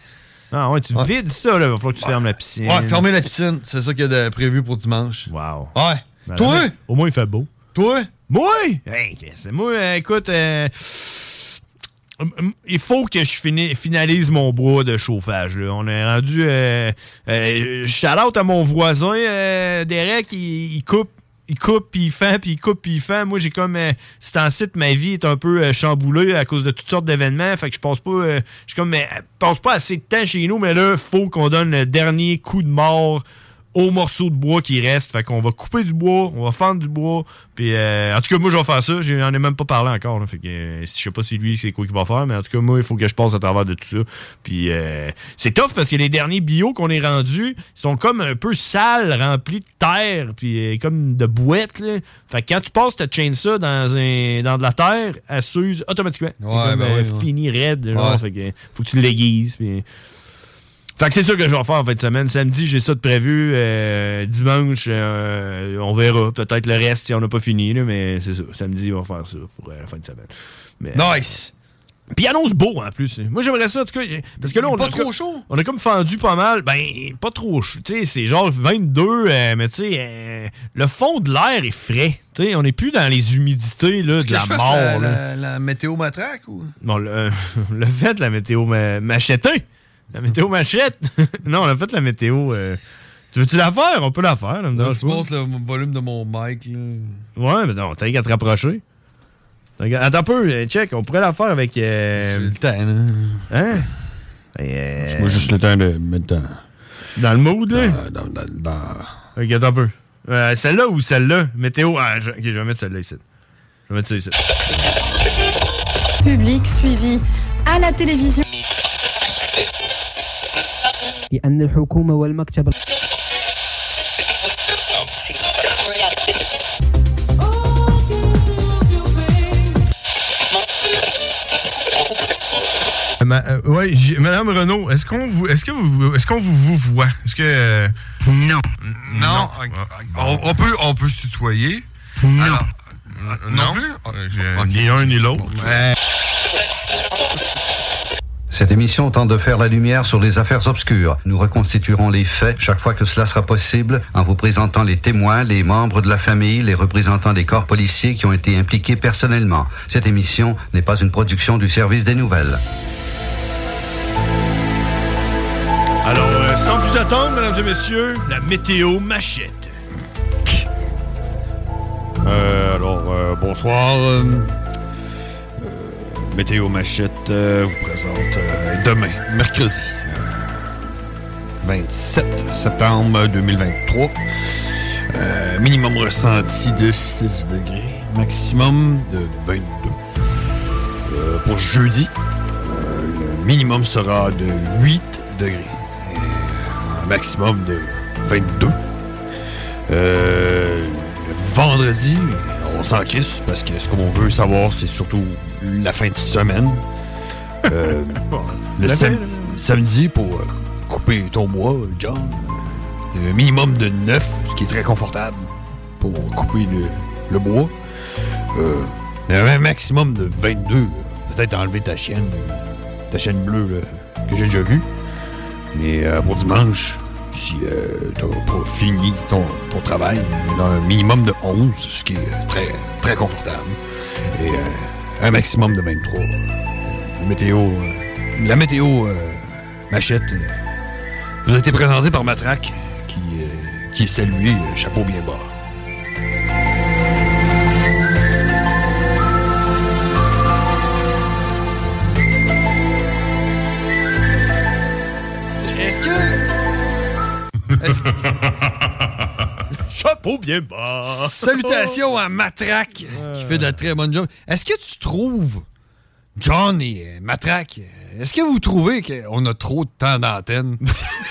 Ah ouais, tu vides ça, là. Il va falloir que tu fermes la piscine.
Ouais, fermer la piscine, c'est ça qu'il y a de prévu pour dimanche.
Wow.
Ouais.
Ben,
Toi?
là, Au moins, il fait beau.
Toi?
Moi? Hey, c'est moi, euh, écoute, euh, hum, hum, il faut que je fini- finalise mon bois de chauffage. là. On est rendu. Euh, euh, shout out à mon voisin, euh, Derek, il, il coupe. Il coupe, puis il fend, puis il coupe, puis il fend. Moi, j'ai comme... Euh, c'est en site, ma vie est un peu euh, chamboulée à cause de toutes sortes d'événements. Fait que je passe pas... euh, je suis comme... mais, euh, passe pas assez de temps chez nous, mais là, faut qu'on donne le dernier coup de mort au morceau de bois qui reste. Fait qu'on va couper du bois, on va fendre du bois. Puis, euh, en tout cas, moi, je vais faire ça. Je n'en ai même pas parlé encore. là. Fait que, euh, je sais pas si lui, c'est quoi qu'il va faire. Mais en tout cas, moi, il faut que je passe à travers de tout ça. Puis, euh, c'est tough parce que les derniers bio qu'on est rendus ils sont comme un peu sales, remplis de terre, puis euh, comme de bouettes. là. Fait que quand tu passes ta chaîne ça dans, un, dans de la terre, elle s'use automatiquement. Elle est
Ouais,
comme,
ben
euh,
oui, ouais.
Fini raide. genre.
Ouais.
Fait que, euh, faut que tu l'aiguises. Puis... Fait que c'est ça que je vais faire en fin de semaine. Samedi, j'ai ça de prévu. Euh, dimanche, euh, on verra. Peut-être le reste si on n'a pas fini, là, mais c'est ça. Samedi, on va faire ça pour euh, la fin de semaine. euh,
Nice!
Puis il annonce beau en plus. Moi j'aimerais ça, en tout cas. Parce que là,
Il est
on
pas
a
trop
comme-
chaud?
On a comme fendu pas mal. Ben, pas trop chaud. Tu sais, c'est genre 22, euh, mais tu sais, euh, le fond de l'air est frais. Tu sais, on n'est plus dans les humidités là, de
Que
la
je fasse
mort. là.
la, la- la météo matraque ou?
Bon, le, le fait, la météo ma- machetée. La météo machette. non, on a fait la météo. euh, Tu veux-tu la faire? On peut la faire. là, me dérange
tu
pas.
montres le volume de mon mic, là.
Ouais, mais non, t'as qu'à te rapprocher. T'as qu'à- Attends un peu, euh, check, on pourrait la faire avec. le
temps,
Hein? euh,
Moi, juste le temps de mettre dans...
Dans le mood, là?
Dans,
Ok, attends un peu. Euh, celle-là ou celle-là? Météo. Ah, je... ok, je vais mettre celle-là ici. Je vais mettre ça ici.
Public suivi à la télévision.
لأن الحكومة والمكتب
Ma- euh, ouais, j'ai- Madame Renault, est-ce qu'on vous, est-ce que vous, est-ce qu'on vous, vous voit Est-ce que euh, non, Ah,
Non, Oh, on, on peut, on peut se tutoyer. euh, Non.
euh, non, plus. Ni un ni l'autre.
Cette émission tente de faire la lumière sur les affaires obscures. Nous reconstituerons les faits chaque fois que cela sera possible en vous présentant les témoins, les membres de la famille, les représentants des corps policiers qui ont été impliqués personnellement. Cette émission n'est pas une production du service des nouvelles.
Alors, euh, sans plus attendre, mesdames et messieurs, la météo machette.
Euh, alors, euh, bonsoir. euh, euh, Météo Machette euh, vous présente euh, demain, mercredi, euh, 27 septembre 2023. Euh, minimum ressenti de 6 degrés, maximum de 22. Euh, pour jeudi, euh, le minimum sera de 8 degrés, et un maximum de 22. Euh, le vendredi, on s'en crisse parce que ce qu'on veut savoir, c'est surtout la fin de semaine. Euh, le
La
sam-
fin, là.
samedi, pour euh, couper ton bois, euh, John, euh, un minimum de 9, ce qui est très confortable pour couper le, le bois. Euh, un maximum de 22. Peut-être enlever ta chienne, euh, ta chienne bleue là, que j'ai déjà vue. Mais euh, pour dimanche, si euh, t'as pas fini ton, ton travail, dans un minimum de 11, ce qui est euh, très, très confortable. Et euh, un maximum de 23. La météo, euh, la météo euh, machette euh, vous a été présentée par Matraque, qui, euh, qui est salué, euh, chapeau bien bas.
Est-ce que.
Chapeau bien bas!
Salutations à Matraque, qui fait de la très bonne job. Est-ce que tu trouves, John et euh, Matraque, euh, est-ce que vous trouvez qu'on a trop de temps d'antenne?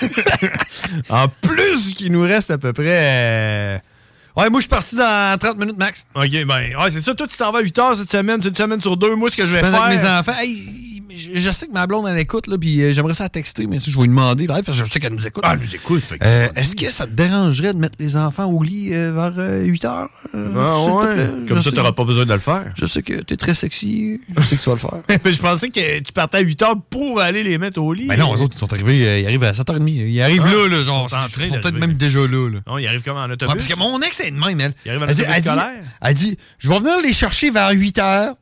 en plus qu'il nous reste à peu près. euh, Ouais, moi je suis parti dans 30 minutes max.
Ok, ben, ouais, c'est ça. Toi, tu t'en vas à 8 heures cette semaine. C'est une semaine sur deux. Moi, ce que je vais
Pendant
faire.
que mes enfants. Hey, je, je sais que ma blonde, elle écoute, là, puis euh, j'aimerais ça la texter, mais tu sais, je vais lui demander, là, parce que je sais qu'elle nous écoute.
Ah, elle nous écoute. fait que-
Euh, Est-ce que ça te dérangerait de mettre les enfants au lit euh, vers 8 heures? euh,
Ah,
s'il te
ouais.
plaît?
Comme
Je
ça,
sais-
t'auras pas besoin de le faire.
Je sais que t'es très sexy. Je sais que tu vas le faire.
Mais je pensais que tu partais à 8 heures pour aller les mettre au lit.
Ben non, eux autres, ils sont arrivés, euh, ils arrivent à 7h30. Ils arrivent
Ah,
là, là, genre,
ils sont en train
ils
Ah,
sont peut-être
d'arriver.
même déjà là. là.
Non, ils arrivent comme en
Ouais,
autobus.
parce que mon ex, elle est de même, elle.
Il arrive à
elle, dit,
l'autobus
elle dit-
scolaire.
elle dit, je vais venir les chercher vers 8 h.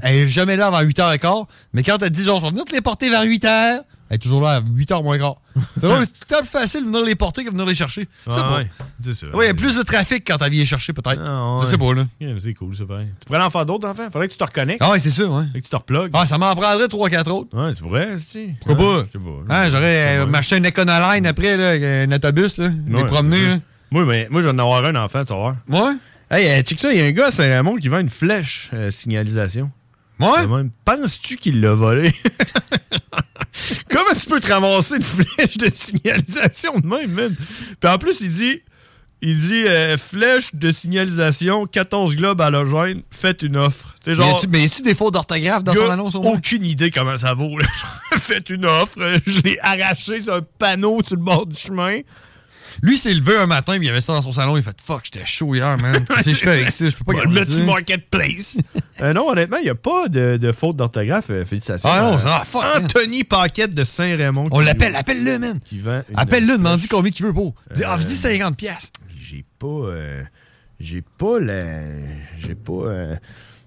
Elle est jamais là avant 8 h 15 Mais quand elle dit, genre, je vais venir te les porter vers 8 h, elle est toujours là à 8 h moins quart. C'est vrai, c'est tout le temps plus facile de venir les porter que de venir les chercher. Je sais
Ah,
pas.
ouais. C'est ça.
Ouais, il y a plus de trafic quand elle vient les chercher, peut-être. Je sais pas, là.
Ouais, mais c'est cool, c'est pareil. Tu pourrais en faire d'autres, enfants. Faudrait que tu te reconnectes.
Ah ouais, c'est ça, ouais.
Faudrait que tu te replugues.
Ah, ça m'en prendrait 3-4 autres.
Ouais, tu pourrais, si.
Pourquoi
Ouais,
pas?
je sais pas.
Hein, J'aurais euh, m'acheté une Econoline après, là, avec un autobus, là, les
Ouais,
promener.
c'est ça.
là.
Moi, mais, moi, je vais en avoir un enfant, tu vas voir.
Ouais?
Hey, euh, check ça, il y a un gars à Saint-Raymond qui vend une flèche euh, signalisation.
Ouais?
Penses-tu qu'il l'a volé? Comment tu peux te ramasser une flèche de signalisation de même, man? Puis en plus, il dit, il dit euh, flèche de signalisation, 14 globes halogènes, faites une offre. Tu sais,
Mais
genre,
y a-tu- Mais y a-tu des fautes d'orthographe dans son
Gars,
annonce au moins?
Aucune idée comment ça vaut. là. Faites une offre. euh, Je l'ai arraché sur un panneau sur le bord du chemin.
Lui, s'est levé un matin, puis il avait ça dans son salon. Il fait Fuck, j'étais chaud hier, man. Qu'est-ce que je fais avec ça? Je peux pas
On va le mettre
garder
sur
ça.
Marketplace. Euh, non, honnêtement, il n'y a pas de, de faute d'orthographe. euh, félicitations.
Ah non,
Euh,
ça- ah, fuck, hein.
Anthony Paquette de Saint-Raymond.
On
qui-
l'appelle, appelle-le, man.
Qui vend une-
Appelle-le, demande-lui combien qu'il veut pour. Dis, ah,
Euh,
dis 50 piastres.
J'ai pas. euh, J'ai pas la. J'ai pas. euh,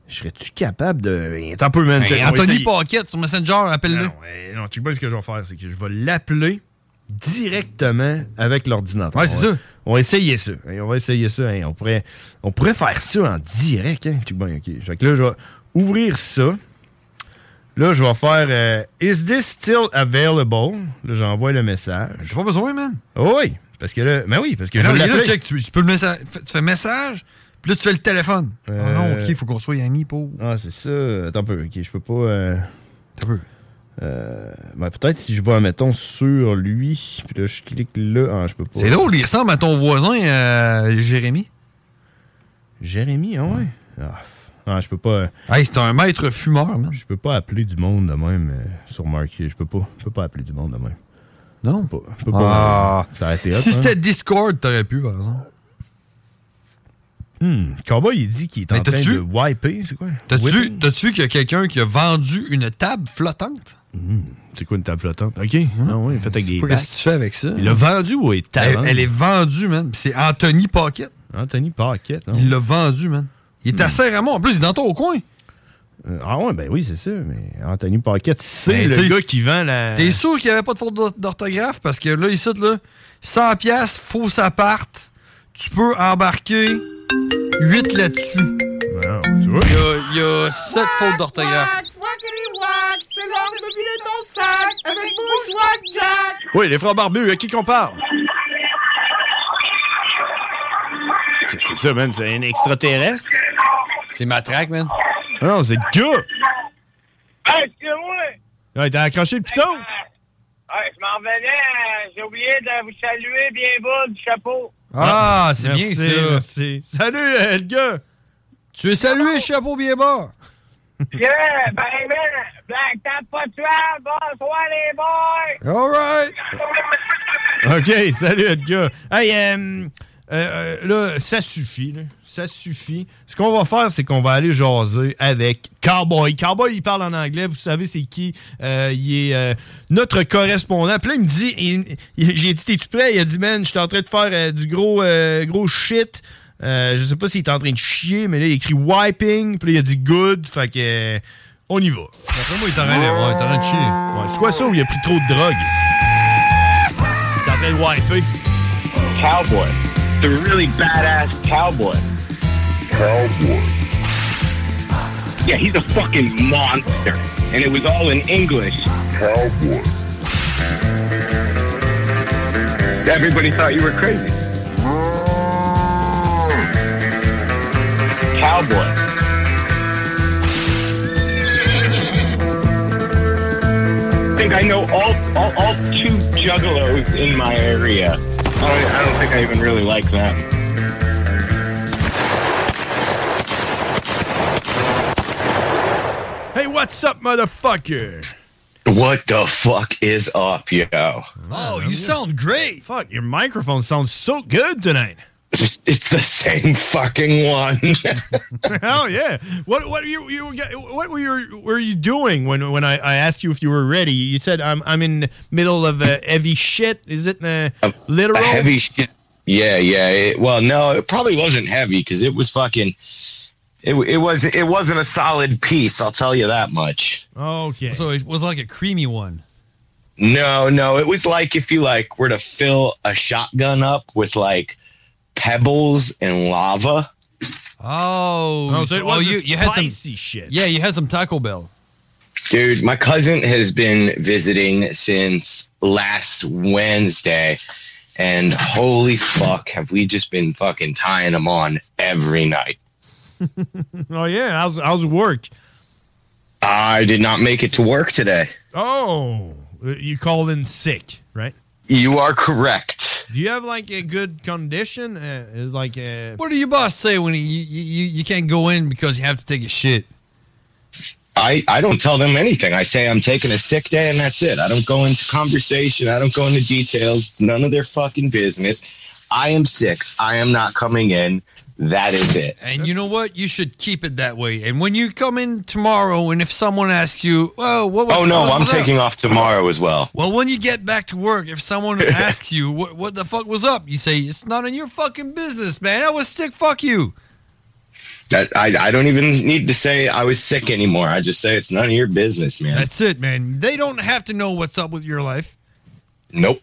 Serais-tu capable de. Attends un peu, man.
Hey,
check, on va
Ben, Anthony
essayer.
Paquette sur Messenger,
Non,
appelle-le.
non, eh, non, tu sais pas ce que je vais faire, c'est que je vais l'appeler directement avec l'ordinateur.
Ouais, c'est
On va-
ça.
On va essayer ça. Eh, On va essayer ça. Eh, On pourrait, on pourrait faire ça en direct. Hein? Check bien, ok. Fait que là, je vais ouvrir ça. Là, je vais faire euh, Is this still available? Là, j'envoie le message. J'ai
pas besoin, man.
oui, parce que là, ben oui, parce que
Non,
je
mais là,
l'appelle.
check, tu, tu peux le messa- f- tu fais message, puis là, tu fais le téléphone. Ah
Euh.
non, ok, faut qu'on soit amis pour.
Ah, c'est ça. Attends un peu. Ok, je peux pas. euh, Euh, ben, peut-être si je vais, mettons, sur lui, puis là, je clique là. Ah, je peux pas.
C'est drôle, il ressemble à ton voisin, euh, Jérémy.
Jérémy, ah ouais. Ah, non, je peux pas.
Hey, c'est un maître fumeur, man.
Je peux pas appeler du monde de même euh, sur Marquis. Je peux pas. Je peux pas appeler du monde de même.
Non?
Je peux pas. je peux
Ah.
pas ça aurait été hot,
Si
hein.
c'était Discord, t'aurais pu, par exemple.
Hmm, Cowboy, il dit qu'il est
Mais
en train
t'as-tu-
de wiper, c'est quoi?
T'as-tu
Whipping?
vu- t'as-tu vu qu'il y a quelqu'un qui a vendu une table flottante?
Hmm, C'est quoi une table flottante? OK. Ah oui, faite avec des
hein. Pas qu'est-ce que
bacs.
tu fais avec ça?
Il l'a vendu ou est
elle, elle est vendue, man. Puis C'est Anthony Pocket.
Anthony Paquette. hein. Hmm.
Il l'a vendu, man. Il est à Saint-Ramon. En plus, il est dans ton coin.
ah ouais, ben oui, c'est ça. Mais Anthony Paquette, c'est
Ben,
le
tu sais,
gars qui vend la.
T'es sûr qu'il n'y avait pas de faute d'or- d'orthographe? Parce que là, ici, là, 100 piastres, faut ça parte. Tu peux embarquer 8 là-dessus.
Il
y a- il y a, 7 fautes d'orthographe.
c'est l'heure de me filer ton sac avec mon joie Jack.
Oui, les frères barbus, à qui qu'on parle? Qu'est-ce que C'est ça, man. C'est un extraterrestre? Ah
C'est Matraque, man.
Non, c'est le gars.
Hey, excusez-moi!
Ouais, t'as accroché le piton?
Hey, je m'en revenais, euh, j'ai oublié de vous saluer bien bas du chapeau.
Ah, c'est
Merci,
bien ça.
merci. Salut, euh, le gars.
Tu es salué, chapeau bien bas.
Yeah, ben, ben, Black Tap pas tuable, bonsoir les boys!
All right!
OK, salut, Edgar. Hey, euh, euh, euh, là, ça suffit, là. Ça suffit. Ce qu'on va faire, c'est qu'on va aller jaser avec Cowboy. Cowboy, il parle en anglais. Vous savez, c'est qui? Euh, il est euh, notre correspondant. Puis là, il me dit... il- il- J'ai dit, t'es-tu prêt? Il a dit, man, je suis en train de faire euh, du gros, euh, gros shit. Euh, je sais pas s'il est en train de chier, mais là, il écrit « wiping ». Puis là, il a dit « good ». Fait que... euh, on y va. Après moi, il est en train de, chier. c'est quoi ça où il a pris trop de drogue? Il est en train de wiper.
Cowboy. The really badass cowboy. Cowboy. Yeah, he's a fucking monster. And it was all in English. Cowboy. Everybody thought you were crazy. Cowboy. I think I know all, all, all two juggalos in my area. I don't, I don't think I even really like them.
Hey, what's up, motherfucker?
What the fuck is up, yo?
Oh, you sound great. Fuck, your microphone sounds so good tonight.
It's the same fucking one.
Hell yeah! What what are you you what were you were you doing when when I, I asked you if you were ready? You said I'm I'm in the middle of a heavy shit. Is it uh,
Um,
literal?
A heavy shit. Yeah, yeah. It, well, no, it probably wasn't heavy because it was fucking. It, it was it wasn't a solid piece. I'll tell you that much.
Okay.
So it was like a creamy one.
No, no, it was like if you like were to fill a shotgun up with like pebbles and lava.
Oh,
Oh, so it was
you,
the
you had some
spicy
shit.
Yeah, you had some Taco Bell.
Dude, my cousin has been visiting since last Wednesday. And holy fuck, have we just been fucking tying them on every night?
oh yeah, how's how's work?
I did not make it to work today.
Oh, you called in sick, right?
You are correct.
Do you have like a good condition? Uh, like uh,
What do your boss say when you, you, you, you can't go in because you have to take a shit?
I, I don't tell them anything. I say I'm taking a sick day and that's it. I don't go into conversation. I don't go into details. It's none of their fucking business. I am sick. I am not coming in. That is it.
And you know what? You should keep it that way. And when you come in tomorrow, and if someone asks you, "Oh, what was?"
Oh no,
what
I'm
was up?"
taking off tomorrow as well.
Well, when you get back to work, if someone asks you, "What what the fuck was up?" You say, "It's none of your fucking business, man. I was sick. Fuck you."
That I, I don't even need to say I was sick anymore. I just say it's none of your business, man.
That's it, man. They don't have to know what's up with your life.
nope.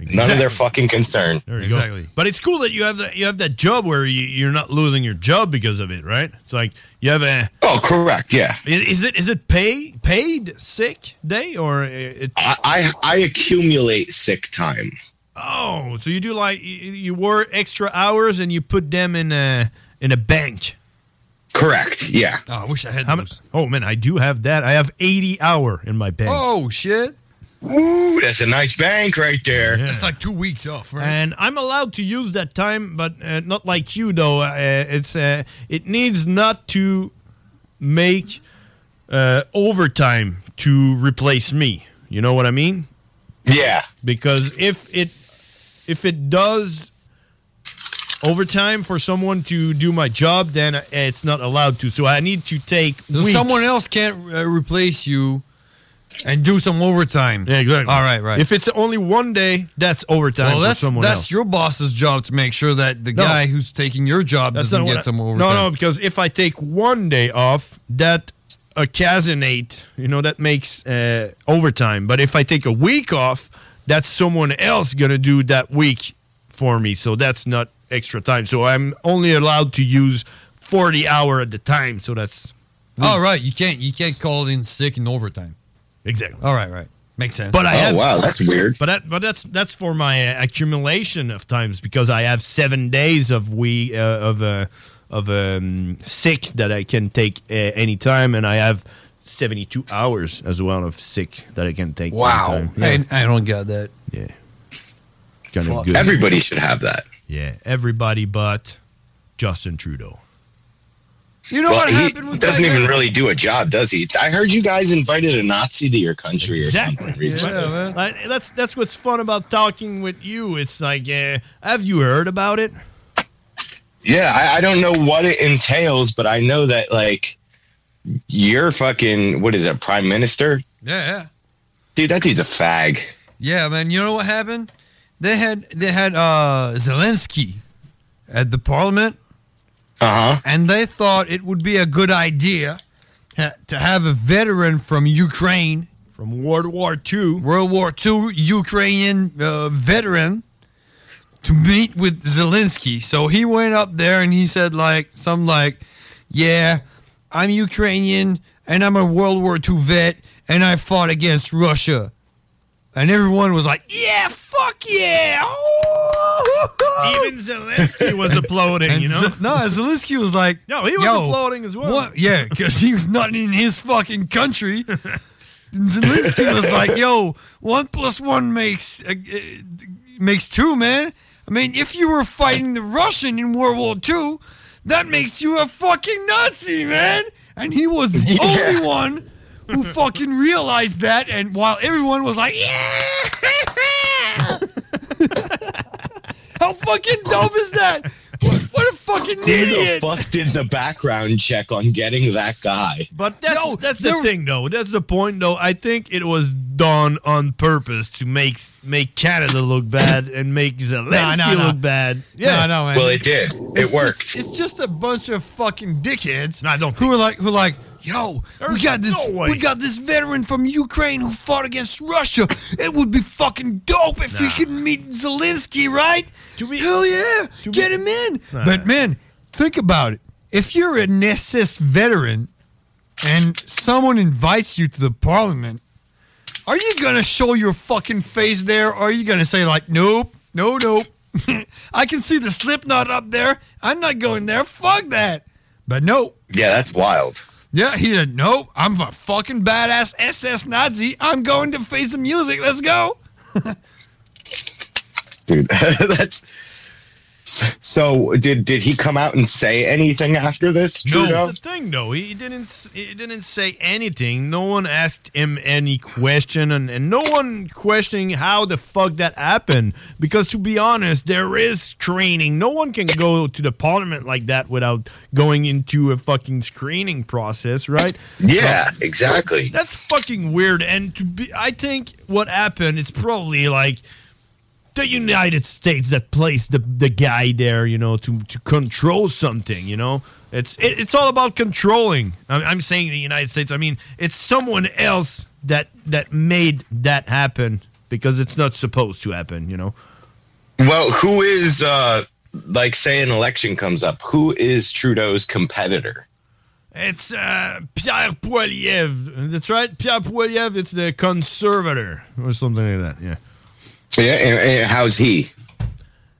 None of their fucking concern.
There you go. But it's cool that you have that you have that job where you, you're not losing your job because of it, right? It's like you have a
Oh, correct. Yeah.
Is, is it is it pay paid sick day or it?
I, I I accumulate sick time.
Oh, so you do like you, you work extra hours and you put them in a in a bank.
Correct. Yeah.
Oh, I wish I had
those. oh man, I do have that. I have eighty hour in my bank.
Oh shit.
Woo, that's a nice bank right there.
That's like two weeks off, right?
And I'm allowed to use that time, but uh, not like you though. Uh, it's uh, it needs not to make uh, overtime to replace me. You know what I mean?
Yeah.
Because if it if it does overtime for someone to do my job, then it's not allowed to. So I need to take
So
weeks.
someone else can't uh, replace you And do some overtime. Yeah, exactly. All right, right.
If it's only one day, that's overtime
well,
for
that's
someone
that's
else.
your boss's job to make sure that the
No.
guy who's taking your job
That's
doesn't
not what
get
I-
some overtime.
No, no, because if I take one day off, that occasionate, you know, that makes uh, overtime. But if I take a week off, that's someone else gonna do that week for me. So that's not extra time. So I'm only allowed to use forty hour at the time. So that's
All right, you can't you can't call in sick in overtime.
Exactly.
All right, right. Makes sense.
But I
Oh,
have, But that, but that's that's for my uh, accumulation of times because I have seven days of we uh, of uh, of um, sick that I can take uh, anytime, and I have seventy two hours as well of sick that I can take. anytime. Yeah.
I, I don't got that.
Yeah. Kinda
Fuck.
good.
Everybody should have that.
Yeah, everybody but Justin Trudeau.
You know
what happened with doesn't even really do a job, does he? I heard you guys invited a Nazi to your country or something recently.
Like, that's that's what's fun about talking with you. It's like, uh, have you heard about it?
Yeah, I, I don't know what it entails, but I know that like your fucking what is it, prime minister?
Yeah, yeah.
Dude, that dude's a fag.
Yeah, man. You know what happened? They had they had uh Zelensky at the parliament.
Uh-huh.
And they thought it would be a good idea ha- to have a veteran from Ukraine
from World War II,
World War II Ukrainian uh, veteran to meet with Zelensky. So he went up there and he said like some like, "Yeah, I'm Ukrainian and I'm a World War II vet and I fought against Russia." And everyone was like, Yeah, fuck yeah!
Even Zelensky was applauding,
And
you know?
Ze- no, Zelensky was like,
No, he was
"Yo,
applauding as well.
What? Yeah, because he was not in his fucking country. And Zelensky was like, "Yo, one plus one makes uh, uh, makes two, man. I mean, if you were fighting the Russian in World War II, that makes you a fucking Nazi, man." And he was the
Yeah.
only one who fucking realized that. And while everyone was like, "Yeah." How fucking dope is that? What, what a fucking
Who the
idiot!
fuck did the background check on getting that guy?
But that's, that's the thing, though. That's the point, though. I think it was done on purpose to make make Canada look bad and make Zelensky
no, no.
look bad. Yeah,
No, no, man. Well, it did. It's Just, it's just a bunch of fucking dickheads. No, I don't. Who are like, who are like, yo, we
There's
got this,
no way.
we got this veteran from Ukraine who fought against Russia. It would be fucking dope if we
Nah.
could meet Zelensky, right? Hell yeah, get him in.
Nah.
But man, think about it. If you're an SS veteran and someone invites you to the parliament, are you gonna show your fucking face there? Or are you gonna say like, nope, no, nope? I can see the Slipknot up there. I'm not going there. Fuck that. But no.
Yeah, that's wild.
Yeah, he said, nope. I'm a fucking badass SS Nazi. I'm going to face the music. Let's go.
Dude, that's so did did he come out and say anything after this?
No,
Trudeau?
that's the thing though. He didn't. s- He didn't say anything. No one asked him any question, and, and no one questioning how the fuck that happened. Because to be honest, there is training. No one can go to the parliament like that without going into a fucking screening process, right?
Yeah, exactly.
That's fucking weird. And to be, I think what happened is probably like the United States that placed the, the guy there, you know, to, to control something, you know. It's it, it's all about controlling. I'm, I'm saying the United States. I mean, it's someone else that that made that happen because it's not supposed to happen, you know.
Well, who is uh like say an election comes up, who is Trudeau's competitor?
It's uh, Pierre Poiliev. That's right, Pierre Poiliev. It's the conservator or something like that. Yeah.
Yeah, and, and how's he?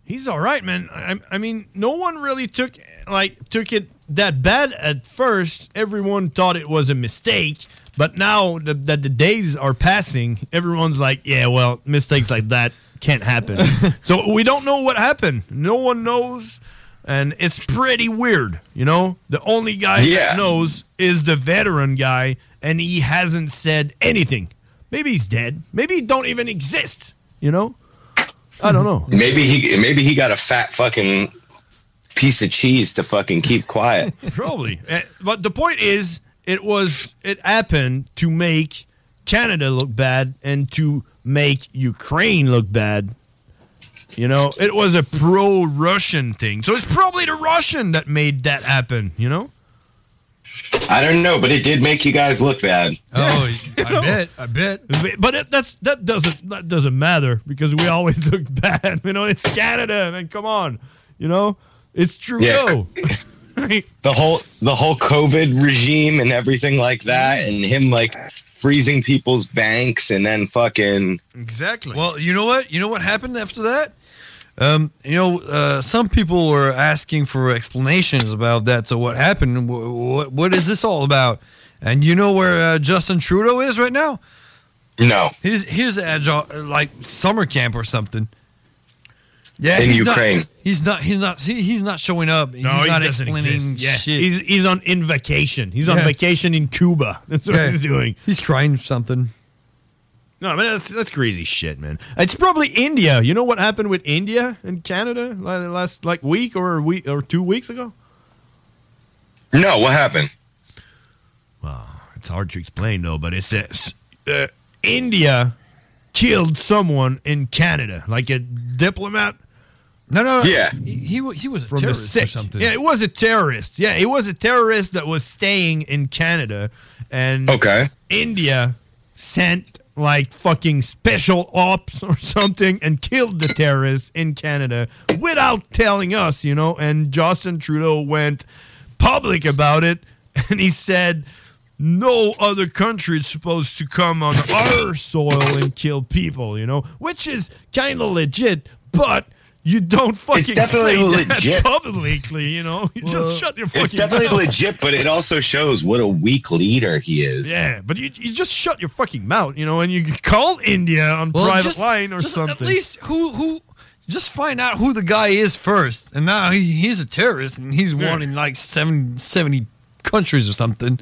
He's all right, man. I, I mean, no one really took like took it that bad at first. Everyone thought it was a mistake, but now that that the days are passing, everyone's like, "Yeah, well, mistakes like that can't happen." so we don't know what happened. No one knows, and it's pretty weird. You know, the only guy
Yeah.
that knows is the veteran guy, and he hasn't said anything. Maybe he's dead. Maybe he don't even exist. You know. I don't know.
Maybe he maybe he got a fat fucking piece of cheese to fucking keep quiet.
Probably. Eh, But the point is, it was it happened to make Canada look bad and to make Ukraine look bad. You know, it was a pro Russian thing. So it's probably the Russian that made that happen, you know?
I don't know, but it did make you guys look bad.
Oh, I bet, I bet. But it, that's that doesn't that doesn't matter because we always look bad. You know, it's Canada, man. Come on, you know, it's true.
Yeah.
the
whole the whole COVID regime and everything like that, and him like freezing people's banks, and then fucking
Exactly.
Well, you know what? You know what happened after that? Um, you know, uh, some people were asking for explanations about that. So what happened? What, what is this all about? And you know where uh, Justin Trudeau is right now?
No.
He's he's at a jo- like summer camp or something. Yeah,
In
he's not-
Ukraine.
he's not. He's not. He, he's not showing up. He's
No, he
not
doesn't
explaining
exist. Yeah.
shit.
He's he's on in vacation. He's on vacation in Cuba. That's what he's doing.
He's trying something.
No, man, that's that's crazy shit, man. It's probably India. You know what happened with India and Canada la- last like week or a week or two weeks ago?
no. What happened?
It's hard to explain though, but it says uh, India killed someone in Canada, like a diplomat.
No, no,
yeah,
he wa- he was a
from the
terrorist or
sick.
something.
Yeah, it was a terrorist. Yeah, it was a terrorist that was staying in Canada, and okay, India sent like fucking special ops or something and killed the terrorists in Canada without telling us, you know. And Justin Trudeau went public about it, and he said. No other country is supposed to come on our soil and kill people, you know, which is kind of legit, but you don't fucking
definitely
say that
legit.
publicly, you know. You just shut your fucking
It's definitely
mouth.
legit, but it also shows what a weak leader he is.
Yeah, but you, you just shut your fucking mouth, you know, and you call India on
Well,
private
just-
line or
just
something.
At least who who just find out who the guy is first, and now he, he's a terrorist and he's
Yeah.
won in like seven, 70 countries or something.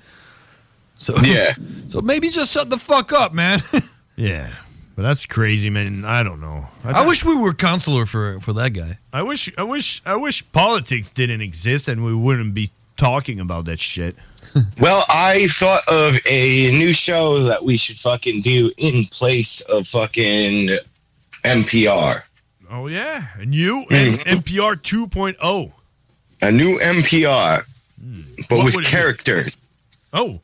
So
Yeah.
so maybe just shut the fuck up, man.
yeah, but that's crazy, man. I don't know.
I wish we were counselor for for that guy.
I wish, I wish, I wish politics didn't exist and we wouldn't be talking about that shit.
Well, I thought of a new show that we should fucking do in place of fucking NPR.
Oh yeah, and you and
Mm-hmm.
NPR 2.0.
A new NPR,
Hmm.
but with characters.
Oh,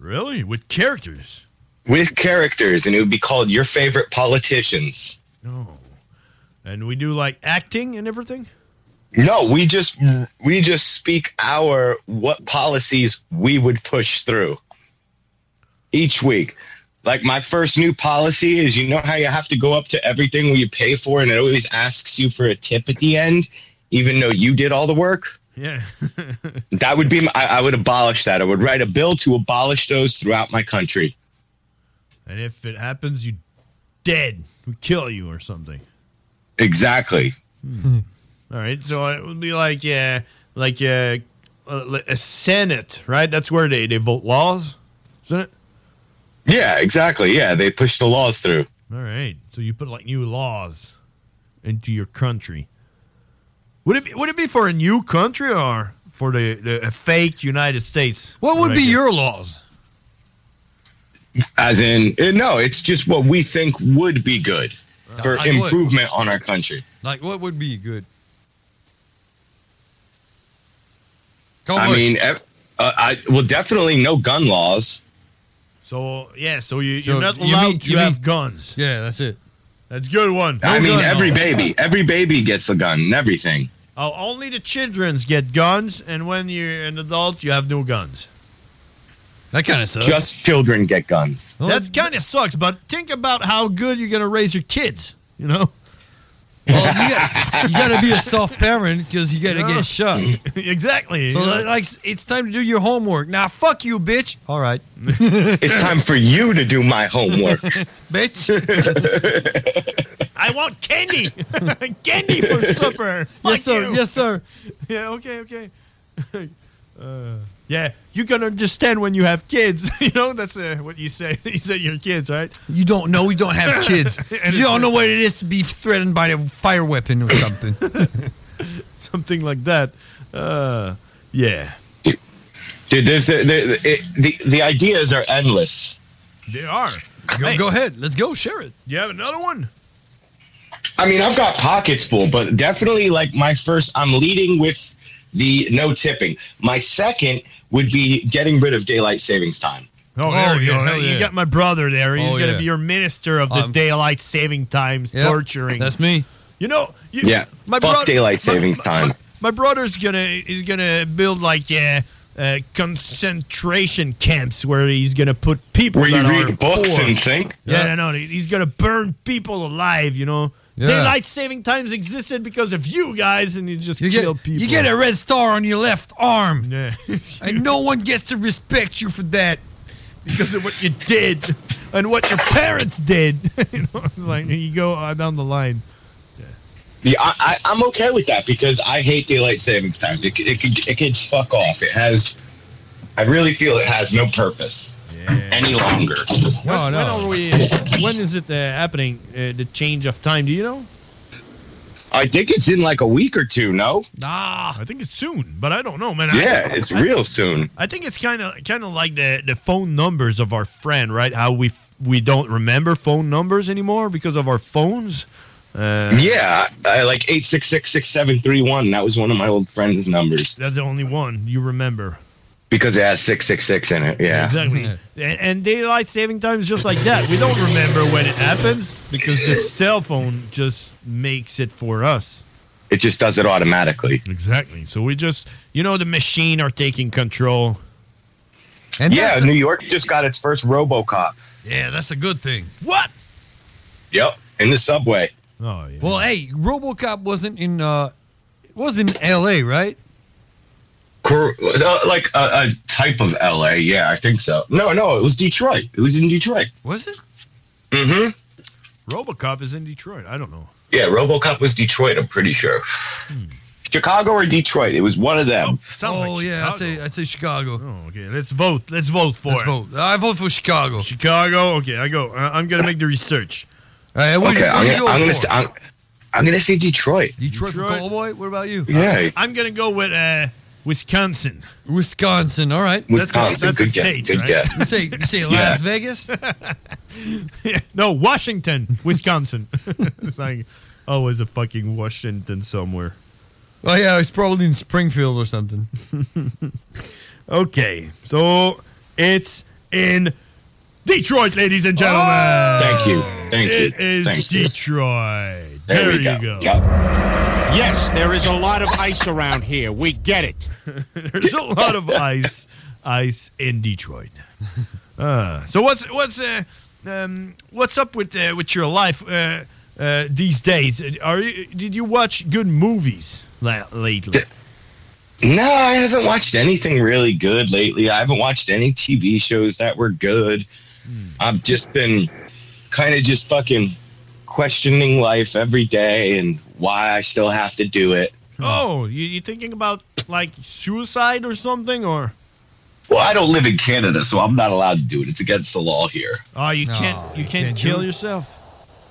really? With characters?
With characters, and it would be called Your Favorite Politicians.
No. And we do like acting and everything.
No, we just we just speak our what policies we would push through each week. Like my first new policy is you know how you have to go up to everything where you pay for and it always asks you for a tip at the end, even though you did all the work?
Yeah.
That would be my, I, I would abolish that. I would write a bill to abolish those throughout my country.
And if it happens, you dead. We kill you or something.
Exactly.
Hmm. All right. So it would be like yeah, like uh, uh, li- a senate, right? That's where they they vote laws, isn't it?
Yeah, exactly. Yeah, they push the laws through.
All right. So you put like new laws into your country. Would it be, would it be for a new country or for the, the a fake United States?
What would be your laws?
As in eh, no, it's just what we think would be good
Uh,
for
I would.
improvement on our country.
Like what would be good?
I mean, ev- uh, I well, definitely no gun laws.
So yeah, so you,
So
you're not
you
allowed
mean-
to
you
have
mean-
guns.
Yeah, that's it.
That's a good one.
I
No
mean,
gun
every
laws.
baby, every baby gets a gun and everything.
Oh, only the childrens get guns, and when you're an adult, you have no guns.
That kind of sucks.
Just children get guns.
That kind of sucks, but think about how good you're going to raise your kids, you know?
Well, you got, you got to be a soft parent because you got to
Yeah.
get shot.
exactly.
So like, it's time to do your homework. Now, fuck you, bitch. All right.
it's time for you to do my homework.
bitch.
I want candy. candy for supper. Fuck
yes, sir.
you.
Yes, sir.
Yeah, okay, okay. uh, yeah, you can understand when you have kids. you know, that's uh, what you say. you say your kids, right?
You don't know. You don't have kids.
And
you don't
it's-
know what it is to be threatened by a fire weapon or something.
Something like that. Uh, yeah.
Dude, there's, there, there, it, the the ideas are endless.
They are.
Go, go ahead. Let's go. Share it.
You have another one?
I mean, I've got pockets full, but definitely like my first, I'm leading with the no tipping. My second would be getting rid of daylight savings time.
Oh, there you go. You got my brother there. He's
Oh,
going to
yeah.
be your minister of the
I'm-
daylight saving times
Yep,
torturing.
that's
me.
You know, you,
yeah.
my
Fuck
brother-
daylight savings time.
My brother's gonna is gonna build like uh, uh, concentration camps where he's gonna put people
Where you
that
read
are
books
poor.
and think?
Yeah,
Yeah.
no, no, he's gonna burn people alive. You know,
Yeah.
daylight saving times existed because of you guys, and you just
You
kill
get,
people.
you get a red star on your left arm.
Yeah.
and no one gets to respect you for that.
because of what you did and what your parents did. you know, it's like you go uh, down the line.
Yeah, I, I, I'm okay with that because I hate daylight savings time. It, c- it, could it could fuck off. It has, I really feel it has no purpose any longer.
When, when are we? When is it uh, happening? Uh, the change of time? Do you know?
I think it's in like a week or two. No,
Ah, I think it's soon, but I don't know, man.
yeah,
I,
it's
I-
real soon.
I think it's kind of kind of like the the phone numbers of our friend, right? How we f- we don't remember phone numbers anymore because of our phones. Uh,
yeah, I, like eight six six six seven three one. That was one of my old friend's numbers
that's the only one you remember.
because it has six six six in it. Yeah,
Exactly. And, and daylight saving time is just like that. We don't remember when it happens because the cell phone just makes it for us.
It just does it automatically.
Exactly. So we just, you know, the machine are taking control. And
yeah, New York just got its first RoboCop.
Yeah, that's a good thing.
What?
Yep, in the subway.
Oh yeah.
Well, hey, RoboCop wasn't in uh it was in LA, right?
Cor- uh, like a, a type of LA. Yeah, I think so. No, no, it was Detroit. It was in Detroit.
Was it?
Mm-hmm.
RoboCop is in Detroit. I don't know.
Yeah, RoboCop was Detroit. I'm pretty sure.
Hmm.
Chicago or Detroit? It was one of them.
Sounds
oh, yeah, I'd say, I'd say Chicago.
Oh, okay. Let's vote. Let's vote for
Let's
it.
vote. I vote for Chicago.
Chicago. Okay, I go. I- I'm gonna make the research.
Uh, what
okay,
you- what
I'm
you
gonna,
going
I'm, gonna
for?
st- I'm, I'm gonna say Detroit.
Detroit, for Cowboy. What about you?
Yeah.
I'm gonna go with uh, Wisconsin.
Wisconsin. All right.
That's a- that's a state, right?
You say, you say Las Vegas?
no, Washington, Wisconsin. it's like always a fucking Washington somewhere.
Oh yeah, it's probably in Springfield or something.
okay, so it's in Detroit, ladies and gentlemen.
Thank you. Thank you.
It is
Thank you.
Detroit.
There
There,
we
you go.
go.
Yes, there is a lot of ice around here. We get it.
There's a lot of ice, ice in Detroit. Uh, so what's what's uh, um, what's up with uh, with your life uh, uh, these days? Are you did you watch good movies la- lately?
No, I haven't watched anything really good lately. I haven't watched any TV shows that were good.
Hmm.
I've just been kind of just fucking questioning life every day and why I still have to do it.
Oh, you, you thinking about like suicide or something or?
Well, I don't live in Canada, so I'm not allowed to do it. It's against the law here.
Oh, you can't you can't, kill yourself.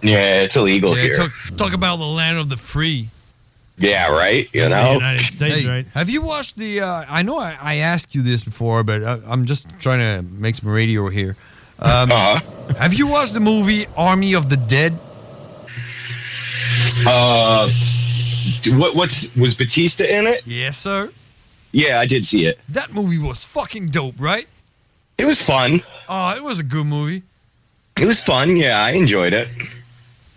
Yeah, it's illegal
Yeah,
here.
talk, talk about the land of the free.
yeah, right. You know.
Hey, Have you watched the? Uh, I know I, I asked you this before, but I, I'm just trying to make some radio here. Um,
Uh-huh.
Have you watched the movie Army of the Dead?
Uh, d- what what's was Batista in it?
Yes, sir.
Yeah, I did see it.
That movie was fucking dope, right?
It was fun.
Oh, it was a good movie.
It was fun. Yeah, I enjoyed it.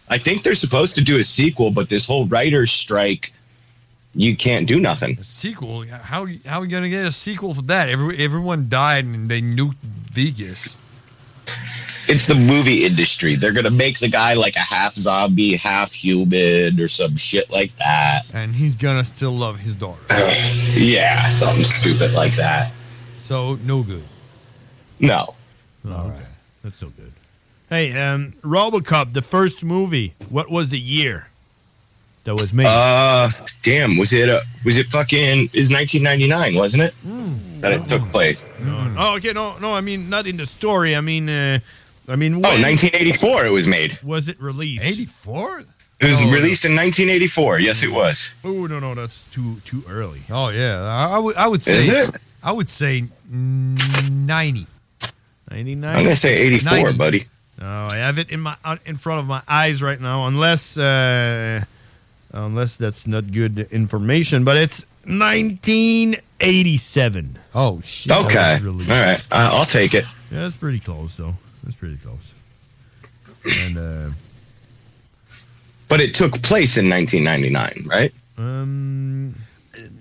I think they're supposed to do a sequel, but this whole writer's strike, you can't do nothing.
Sequel? How how are you gonna get a sequel to that? Every, everyone died and they nuked Vegas.
It's the movie industry. They're gonna make the guy like a half zombie, half human, or some shit like that.
and he's gonna still love his daughter.
yeah, something stupid like that.
So no good.
No.
All right, that's no good. Hey, um, RoboCop, the first movie. What was the year? That was me.
Uh, damn. Was it a? Was it fucking? Is 1999, wasn't it?
Hmm.
That it took place.
Oh, okay. No, no. I mean, not in the story. I mean, uh, I mean,
Oh, 1984 it was made.
Was it released? Eighty-four.
It was released in 1984. Yes, it was.
Oh no, no, that's too too early.
Oh yeah, I, I would I would say
Is it?
I would say ninety.
99?
I'm gonna say 84,
90.
buddy.
Oh, I have it in my out in front of my eyes right now. Unless, uh, unless that's not good information, but it's 1987. Oh shit! that
okay.
was
All
released.
right. I- I'll take it.
Yeah, that's pretty close though. That's pretty close. And uh,
But it took place in 1999, right?
Um,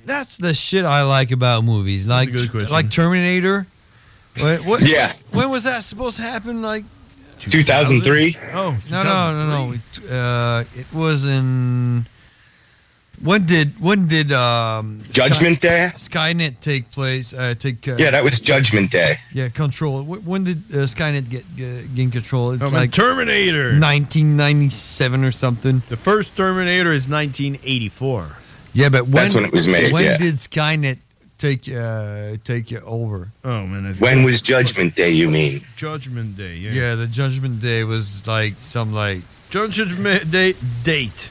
that's the shit I like about movies, like like Terminator. What, what,
Yeah.
When was that supposed to happen? Like
2003?
Oh no no no no! Uh, it was in. When did when did um,
Judgment Day?
Skynet take place? Uh, take uh,
Yeah, that was Judgment Day.
yeah control. Wh- When did uh, Skynet get, get gain control? It's
Oh, man,
like
Terminator.
1997 or something.
The first Terminator is 1984.
Yeah, but when
That's when it was made,
When
yeah.
did Skynet take uh, take you over?
Oh man, that's
When was Judgment Day, you mean?
Judgment Day?
Yeah.
Yeah.
the Judgment Day was like some like
Judgment Day date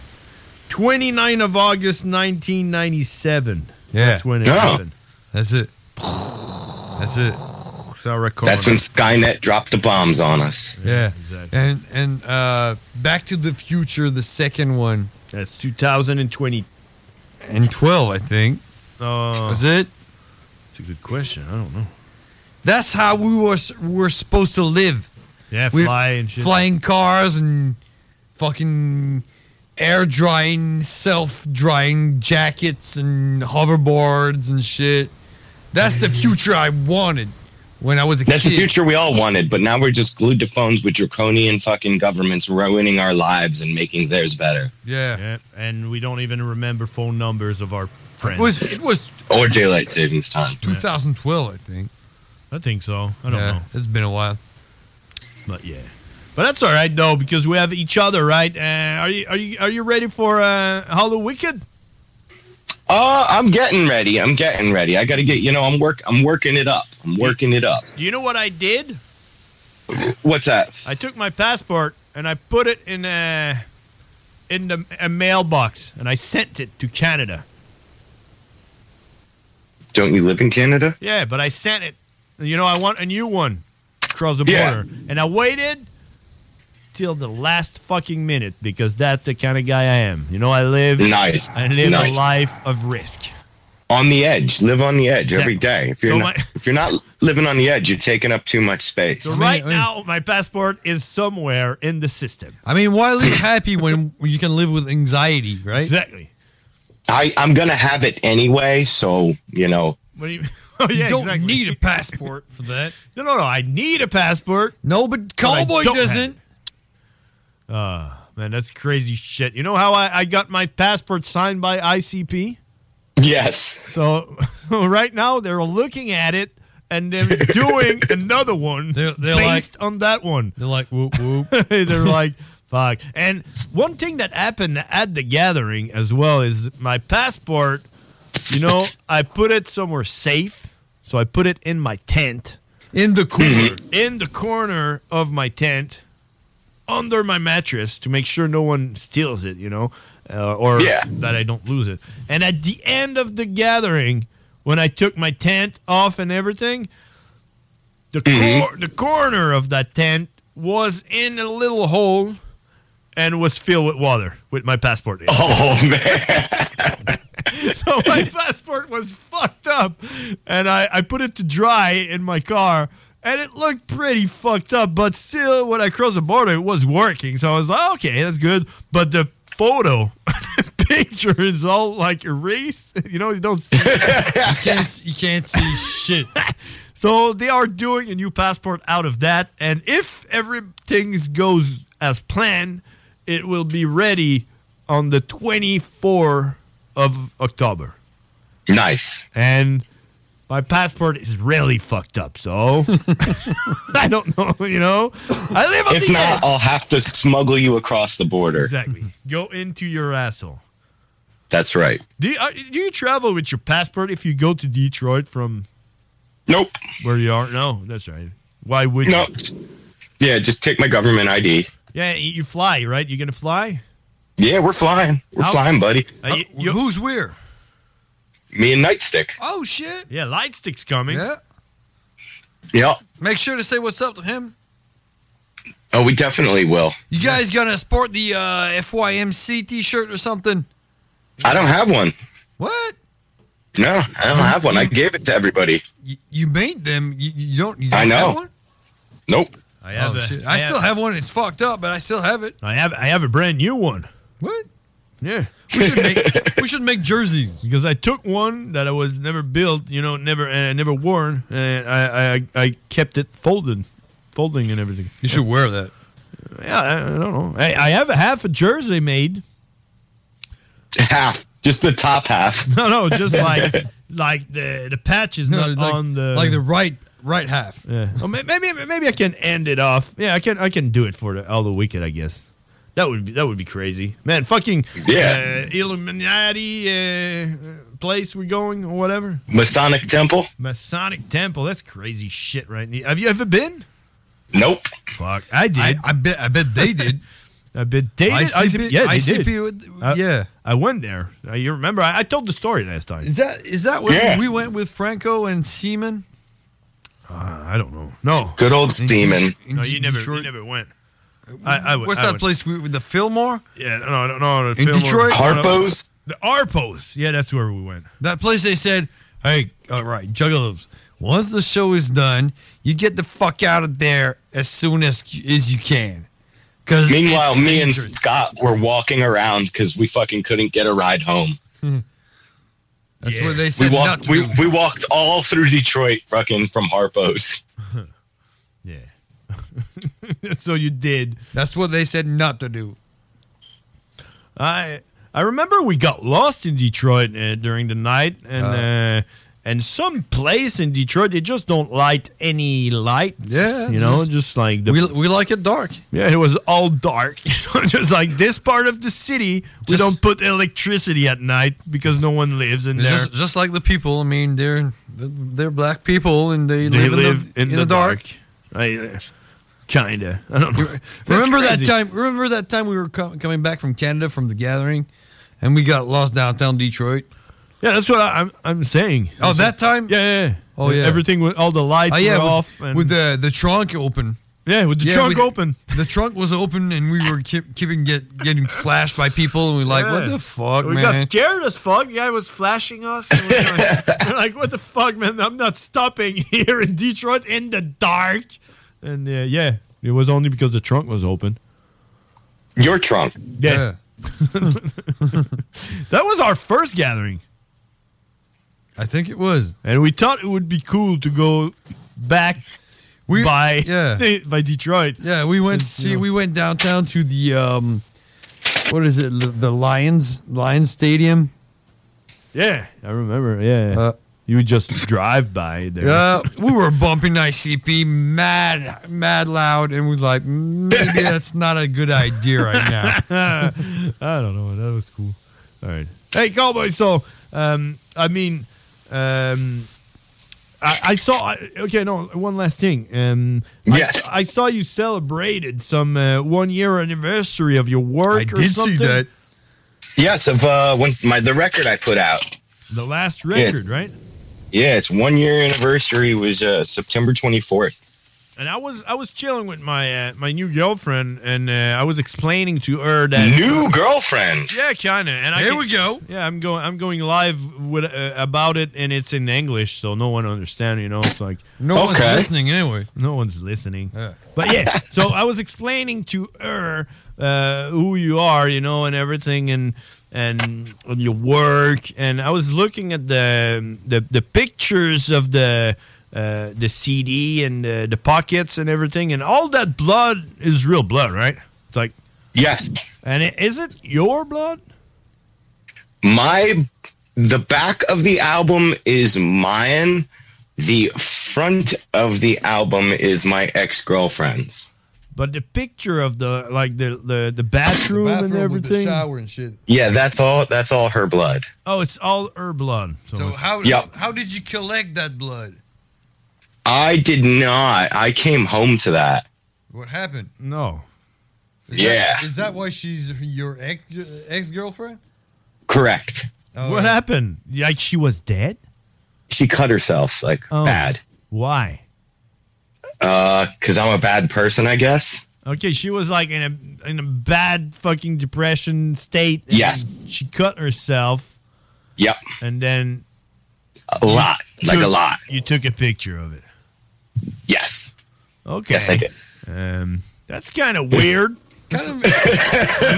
29 of August 1997.
yeah.
That's when it
Yeah.
happened.
That's it. That's it.
That's when Skynet dropped the bombs on us.
Yeah, and and uh, Back to the Future, the second one.
That's 2020
and 12, I think.
Oh.
Was it?
It's a good question. I don't know.
That's how we were s- were supposed to live.
Yeah,
We-
fly and shit.
Flying cars and fucking air drying, self drying jackets and hoverboards and shit. That's the
Mm-hmm.
future I wanted when I was a
That's
kid.
the future we all wanted, but now we're just glued to phones with draconian fucking governments ruining our lives and making theirs better.
Yeah.
And we don't even remember phone numbers of our friends.
It was it was
Or daylight savings time.
2012, I think.
I think so. I don't
Yeah,
know.
It's been a while.
But yeah. But that's all right though, because we have each other, right? Uh, are you are you are you ready for uh, Hollow Wicked?
Oh, I'm getting ready. I'm getting ready. I gotta get you know, I'm work I'm working it up. I'm working it up.
Do you know what I did?
What's that?
I took my passport and I put it in a in the, a mailbox and I sent it to Canada.
Don't you live in Canada?
Yeah, but I sent it. You know, I want a new one across the border,
Yeah.
and I waited till the last fucking minute because that's the kind of guy I am. You know, I live
Nice.
I live
Nice.
a life of risk.
On the edge. Live on the edge every
Exactly.
day. If you're
So
not
my-
if you're not living on the edge, you're taking up too much space.
So right now, my passport is somewhere in the system.
I mean, why live happy when you can live with anxiety, right?
Exactly.
I, I'm gonna have it anyway, so you know.
What do you? Oh yeah,
you don't
exactly.
need a passport for that.
No, no, no. I need a passport.
No, but Cowboy doesn't.
Uh, man, that's crazy shit. You know how I, I got my passport signed by ICP?
Yes.
So right now they're looking at it and they're doing another one
they're
based on that one.
They're like whoop whoop.
they're like fuck. And one thing that happened at the gathering as well is my passport. You know, I put it somewhere safe, so I put it in my tent.
In the corner.
in the corner of my tent, under my mattress to make sure no one steals it, you know, uh, or
Yeah.
that I don't lose it. And at the end of the gathering, when I took my tent off and everything, the
Mm-hmm.
cor- the corner of that tent was in a little hole and was filled with water with my passport. in.
Oh man.
so my passport was fucked up and I, I put it to dry in my car and it looked pretty fucked up but still when i crossed the border it was working so i was like okay that's good but the photo picture is all like erased you know you don't see
You can't you can't see shit.
so they are doing a new passport out of that, and if everything goes as planned, it will be ready on the 24 of October.
Nice.
And my passport is really fucked up, so I don't know. You know, I live on
If
the
not,
edge.
I'll have to smuggle you across the border.
Exactly. Go into your asshole.
That's right.
Do you, uh, do you travel with your passport if you go to Detroit from
Nope.
where you are? No, that's right. Why would you?
Nope. Yeah, just take my government ID.
Yeah, you fly, right? You're gonna fly.
Yeah, we're flying. We're
How-
flying, buddy.
Uh, you- you-
Who's where?
Me and Nightstick.
Oh shit.
yeah, Lightstick's coming.
Yeah.
Yep.
Make sure to say what's up to him.
Oh, we definitely will.
You guys gonna sport the uh, FYMC T-shirt or something?
I don't have one.
What?
No, I don't have one. I gave it to everybody.
You made them. You, you don't. You don't
I know.
Have one?
Nope.
I have.
Oh,
a-
shit. I, still have one. It's fucked up, but I still have it.
I have. I have a brand new one.
What?
Yeah. We should make. we should make jerseys because I took one that I was never built. You know, never, uh, never worn, and I, I, I kept it folded, folding and everything.
You should wear that.
Yeah, I, I don't know. I, I have a half a jersey made.
Half, just the top half.
No, no, just like like the the patch is not
like,
on the
like the right right half.
Yeah. Oh, may- maybe maybe I can end it off. Yeah, I can I can do it for the, all the weekend. I guess that would be that would be crazy, man. Fucking
Yeah.
uh, Illuminati uh, place we're going or whatever.
Masonic Temple?
Masonic Temple. That's crazy shit, right? now. Have you ever been?
Nope.
Fuck, I did. I,
bet. I bet they did.
I bet they did.
ICP
yeah, they
ICP
did.
would-
I-
yeah.
I went there. Uh, you remember? I, I told the story last time.
Is that is that where
Yeah.
we went with Franco and Seaman?
Uh, I don't know. No.
Good old Steeman.
No, you never, you never went. I, I would-
Uh, What's
I
that
would-
place? We, the Fillmore?
Yeah, no, no, no.
In Detroit? Harpo's?
The Harpo's. Yeah, that's where we went.
That place they said, hey, all right, juggalos, once the show is done, you get the fuck out of there as soon as, as you can. Cause
Meanwhile, me and Scott were walking around because we fucking couldn't get a ride home.
Hmm. That's where they
We
said not
walked,
to
we,
do.
we walked all through Detroit fucking from Harpo's.
so you did.
That's what they said not to do.
I I remember we got lost in Detroit uh, during the night, and uh, and some place in Detroit they just don't light any light. Yeah, you know,
just-
just, like the
we, we like it dark.
yeah, it was all dark. just like this part of the city, we
Just-
don't put electricity at night because no one lives in there.
Just, just like the people. I mean, they're they're black people and they,
they
live, in the, in the dark.
I, uh, kinda. I don't know. That's
remember
crazy.
that time? Remember that time we were co- coming back from Canada from the gathering, and we got lost downtown Detroit.
Yeah, that's what I, I'm I'm saying.
Oh, that time?
Yeah, yeah. yeah.
Oh, yeah.
Everything with all the lights
oh, yeah,
were
with,
off and
with the the trunk open.
Yeah, with the trunk open.
The trunk was open, and we were keep, keeping get getting flashed by people, and we like, what
Yeah.
the fuck,
we
man?
got scared as fuck. Guy was flashing us. and we're like- we're like, what the fuck, man? I'm not stopping here in Detroit in the dark. And uh, yeah, it was only because the trunk was open.
Your trunk.
Yeah. that was our first gathering.
I think it was.
And we thought it would be cool to go back by
yeah.
by Detroit.
Yeah, we went
Since,
see
you know-
we went downtown to the um, what is it? L- The Lions Lions Stadium.
Yeah, I remember. Yeah. you would just drive by there.
Yeah, we were bumping ICP mad, mad loud, and we're like, maybe that's not a good idea right now.
I don't know. That was cool. All right. Hey, cowboy. So, um, I mean, um, I, I saw. I- Okay, no. One last thing. Um, yes. I, saw you celebrated some uh, one year anniversary of your work. or something.
Yes, of uh, when my the record I put out.
The last
Yeah.
record, right?
Yeah, its one year anniversary was uh, September 24th.
And I was I was chilling with my uh, my new girlfriend, and uh, I was explaining to her that
New girlfriend.
Yeah, kind of. And I
There
can-
we go.
Yeah, I'm going. I'm going live with uh, about it, and it's in English, so no one understands. You know, it's like
No one's Okay. listening anyway.
No one's listening. But yeah, so I was explaining to her uh, who you are, you know, and everything, and and on your work, and I was looking at the the, the pictures of the. Uh, the CD and the, the pockets and everything, and all that blood is real blood, right? It's like
yes.
And i- is it your blood?
My the back of the album is mine. The front of the album is my ex girlfriend's.
But the picture of the like the the, the bathroom, and everything.
and shit.
Yeah, that's all. That's all her blood.
Oh, it's all her blood. So,
So
it's-
how
Yep.
how did you collect that blood?
I did not. I came home to that.
What happened?
No.
Is
Yeah.
That, is that why she's your ex ex girlfriend?
Correct.
what happened? Like she was dead?
She cut herself like bad.
Why?
Because uh, I'm a bad person, I guess.
Okay, she was like in a in a bad fucking depression state. and
Yes.
she cut herself.
Yep.
And then
A lot,
You
like a
took-
lot.
You took a picture of it.
Yes.
Okay.
Yes, I did.
Um, that's kind of weird. kind of. I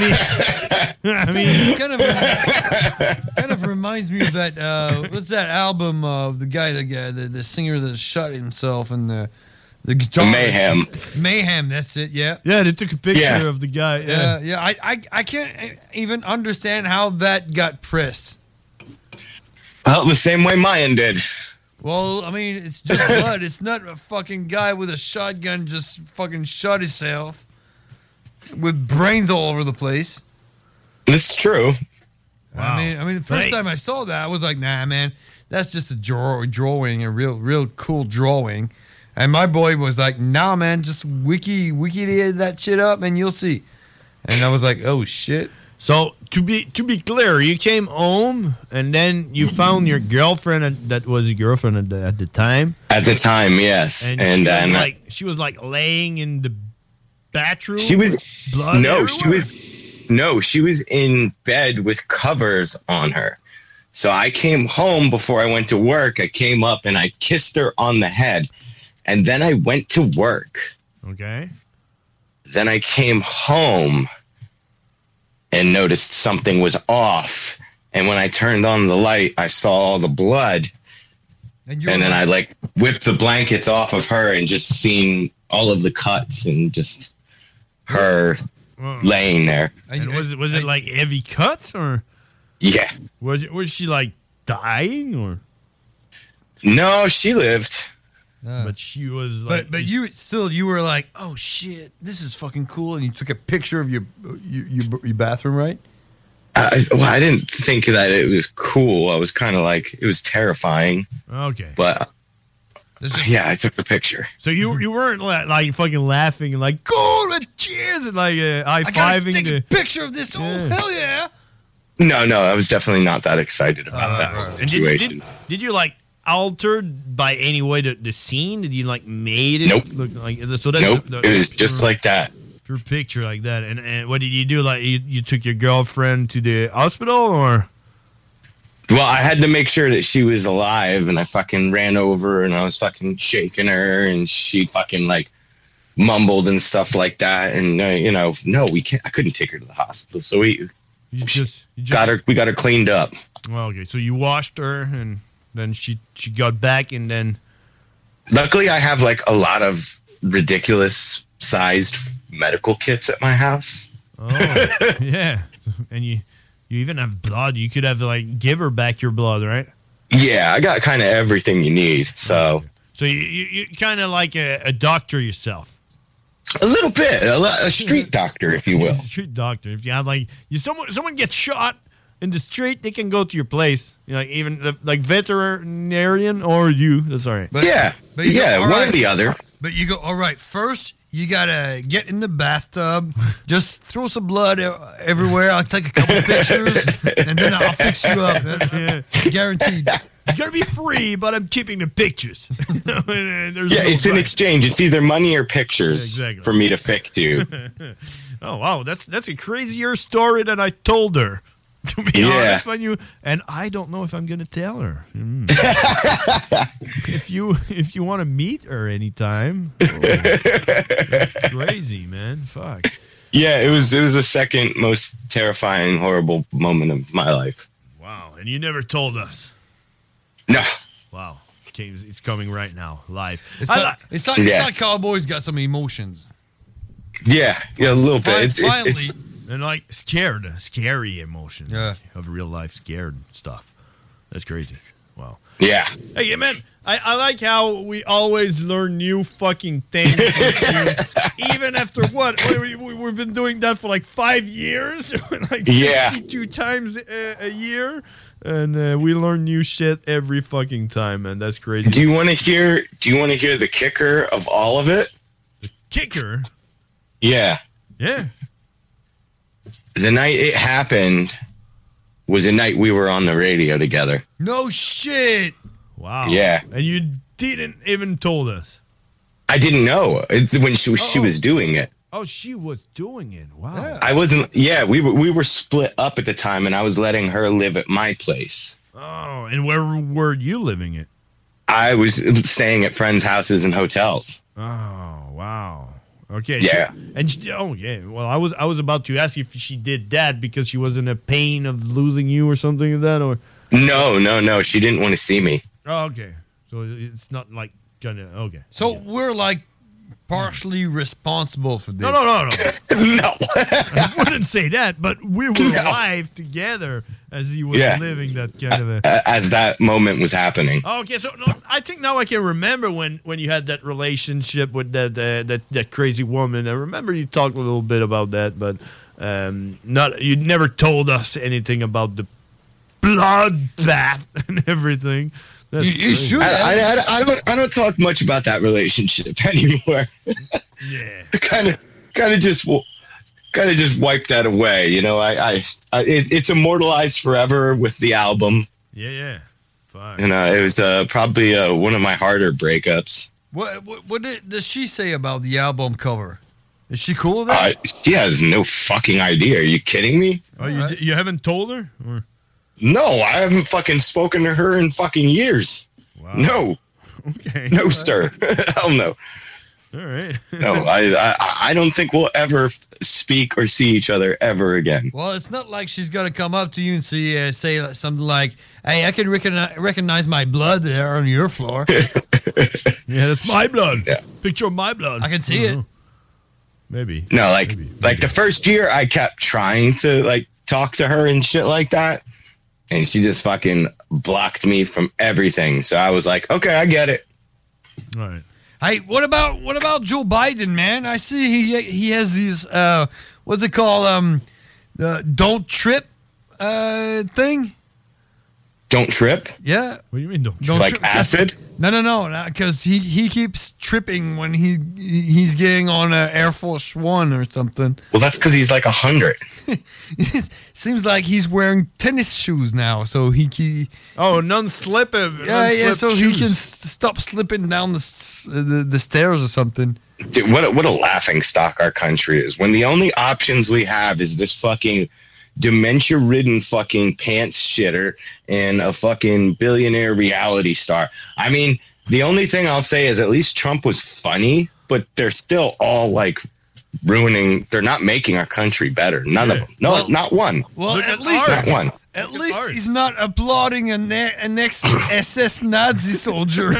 mean, I mean,
kind of kind of reminds me of that uh, what's that album of the guy the guy the, the singer that shot himself and the the guitar
Mayhem.
mayhem that's it yeah
yeah they took a
picture
Yeah. of the guy yeah.
yeah, I, I I can't e, even understand how that got pressed
Well, the same way mine did.
well I mean it's just blood it's not a fucking guy with a shotgun just fucking shot himself with brains all over the place
It's true.
I mean, I mean, the first
Right.
time I saw that, I was like, "Nah, man, that's just a draw- drawing, a real, real cool drawing." And my boy was like, "Nah, man, just wiki, wiki that shit up, and you'll see." And I was like, "Oh shit!"
So to be to be clear, you came home and then you found your girlfriend at, that was your girlfriend at the, at the time.
At the time, yes.
And,
And,
she was
and, uh,
like she was like laying in the bathroom.
She was
with blood
no,
everywhere?
she was no, she was in bed with covers on her. So I came home before I went to work. I came up and I kissed her on the head, and then I went to work.
okay.
Then I came home and noticed something was off. And when I turned on the light, I saw all the blood.
And,
then I like whipped the blankets off of her and just seen all of the cuts and just her laying there.
And was it was it like heavy cuts or
Yeah.
was it, was she like dying or?
No, she lived.
but she was like,
But but you still you were like, "Oh shit, this is fucking cool," and you took a picture of your your, your, your bathroom, right?
I, well, I didn't think that it was cool. I was kind of like, it was terrifying.
okay.
But yeah, I took the picture.
So you you weren't la- like fucking laughing and like cool and cheers and like uh, high fiving the
picture of this. Oh hell yeah!
No, no, I was definitely not that excited about that whole
Uh, And did, you-
situation.
did, did you like alter by any way the, the scene? Did you like made it
Nope.
look like so? That's
nope,
the-
it was just like that.
your picture like that. And, and what did you do? Like you, you took your girlfriend to the hospital or
Well, I had to make sure that she was alive, and I fucking ran over and I was fucking shaking her, and she fucking like mumbled and stuff like that. And uh, you know, no, we can't. I couldn't take her to the hospital, so we
you just, you just
got her. We got her cleaned up.
Well, okay, so you washed her and then she she got back and then
Luckily, I have like a lot of ridiculous sized medical kits at my house.
oh yeah, and you you even have blood. You could have like give her back your blood, right?
Yeah, I got kind of everything you need. So
So you you, you kind of like a, a doctor yourself.
a little bit, a, lo- a street doctor, if you will.
street doctor. If you have like you someone someone gets shot in the street, they can go to your place. You know, like, even the, like veterinarian or you. That's all right.
But-
yeah,
but you
yeah,
know,
one or
alright.
the other.
But you go, all right, first you gotta get in the bathtub, just throw some blood e- everywhere. I'll take a couple of pictures and then I'll fix you up. Yeah, Guaranteed.
It's gonna be free, but I'm keeping the pictures. There's
Yeah,
no
it's an
price.
exchange. It's either money or pictures
Yeah, exactly.
for me to fix you.
oh wow, that's that's a crazier story than I told her. To be
Yeah.
honest, when you and I don't know if I'm gonna tell her. Mm. if you if you want to meet her anytime, oh, that's crazy, man. Fuck.
yeah, it was it was the second most terrifying, horrible moment of my life.
Wow, and you never told us.
No.
Wow, Came- it's coming right now, live.
It's
I
like,
li-
it's like, it's like Cowboys got some emotions.
Yeah, yeah, a little bit. It's, it's,
finally,
it's,
and like scared, scary emotions
Yeah.
of real life, scared stuff. That's crazy. Wow.
yeah.
Hey, man, I, I like how we always learn new fucking things. with you. Even after what? We, we, we've been doing that for like five years, like
Yeah.
52 times a, a year. And uh, we learn new shit every fucking time, man. That's crazy.
Do you want to hear? Do you want to hear the kicker of all of it?
Kicker?
Yeah.
Yeah.
The night it happened was a night we were on the radio together.
No shit. Wow. Oh.
Yeah.
And you didn't even told us.
I didn't know it's when she was she was doing it.
Oh, she was doing it. Wow.
I wasn't. Yeah, we were we were split up at the time, and I was letting her live at my place.
Oh, and where were you living it?
I was staying at friends' houses and hotels.
Oh, wow. Okay.
Yeah.
she- and she, oh yeah. Well, I was I was about to ask if she did that because she was in a pain of losing you or something like that or.
No, no, no. She didn't want to see me.
Oh, okay. So it's not like gonna. Okay.
So we're like partially responsible for this.
No, no, no,
no. no.
I wouldn't say that, but we were alive together as he was
Yeah.
living that kind of a. Oh,
a- as that moment was happening.
Okay, so no, I think now I can remember when, when you had that relationship with that, uh, that that crazy woman. I remember you talked a little bit about that, but um, not you never told us anything about the bloodbath and everything. That's
I,
crazy.
I, I, I don't. I don't talk much about that relationship anymore.
yeah.
kind of, kind of just, kind of just wipe that away. You know, I, I, I it, it's immortalized forever with the album.
yeah, yeah.
And uh, it was uh, probably uh, one of my harder breakups.
What what, what did, does she say about the album cover? Is she cool with
Uh,
that?
she has no fucking idea. Are you kidding me?
Oh,
Uh,
you, you haven't told her? Or?
No, I haven't fucking spoken to her in fucking years. No.
Okay.
No, sir. Hell no.
All right.
No, I, I I don't think we'll ever f- speak or see each other ever again.
Well, it's not like she's gonna come up to you and say, uh, say like- something like, "Hey, I can recognize, recognize my blood there on your floor."
yeah, that's my blood. Picture of my blood. I
can see it.
Maybe.
No, like like the first year I kept trying to like talk to her and shit like that. And she just fucking blocked me from everything. So I was like, okay, I get it.
All right.
Hey, what about what about Joe Biden, man? I see he he has these uh, what's it called? Um, uh, don't trip uh, thing.
Don't trip.
Yeah.
What do you mean? Don't
Don't
like
trip.
acid?
No, no, no, because he he keeps tripping when he he's getting on uh, Air Force One or something.
Well, that's because he's like a hundred.
Seems like he's wearing tennis shoes now, so he, he
oh non-slip
yeah yeah,
non-slip
so he
shoes.
can s- stop slipping down the, s- uh, the the stairs or something.
Dude, what a, what a laughing stock our country is. When the only options we have is this fucking dementia ridden fucking pants shitter and a fucking billionaire reality star. I mean, the only thing I'll say is at least Trump was funny, but they're still all like ruining. They're not making our country better. None of them. No, not one.
Well, at least
not one.
At least he's not applauding a, ne- an ex SS Nazi soldier.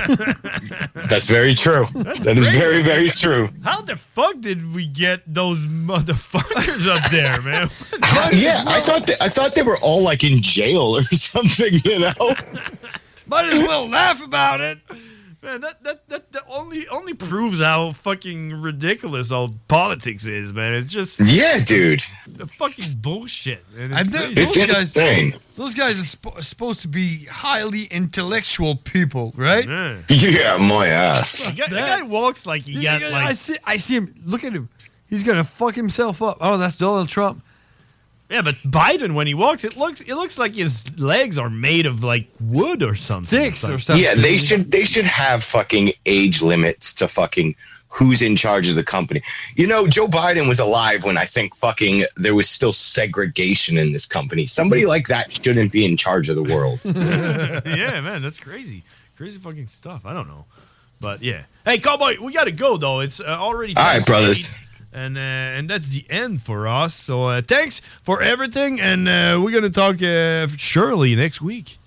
That's very true. That's very very true.
How the fuck did we get those motherfuckers up there, man?
yeah, I thought they, I thought they were all like in jail or something. You know.
Might as well laugh about it.
Man, that, that, that, that only only proves how fucking ridiculous all politics is, man. It's just
Yeah, dude.
the fucking bullshit. Man. It's
And th-
crazy.
those guys, those guys are sp- supposed to be highly intellectual people, right?
Yeah, my ass.
The guy, the guy walks like he got like
I see, I see him. Look at him. He's gonna fuck himself up. Oh, that's Donald Trump.
yeah, but Biden when he walks, it looks it looks like his legs are made of like wood or something. Sticks
or
Yeah, they should they should have fucking age limits to fucking who's in charge of the company. You know, Joe Biden was alive when I think fucking there was still segregation in this company. Somebody like that shouldn't be in charge of the world.
yeah, man, that's crazy, crazy fucking stuff. I don't know, but yeah. Hey, cowboy, we gotta go though. It's uh, already
All right,
past
brothers.
eight, and uh, and that's the end for us. So uh, thanks for everything, and uh, we're gonna talk uh, surely next week.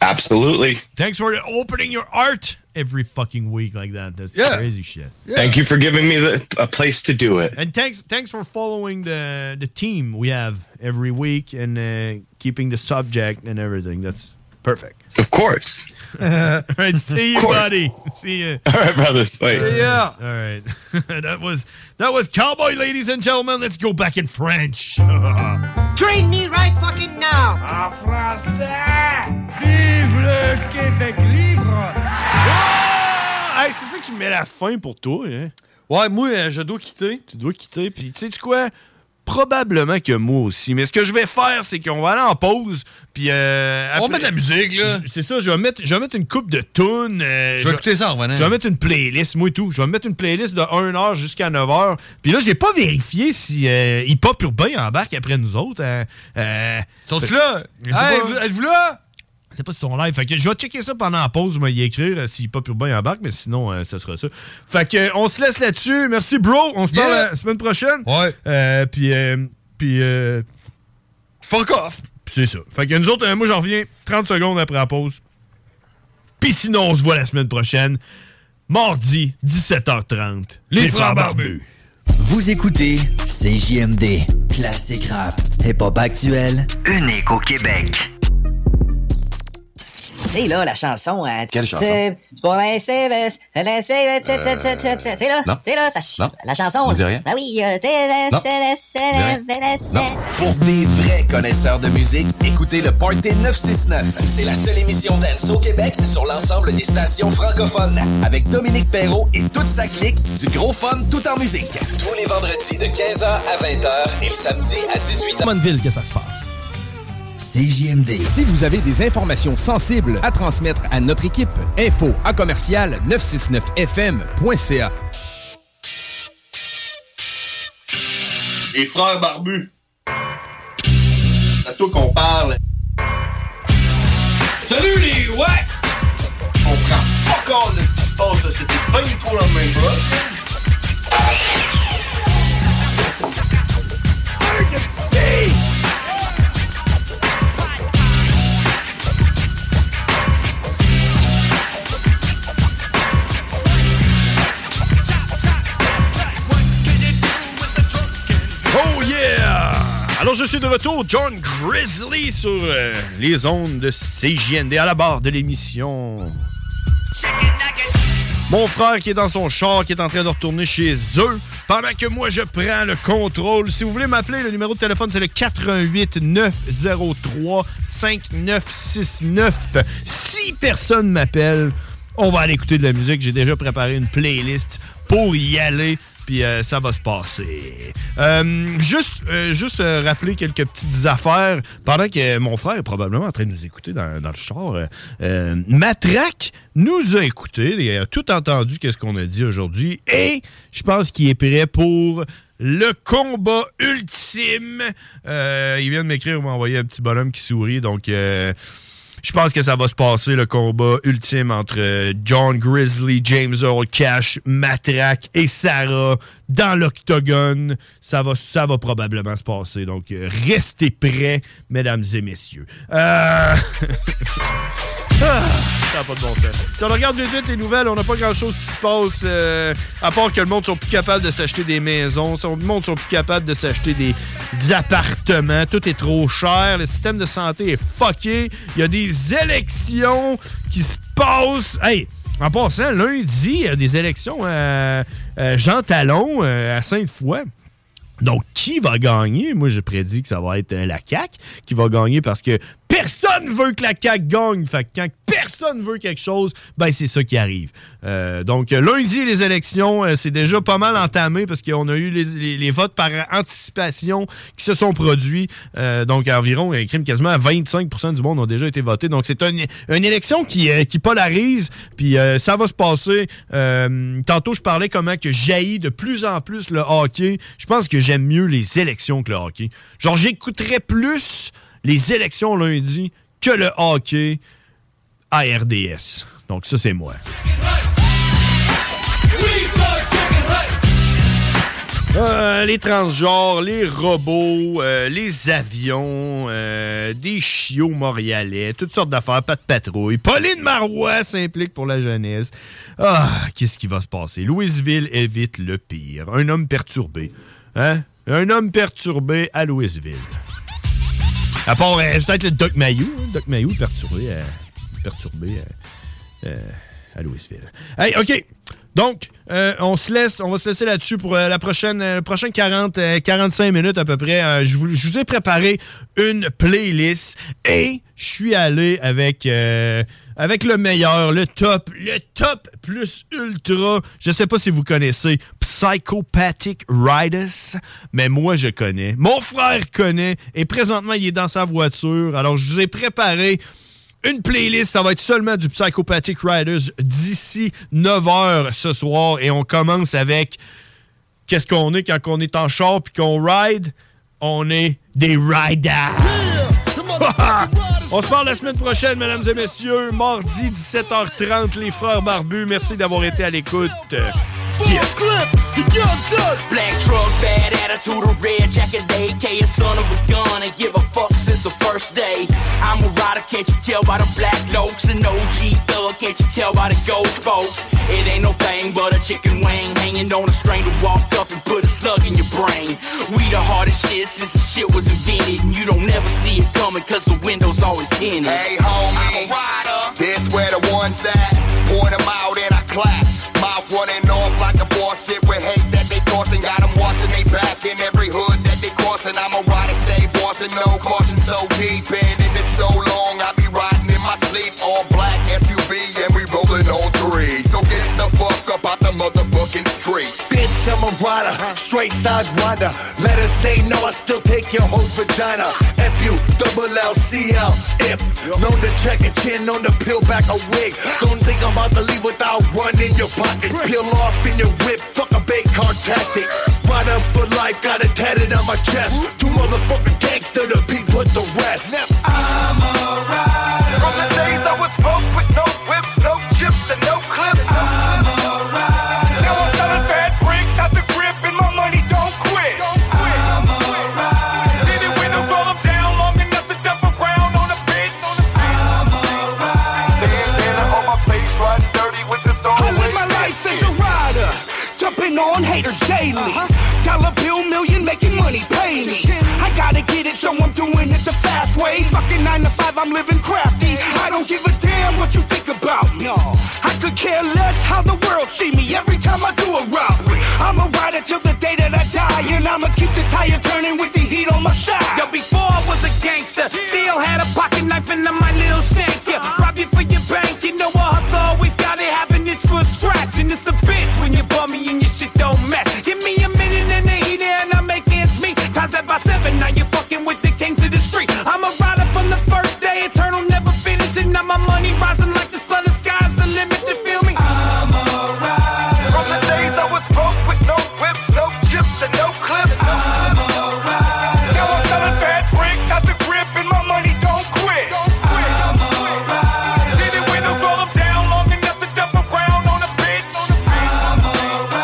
Absolutely.
Thanks for opening your art every fucking week like that. That's crazy shit.
Thank you for giving me the, a place to do it.
And thanks, thanks for following the the team we have every week and uh, keeping the subject and everything. That's perfect.
Of course.
All right, see you,
Of course.
buddy. See you.
All right, brothers. Wait.
Yeah. All right. that was that was cowboy, ladies and gentlemen. Let's go back in French.
Train me right fucking now! En français! Vive le Québec libre!
Ah! Hey, c'est ça qui
euh,
me met la fin pour toi. Hein? Ouais, moi, je dois quitter. Tu dois quitter. Puis, tu sais, quoi? probablement que moi aussi. Mais ce que je vais faire, c'est qu'on va aller en pause. Puis on va mettre la musique, là. C'est ça, je vais mettre, je vais mettre une coupe de tunes. euh,
Je vais écouter ça en revenant.
Je vais mettre une playlist, moi et tout. Je vais mettre une playlist de 1h jusqu'à 9h. Puis là, j'ai pas vérifié si euh, Hip Hop Urbain embarque après nous autres. hein. Euh,
Sont-ils
fait-
là?
Je sais pas.
Hey, vous- êtes-vous là?
Je sais pas si c'est en live. Fait que je vais checker ça pendant la pause, me y écrire euh, si pas plus bien embarque, mais sinon, euh, ça sera ça. Fait que euh, on se laisse là-dessus. Merci, bro. On se
Yeah.
parle la semaine prochaine. Ouais. puis, euh, puis, euh, fuck off. Puis c'est ça. Fait que nous autres, euh, moi, j'en reviens 30 secondes après la pause. Puis sinon, on se voit la semaine prochaine. Mardi, 17h30.
Les Frères Barbus. Vous écoutez CJMD, classique rap, hip-hop actuel, unique au Québec.
C'est là la chanson. hein.
Quelle chanson?
C'est pour les services, les services, c'est c'est- c'est- c'est- c'est- c'est là,
Euh, non.
c'est là, ça ch-
Non.
la chanson.
On dit rien.
Ah oui, euh, c'est les
Non.
services, c'est
rien.
les services.
Pour des vrais connaisseurs de musique, écoutez le Party 969. C'est la seule émission dance au Québec sur l'ensemble des stations francophones. Avec Dominique Perrault et toute sa clique, du gros fun tout en musique. Tous les vendredis de 15h à 20h et le samedi à 18h.
bonne ville que ça se passe. CJMD. Si vous avez des informations sensibles à transmettre à notre équipe, info à commercial 969fm.ca.
Les Frères Barbus. C'est à toi qu'on parle. Salut les ouais! On prend pas compte de ce qui se passe, là. c'était pas du tout la même chose. Oh yeah! Alors je suis de retour, John Grizzly sur euh, les ondes de CJND à la barre de l'émission. Mon frère qui est dans son char, qui est en train de retourner chez eux, pendant que moi je prends le contrôle. Si vous voulez m'appeler, le numéro de téléphone c'est le 88 903 5969. Si personne m'appelle, on va aller écouter de la musique. J'ai déjà préparé une playlist pour y aller. Puis euh, ça va se passer. Euh, juste euh, juste euh, rappeler quelques petites affaires. Pendant que mon frère est probablement en train de nous écouter dans, dans le char, euh, euh, Matraque nous a écoutés. Il a tout entendu qu'est-ce qu'on a dit aujourd'hui. Et je pense qu'il est prêt pour le combat ultime. Euh, il vient de m'écrire, il m'a envoyé un petit bonhomme qui sourit. Donc... euh, je pense que ça va se passer le combat ultime entre euh, John Grizzly, James Earl Cash, Matraque et Sarah dans l'octogone. Ça va, ça va probablement se passer. Donc, euh, restez prêts, mesdames et messieurs. Euh, Ah, ça n'a pas de bon sens. Si on regarde vite, vite les nouvelles, on n'a pas grand-chose qui se passe, euh, à part que le monde sont plus capables de s'acheter des maisons, sont- le monde sont plus capables de s'acheter des, des appartements, tout est trop cher, le système de santé est fucké, il y a des élections qui se passent. Hey, en passant, lundi, il y a des élections à, à Jean Talon, euh, à Sainte-Foy. Donc, qui va gagner? Moi, je prédis que ça va être euh, la CAQ qui va gagner parce que personne veut que la CAQ gagne. Fait que quand personne veut quelque chose, ben c'est ça qui arrive. Euh, donc, euh, lundi, les élections, euh, c'est déjà pas mal entamé parce qu'on a eu les, les- les votes par anticipation qui se sont produits. Euh, donc, environ, euh, crime quasiment 25 du monde ont déjà été votés. Donc, c'est une, une élection qui, euh, qui polarise. Puis, euh, ça va se passer. Euh, tantôt, je parlais comment que jaillit de plus en plus le hockey. Je pense que j'aime mieux les élections que le hockey. Genre, j'écouterais plus les élections lundi que le hockey à RDS. Donc, ça, c'est moi. Euh, les transgenres, les robots, euh, les avions, euh, des chiots montréalais, toutes sortes d'affaires, pas de patrouille. Pauline Marois s'implique pour la jeunesse. Ah, qu'est-ce qui va se passer? Louisville évite le pire. Un homme perturbé. Hein? Un homme perturbé à Louisville. À part euh, peut-être le Doc Mayou. hein, Doc Mayou perturbé à, perturbé à, euh, à Louisville. Hey, OK. Donc, euh, on se laisse, on va se laisser là-dessus pour euh, la prochaine, euh, prochaine 40, euh, 45 minutes à peu près. Euh, je, vous, je vous ai préparé une playlist et je suis allé avec, euh, avec le meilleur, le top, le top plus ultra. Je sais pas si vous connaissez Psy Psychopathic Ritis, mais moi je connais. Mon frère connaît et présentement il est dans sa voiture. Alors je vous ai préparé une playlist, ça va être seulement du Psychopathic Riders d'ici 9h ce soir et on commence avec qu'est-ce qu'on est quand on est en char puis qu'on ride, on est des riders. On se parle la semaine prochaine, mesdames et messieurs. Mardi, 17h30, les frères barbus. Merci d'avoir été à l'écoute.
Black truck, bad attitude, a red jacket, AK, a son of a gun, and give a fuck since the first day. I'm a rider, can't you tell by the black lokes? An OG thug, can't you tell by the gold spokes? It ain't no thing but a chicken wing hanging on a string to walk up and put a slug in your brain. We the hardest shit since the shit was invented, and you don't never see it coming cause the window's always tinted.
Hey, homie, I'm a rider. This where the ones at. Point 'em out and I clap. Mouth running off like the boss shit with hate that they tossing. Got 'em watching they back in every hood that they crossing. I'm a rider, stay bossing, no caution so deep in. And it's so long, I be riding in my sleep. All black SUV and we rolling on three. So get the fuck up out the motherfucking street.
Bitch, I'm a rider, straight sidewinder. Let her say no, I still take your whole vagina. F you, double L, C L, if. Known to check a chin, known to peel back a wig. Don't think I'm about to leave without one in your pocket. Peel off in your whip, fuck a bait card tactic. Rider for life, got it tatted on my chest. Two motherfucking gangster to be put the rest. I'm a rider. From the days I was broke with no whip, no chips, and no clips. I'm a rider. Now I'm not a bad brick, not the grip, and my money don't quit. I'm a rider. Did it with the roll up down long enough to jump around on a bitch. I'm a rider. Bandana on my face, run dirty with the throw.
I live my life as a rider, jumping on haters daily.
Uh-huh.
Dollar bill million making money, pay me. I gotta get it, so I'm doing it the fast way. Fucking nine to five, I'm living crafty. I don't give a damn what you think about me. I could care less how the world see me every time I do a robbery. I'm a rider till the day that I die, and I'ma keep the tire turning with the heat on my side.
Yo, before I was a gangster, still had a pocket knife and my little shank. Yeah, rob you for your bank. You know what hustle always got it happen. It's for scratch and it's a bitch when you bummy and your shit don't match. Give me a minute and the heater and I make ends meet. Times that by seven, now you're fucking with the kings of the street. I'm a rider from the first day, eternal, never finishing. Now my money rising like the sun. The sky's the limit. You feel me? I'm a rider.
From the days I was broke with no whip, no chips, and no clips. I'm a rider. Now I'm not a bad brick, got the grip, and my money don't quit. I'm a rider. Did it with a roll up down long enough to jump around on a bitch. I'm a rider.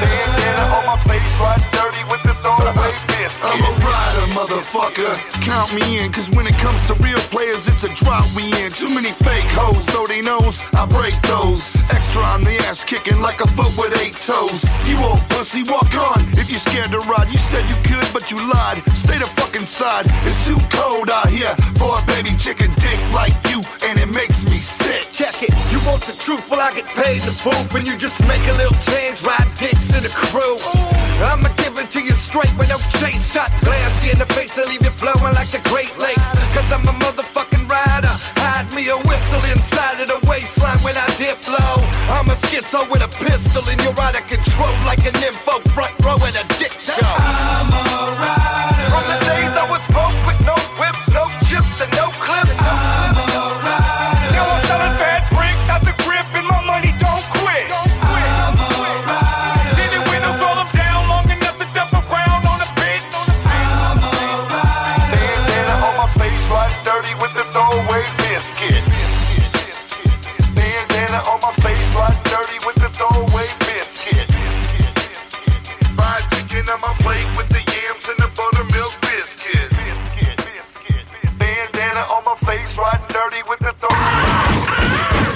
Bandana on my face, run dirty with the throwaway fist.
I'm a rider, motherfucker. Count me in, cause when it comes to real players, it's a drought we in. Too many fake hoes, so they knows I break those. Extra on the ass, kicking like a foot with eight toes. You old pussy, walk on if you scared to ride. You said you could, but you lied. Stay the fuck inside. It's too cold out here for a baby chicken dick like you, and it makes me sick.
Check it. You want the truth? Well, I get paid to prove. When you just make a little change, ride dicks in a crew. I'ma give it to you straight with no chase. Shot glass you in the face and leave you flowing like the Great Lakes. Cause I'm a motherfucking rider. Hide me a whistle inside of the waistline when I dip low. I'm a schizo with a pistol and you're out of control like an info front row at a dick show. I'm a rider. From the days I was broke with no whip, no chips, and no clips. I'm a rider. Now I'm not a bad brick, got the grip, and my money don't quit. I'm a rider.
Did
it with a roll up down long enough to jump around on a bitch. I'm a rider.
Bandana on my face, run dirty with the throwaway biscuit.
Bandana on my face, run dirty with the throwaway biscuit. Fried chicken on my plate with the yams and the buttermilk biscuit. Bandana on my face, run dirty with the throwaway.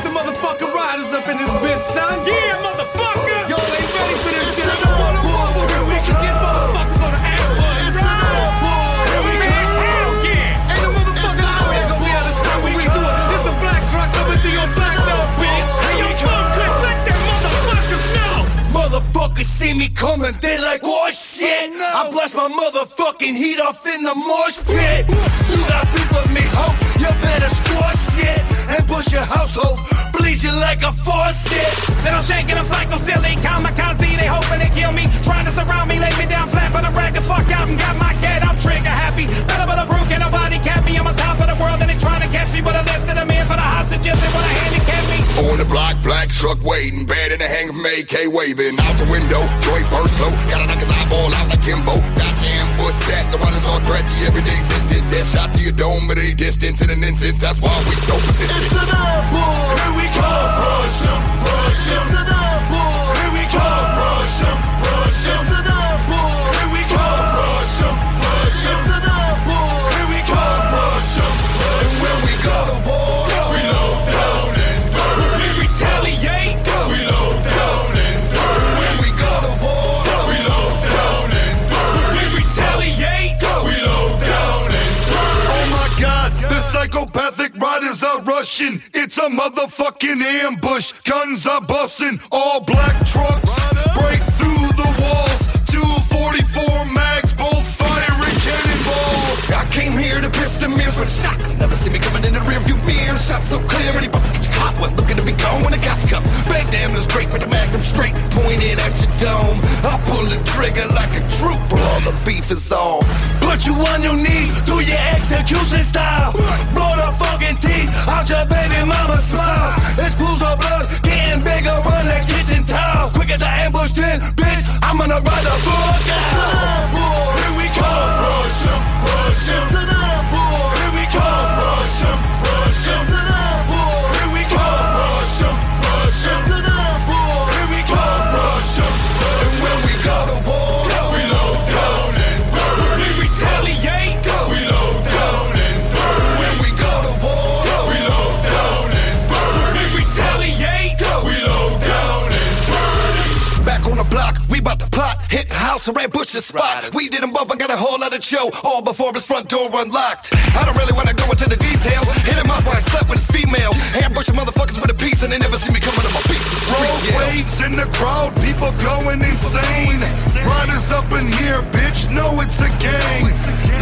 The motherfucking riders up in this bitch, son. Yeah, motherfucker. Y'all ain't ready for this shit. I'm on the wall with the fucking get motherfuckers on the ass. Ain't no motherfucking out here gonna be able to stop what we doing. It's a black truck coming through your black door, bitch. Hey, yo, bum clip, let them motherfuckers know.
Motherfuckers see me coming, they like, oh shit. I blast my motherfucking heat off in the marsh pit. You got beef with me, ho. You better squash shit and push your household. Bleed you like a faucet.
Little shaking, I'm psycho silly, kamikaze, they hoping they kill me.
Gang make hay waving out the window. Joy burst slow. Got a knocker's eyeball out like Kimbo. Goddamn bush sack. The runners are a threat to everyday existence. Dash out to your dome, but they distance in an instance. That's why we so persistent. It's the nerve ball. Here we go. Rush 'em, rush 'em. It's the nerve ball. Here we go. Rush 'em, rush 'em. It's the nerve ball. Here we go. Rush 'em, rush 'em. It's the nerve ball. Here we go. Rush 'em, rush 'em. When we go to war, we low down and burn. We retaliate. We low down and burn. When we go to war, we low down and burn. We retaliate. We low down and burn. Oh my god, the psychopathic riders are rushing. It's a motherfucking ambush. Guns are busting. All black trucks break through the walls. 244 mags, both firing cannonballs. I came here to piss the mirrors with a shotgun. Never see me coming in the rearview mirror. Shot so clear, and he about to get caught. Was looking to be gone when the cops come. Bang damn, this break with the magnum straight pointed at your dome. I pull the trigger like a trooper. All the beef is off.
Put you on your knees, do your execution style. Blow the fucking teeth out your baby mama's smile. It's pools of blood getting bigger, run the kitchen towel. Quick as I ambushed in, bitch, I'm gonna run the fuck out. Here we go. Rush him, rush him. Here we go. Rush him, rush him. Here we go. Rush him, rush him. Here we go. Rush him. And when we go to war, we low down and burn. We retaliate. We low down and burn. When we go to war, we low down and burn. We retaliate.
We low down and burn. Back on the block, we bout to plot. Hit the house and red bush the spot. We did them both and got a whole other show. All before his front door unlocked. I don't really wanna go into the details. Hit him up while I slept with his female. Ambushing motherfuckers with a piece and they never see me coming to my feet. Road waves in the crowd, people going insane. Riders up in here, bitch, know it's a game.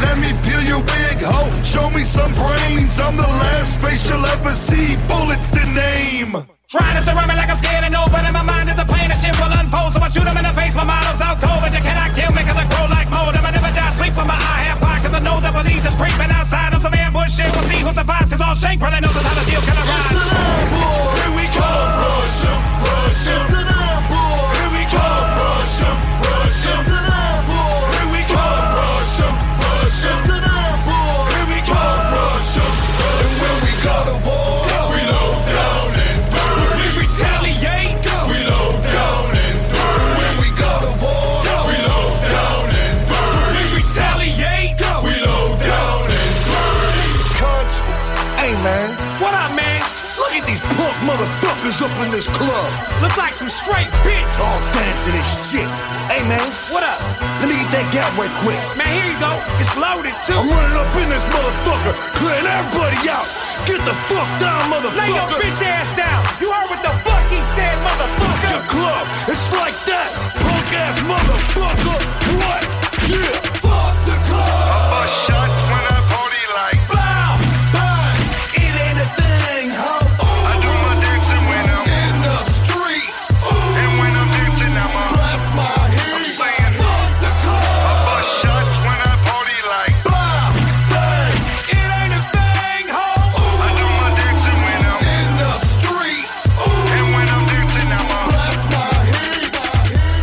Let me peel your wig, ho, show me some brains. I'm the last face you'll ever see, bullets to name.
Trying to surround me like I'm scared and over and my mind is a plane of shit will unfold. So I shoot 'em in the face, my model's out cold, but you cannot kill me cause I grow like mold. And I never die, sleep with my eye half high cause I know the police is creeping outside of some ambush shit. We'll see who survives cause all Shane probably knows how to deal can I ride. Here we go.
Rush 'em, rush 'em. Here we go. Rush 'em, rush 'em. Here we go. Rush 'em, rush 'em. Here we go. Rush 'em. And when we go to war, we low down and burn. We retaliate. We low down and burn. When we go to war, we low down and burn. We retaliate. We low down and burn.
Hey, man. What up, man? Look at these punk motherfuckers up in this club. Look like some straight bitch. All dancing and shit. Hey, man. What up? Let me get that Gatway quick. Man, here you go. It's loaded, too. I'm running up in this motherfucker, clearing everybody out. Get the fuck down, motherfucker.
Lay your bitch ass down. You heard what the fuck he said, motherfucker.
Your club. It's like that. Punk ass motherfucker. What? Yeah. Fuck the club. I bust shots when I party like. Bow. Bow. It ain't a thing, ho. I do my dancing when I'm in the street. And when I'm dancing, I'm a. Bless my heat. I'm saying. Fuck the club. I bust shots when I party like. Bow. Bow. It ain't a thing, ho. I do my dancing when I'm in the street. And when I'm dancing, I'm a. Bless my heat.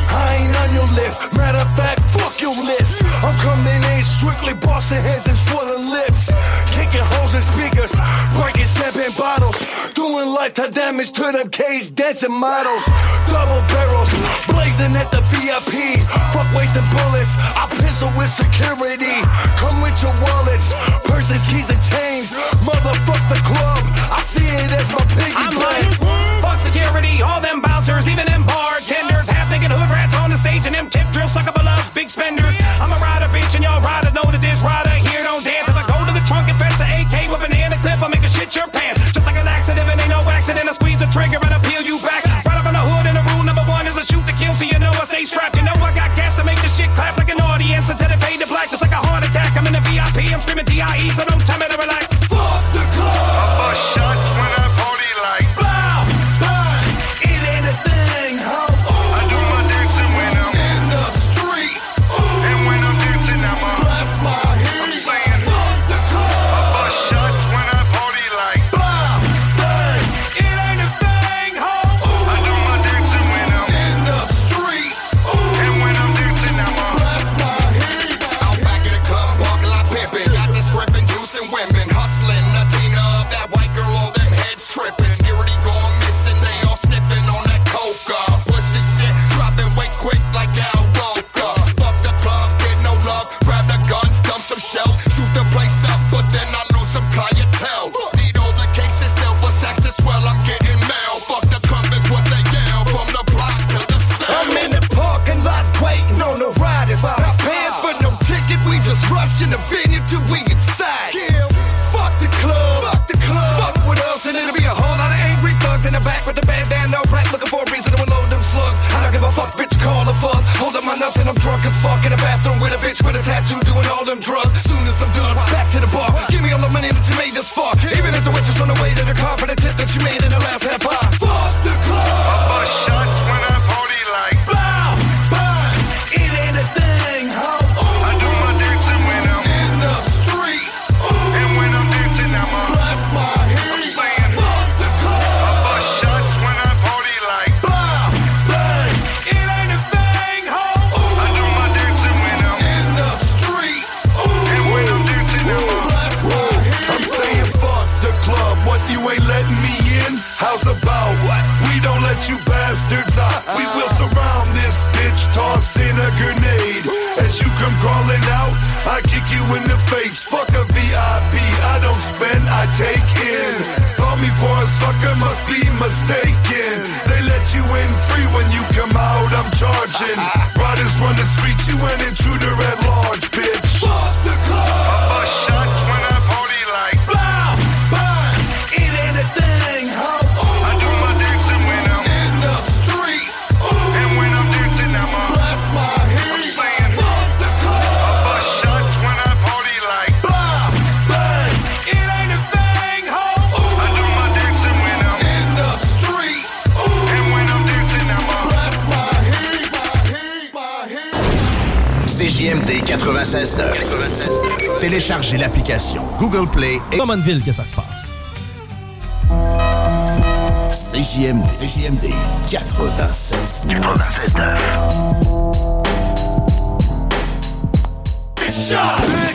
I ain't on your list. Matter of fact, fuck your list. I'm coming in strictly bossing heads and swirling lips. Kicking holes and speakers, breaking snapping bottles. Doing lifetime damage to them cage dancing models. Double barrels, blazing at the VIP. Fuck wasting bullets, I pistol with security. Come with your wallets, purses, keys, and chains. Motherfuck the club, I see it as my piggy
I'm
bank.
like, fuck security, all them bouncers, even them bartenders, half naked hood rats on the stage, and them tip drill sucker beloved big spenders. I'm a rider, bitch, and y'all riders know that this rider here don't dance. If I go to the trunk and fetch the AK with banana clip, I make a shit your pants. Just like an accident, it ain't no accident. I squeeze the trigger and I peel you back. Right up in the hood, and the rule number one is a shoot to kill, so you know I stay strapped. You know I got gas to make the shit clap like an audience until it fade to black, just like a heart attack. I'm in the VIP, I'm screaming DIE, so don't tell me to relax. Fuck the club. I bust shots when I party like.
Bow, bow, it ain't a thing, ho. I do my dancing when I'm in the street. And when I'm dancing, I'm a bless my heat. I'm saying, fuck the club. I bust shots when I party like. Bow, bow, it ain't a thing, ho. I do my dancing when I'm
Crash in the venue till we inside. Fuck the club. Fuck the club. Fuck with us, and it'll be a whole lot of angry thugs in the back with the bandana wrapped, looking for a reason to unload them slugs. I don't give a fuck, bitch. Call a fuss. Holding my nuts and I'm drunk as fuck in the bathroom with a bitch with a tattoo doing all them drugs. Soon as I'm done, back to the bar. Give me all the money that you made this far. Even if the waitress on the way to the car for the tip that you made in the last half hour. Fuck the club. I bust shots when I party like. Bow, bow. It ain't a thing, ho. I do my dancing when I'm in the street. And when I'm dancing, I'm a bless my heat. I'm saying, fuck the club. I bust shots when I party like. Bow, bow. It ain't a thing, ho. I do my dancing when I'm in the street. And when I'm dancing, I'm a bless my heat. I'm saying, fuck the club. What you ain't letting me in? How's about what? We don't let you bastards out. We will surround this bitch, toss in a grenade. As you come crawling out, I kick you in the face. Fuck a VIP, I don't spend, I take in. Call me for a sucker, must be mistaken. They let you in free when you come out, I'm charging. Riders run the streets, you an intruder at large, bitch. Fuck the club. I bust shots when I party like. Blow, burn, it ain't a thing, ho. I do my dancing when I'm in the street. And when I'm dancing, I'm a bless my heat. I'm saying, fuck the club. I bust shots when I party like. Blow, burn, it ain't a thing, ho. I do my dancing when I'm in the street. And when I'm dancing, I'm a bless my heat.
CJMD 96.9. Téléchargez l'application Google Play et... Drummondville que ça se passe. CJMD, CJMD 96.9.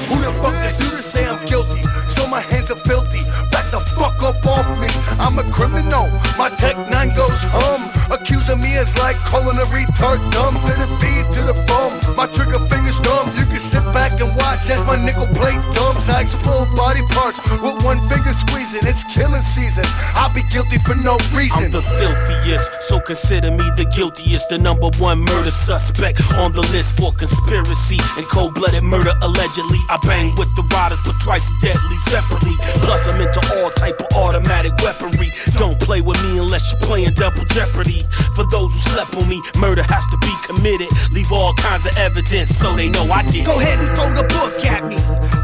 Who the fuck is you to say I'm guilty? So my hands are filthy. Back the fuck up off me. I'm a criminal. My tech nine goes hum. Accusing me is like calling a retard dumb. To the feed, to the bum. My trigger finger's numb. You can sit back and watch as my nickel plate dumps. I explode body parts with one finger squeezing. It's killing season. I'll be guilty for no reason.
I'm the filthiest, so consider me the guiltiest. The number one murder suspect on the list for conspiracy and cold blooded murder allegedly. I bang with the riders, but twice as deadly separately. Plus, I'm into all type of automatic weaponry. Don't play with me unless you're playing double jeopardy. For those who slept on me, murder has to be committed. Leave all kinds of evidence so they know I did. it.
Go ahead and throw the book at me.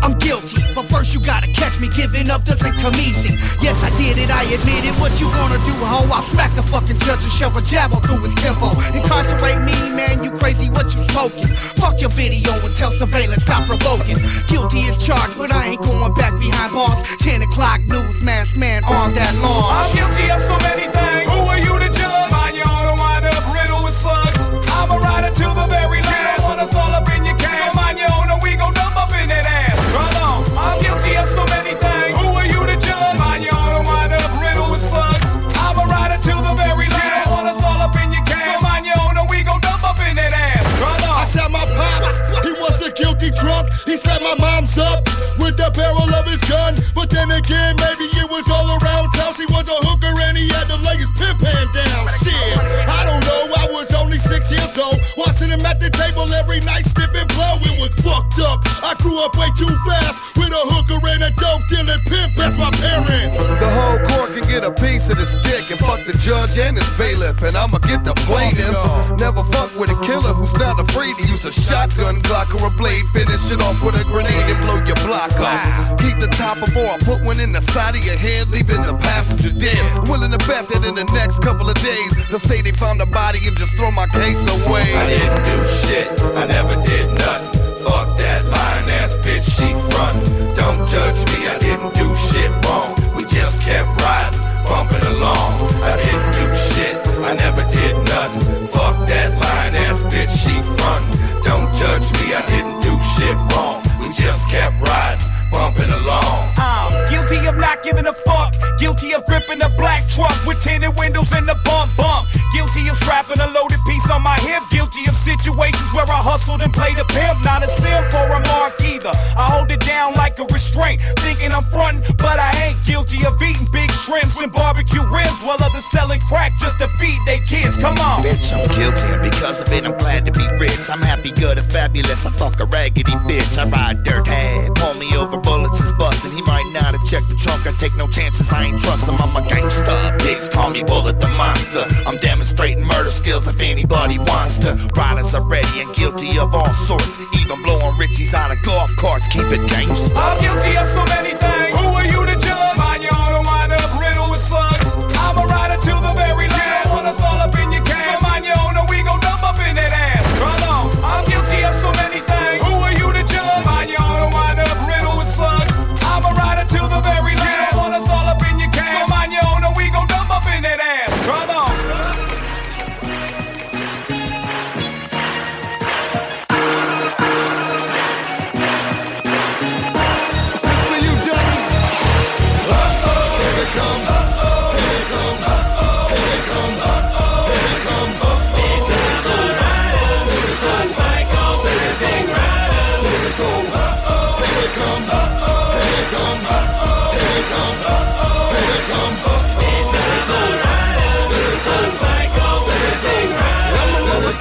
I'm guilty, but first you gotta catch me. Giving up doesn't come easy. Yes, I did it, I admit it. What you gonna do, ho? I'll smack the fucking judge and shove a jab all through his tempo. Incarcerate me, man, you crazy, what you smoking? Fuck your video and tell surveillance, stop provoking. Guilty is charged, but I ain't going back behind bars. 10 o'clock news, masked man on that lawn.
I'm guilty of so many things. Who are you to judge? Mind your own wind up riddle with slugs. I'm a rider to the very last. Don't want us all up in your cash. So mind your own or we go dump up in that ass. Run on. I'm guilty of so many things. Who are you to judge? Mind your own wind up riddle with slugs. I'm a rider to the very last. Don't want us all up in your cash. So mind your own or we go dump up in that ass. Run on.
I shot my pops. He was a guilty drunk. He set my mom's up with the barrel of his gun. But then again, maybe it was all around town. He was a hooker and he had to lay his pimp hand down. Shit, I don't know. I was only six years old. Watching him at the table every night, sipping blow. It was fucked up. I grew up way too fast with a hooker and a dope dealing pimp as my parents.
The whole court can get a piece of this dick and fuck the judge and his bailiff, and I'ma get the plaintiff. Never fuck with a killer who's not afraid to use a shotgun, Glock, or a blade. Finish it off with a grenade and blow your block off. Keep the top before I put one in the side of your head, leaving the passenger dead. Willing to bet that in the next couple of days they'll say they found the body and just throw my case away.
I didn't do shit, I never did nothing. Fuck that lying ass bitch, she front. Don't judge me, I didn't do shit wrong. We just kept riding, bumping along. I didn't do shit, I never did nothing. Fuck that lying ass bitch, she front. Don't judge me, I didn't do shit wrong. We just kept riding, bumping along.
I'm guilty of not giving a fuck. Guilty of gripping a black truck with tinted windows and a bump bump. Guilty of strapping a loaded piece on my hip. Guilty of situations where I hustled and played a pimp. Not a sim for a mark either. I hold it down like a restraint. Thinking I'm frontin', but I ain't guilty of eating big shrimps and barbecue ribs while others selling crack just to feed their kids. Come on.
Bitch, I'm guilty, and because of it, I'm glad to be rich. I'm happy, good, and fabulous. I fuck a raggedy bitch. I ride dirt hard. Pull me over, bullets is busting. He might not have checked the trunk. I take no chances, I ain't trust him. I'm a gangster. Dicks call me Bullet the Monster. I'm demonstrating murder skills if anybody wants to. Riders are ready and guilty of all sorts. Even blowing Richies out of golf carts. Keep it gangster.
I'm guilty of so many things. Who are you to judge? Mind your own and wind up riddled with slugs. I'm a rider till the very last. When it's all up in your can, so mind your own and we gon' dump up in that ass. Run on. I'm guilty of so many things. Who are you to judge? Mind your own and wind up riddled with slugs. I'm a rider till the very last. When it's all up in your can, so mind your own and we gon' dump up in that ass. Run on.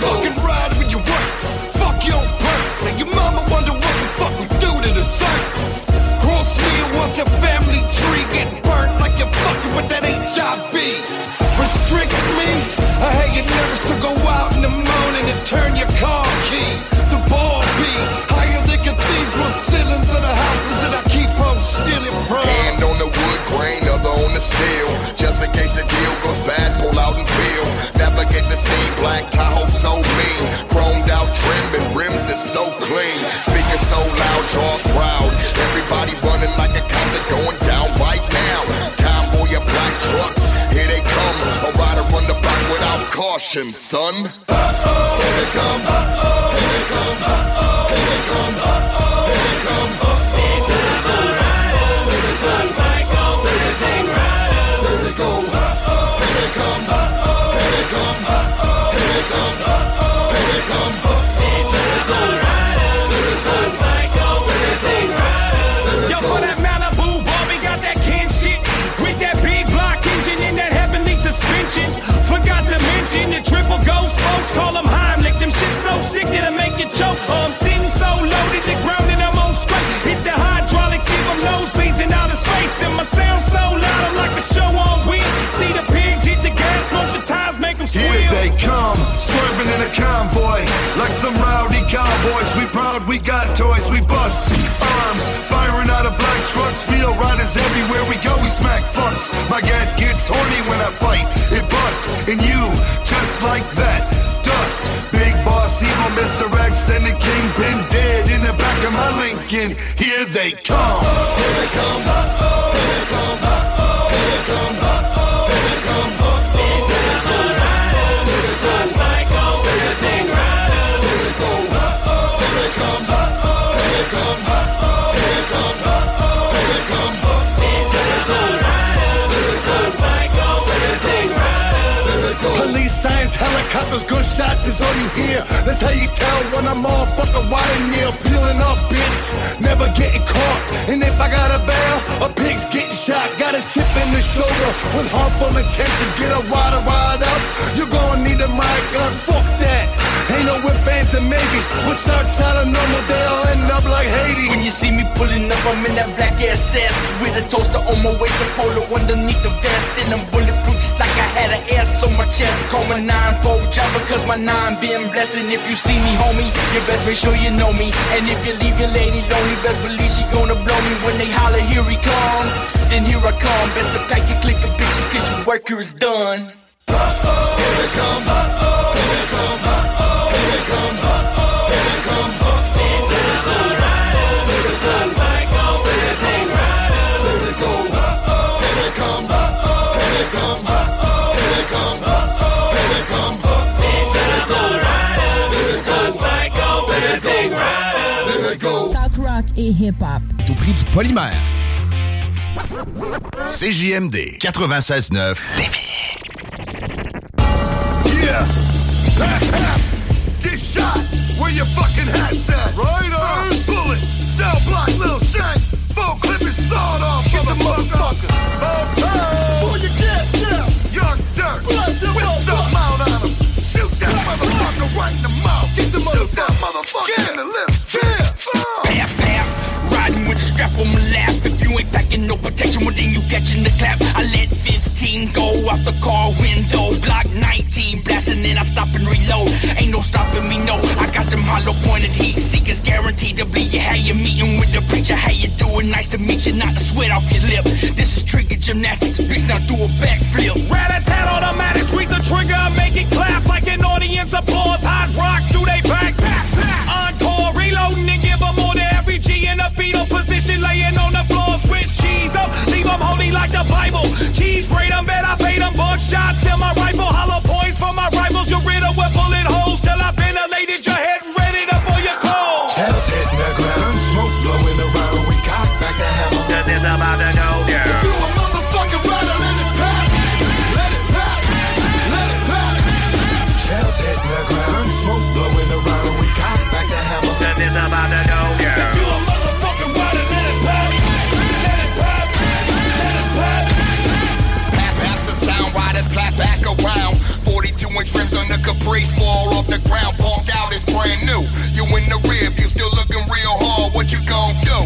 Fucking ride with your works. Fuck your perks. And your mama wonder what the fuck we do to the circus. Cross me and watch your family tree get burnt like you're fucking with that HIV. Restrict me. I had your nerves to go out in the morning and turn your car key. The ball be higher than cathedral ceilings of the houses that I keep on stealing from.
Hand on the wood grain, other on the steel. Just in case the deal goes bad, pull out and peel. Navigate the scene, black Tahoe so mean. Chromed out trim and rims is so clean. Speaking so loud, draw a crowd. Everybody running like a concert going down right now. Convoy of black trucks, here they come. A rider on the block without caution, son. Uh-oh, here they come. Uh-oh, here they come. Uh-oh, here they come. Uh-oh, here they come. Uh-oh. It's
Yo, for that Malibu Barbie got that Ken shit with that big block engine and that heavenly suspension. Forgot to mention the triple ghost folks, call them Heimlich. Them shit so sick that'll make you choke. Oh, I'm sitting so loaded, the ground and I'm on straight. Hit the hydraulics, give them nosebleeds in outer space. And my sound so loud, I'm like a show on wheels. See the pigs hit the gas, smoke the tires, make them squeal.
Here they come, swerving in a convoy, like some rowdy cowboys. We proud, we got toys, we bust arms, firing out of black trucks. Wheel riders everywhere we go, we smack fucks. My gat gets horny when I fight, it busts, and you, just like that, dust. Big boss, evil Mr. X, and the kingpin dead in the back of my Lincoln. Here they come. Here they come. Here they come. Here they come. Police signs, helicopters, gunshots is all you hear. That's how you tell when I'm all fucking wide and near. Peeling off, bitch. Never getting caught. And if I got a bail, a pig's getting shot. Got a chip in the shoulder with harmful intentions. Get a rider ride up. You're gonna need a mic gun. Fuck that. Ain't no whip fans and maybe. We'll start telling normal, they'll end up like Haiti.
When you see me pulling up, I'm in that black ass ass with a toaster on my waist, a polo underneath the vest, and I'm bulletproof just like I had an ass on my chest. Call my nine fold chopper, cause my nine been blessed. And if you see me, homie, you best make sure you know me. And if you leave your lady lonely, best believe she gonna blow me when they holler, here he come. Then here I come, best to pack your click a bitch, cause your work here is done. Here they come, here they come, here they come, here they come.
Talk rock et hip-hop.
Au prix du polymère.
CJMD 96.9.
Yeah. Ha, ha. Get shot where your fucking hat's at. Right on. bullet, cell block, little shank. Full clip is sawed off. Get the motherfucker. Okay. Before you get down, yo,
run dirt. With some mount on 'em. Shoot that motherfucker right in the mouth. Shoot that motherfucker in the lips. Yeah.
Pap, pap. Riding with a strap on my lap. If you ain't packing no protection, well then you catching the clap. I let 15 go out the car window. Block 19 blasting, then I stop and reload. Ain't no stopping me, no. I got them hollow pointed heat seekers guaranteed to bleed you. How you meeting with the preacher? How you doing? Nice to meet you, not the sweat off your lip. This is trigger gymnastics, bitch. Now do a backflip.
Rat-a-tat automatic, squeeze the trigger, make it clap like an audience applause. Hot rocks through they back. Encore, reloading and give 'em all to every G in a fetal position, laying on the floor. Switch cheese up, leave 'em holy like the Bible. Cheese braid 'em, bet I paid 'em. Bug shots in my rifle, hollow points for my rivals. You're riddled with bullet holes till I ventilated your head and ready to pull your clothes.
Heads hitting the ground, smoke blowing around. We cock back the hammer. This is about to go down. If you a motherfucking rider, let it pop. Let it pop. Let it pop. Shells hitting the ground, smoke blowing around. We cock back the hammer. This is about to go down. If you a motherfucking rider, let it pop. Let it pop. Let it pop.
Clap after sound riders clap back around. 42 inch rims on the Caprice, fall off the ground. Bonked out is brand new. You in the rib, you still looking real hard. What you gon' do?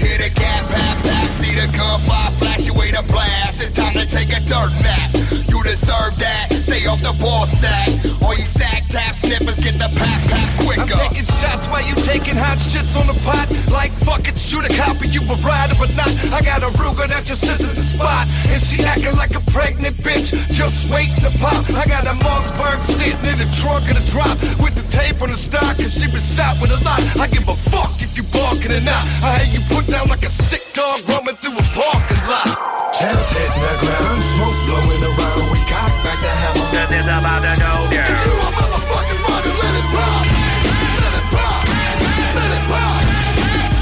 Hear the gas, pap, pap, see the gunfire flash, you wait a blast. It's time to take a dirt nap. You deserve that. Stay off the ball sack. All you sack tap snippers, get the pap, pap quicker.
I'm taking shots while you taking hot shits on the pot. Like fuck it, shoot a cop and you a rider but not. I got a Ruger that just sits at the spot. And she acting like a pregnant bitch, just waiting to pop. I got a Mossberg sitting in the trunk of the drop. With the tape on the stock, cause she been shot with a lot. I give a fuck if you barking or not. I had you put down like a sick dog roaming through a parking lot. Tails hitting the ground, smoke blowing around. So we cock back the hammer. This is about to go down. You a motherfucking rider, let it pop.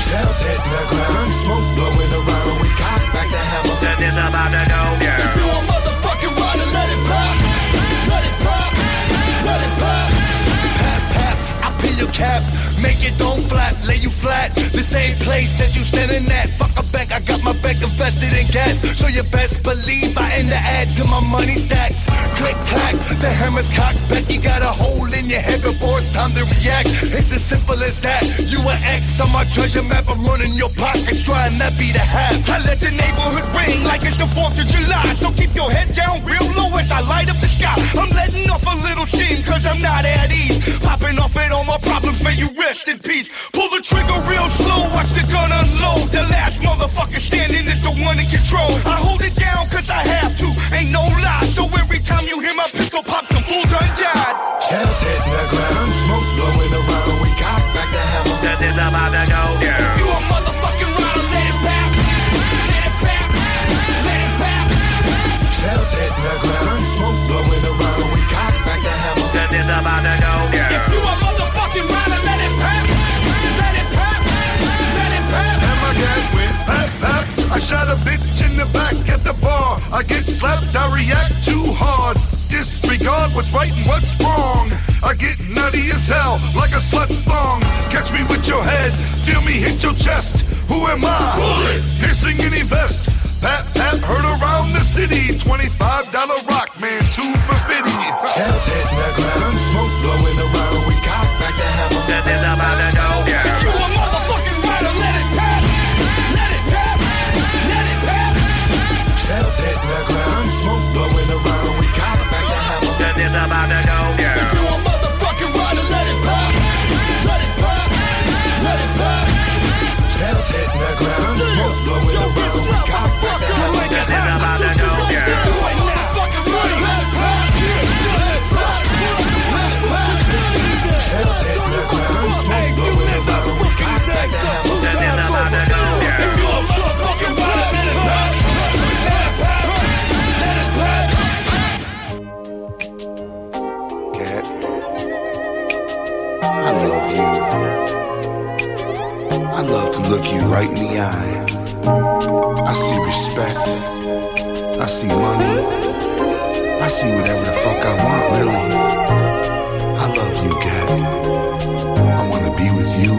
Shells hitting the ground, smoke blowing around. So we cock back the hammer. That is about to go down. If you a motherfucking rider, let it pop. Let it pop. Let it pop. Pap, pap, I peel your cap. Make it don't flap, lay you flat. The same place that you standing at. Fuck a bank, I got my bank invested in gas. So you best believe I aim to add to my money stacks. Click, clack, the hammer's cocked back. You got a hole in your head before it's time to react. It's as simple as that. You an X on my treasure map. I'm running your pockets, trying not be the half. I let the neighborhood ring like it's the 4th of July. So keep your head down real low as I light up the sky. I'm letting off a little steam cause I'm not at ease. Popping off at all my problems, may you rest in peace. Pull the trigger real slow, watch the gun unload. The last motherfucker standing is the one in control. I hold it down cause I have to, ain't no lie. So every time you hear my pistol pop, some fool done died. Shells hitting the ground, smoke blowing around. So we cock back the hammer. That is about to go down.
You a motherfucking rider, let it pop. Let it pop. Let it pop.
Shells hitting the ground, smoke blowing around. So we cock back the hammer. That is about to go down.
If you a motherfucking rider, let it pop. Let it pop. Let it pop.
And my dad went pap pap. I shot a bitch in the back at the bar. I get slapped, I react too hard. Disregard what's right and what's wrong. I get nutty as hell, like a slut's thong. Catch me with your head, feel me hit your chest. Who am I? Bullet. Piercing any vest. Pat pat heard around the city. Twenty-five dollar rock man, two for fifty. Tails hitting the ground, smoke blowing around. So we cock back the hammer. That is about to go down.
If you a motherfucking rider, let it pop. Let it pop. Let it pop.
Shells hitting the ground, smoke blowing around. So we cock back the hammer. That is about to go down. If you a motherfucking rider, let it pop. Let it pop. Let it pop. Shells hitting the ground, smoke blowing around. So we cock back the hammer. That is about to go down. You a motherfucking rider, let it pop. Let it pop. Let it pop. Shells hitting the ground, smoke blowing around. So we cock back the hammer. That is about to go down. If you a motherfucking rider, let it pop.
Cat. I love you. I love to look you right in the eye. I see respect. I see money. I see whatever the fuck I want, really. I love you, Cat. I wanna be with you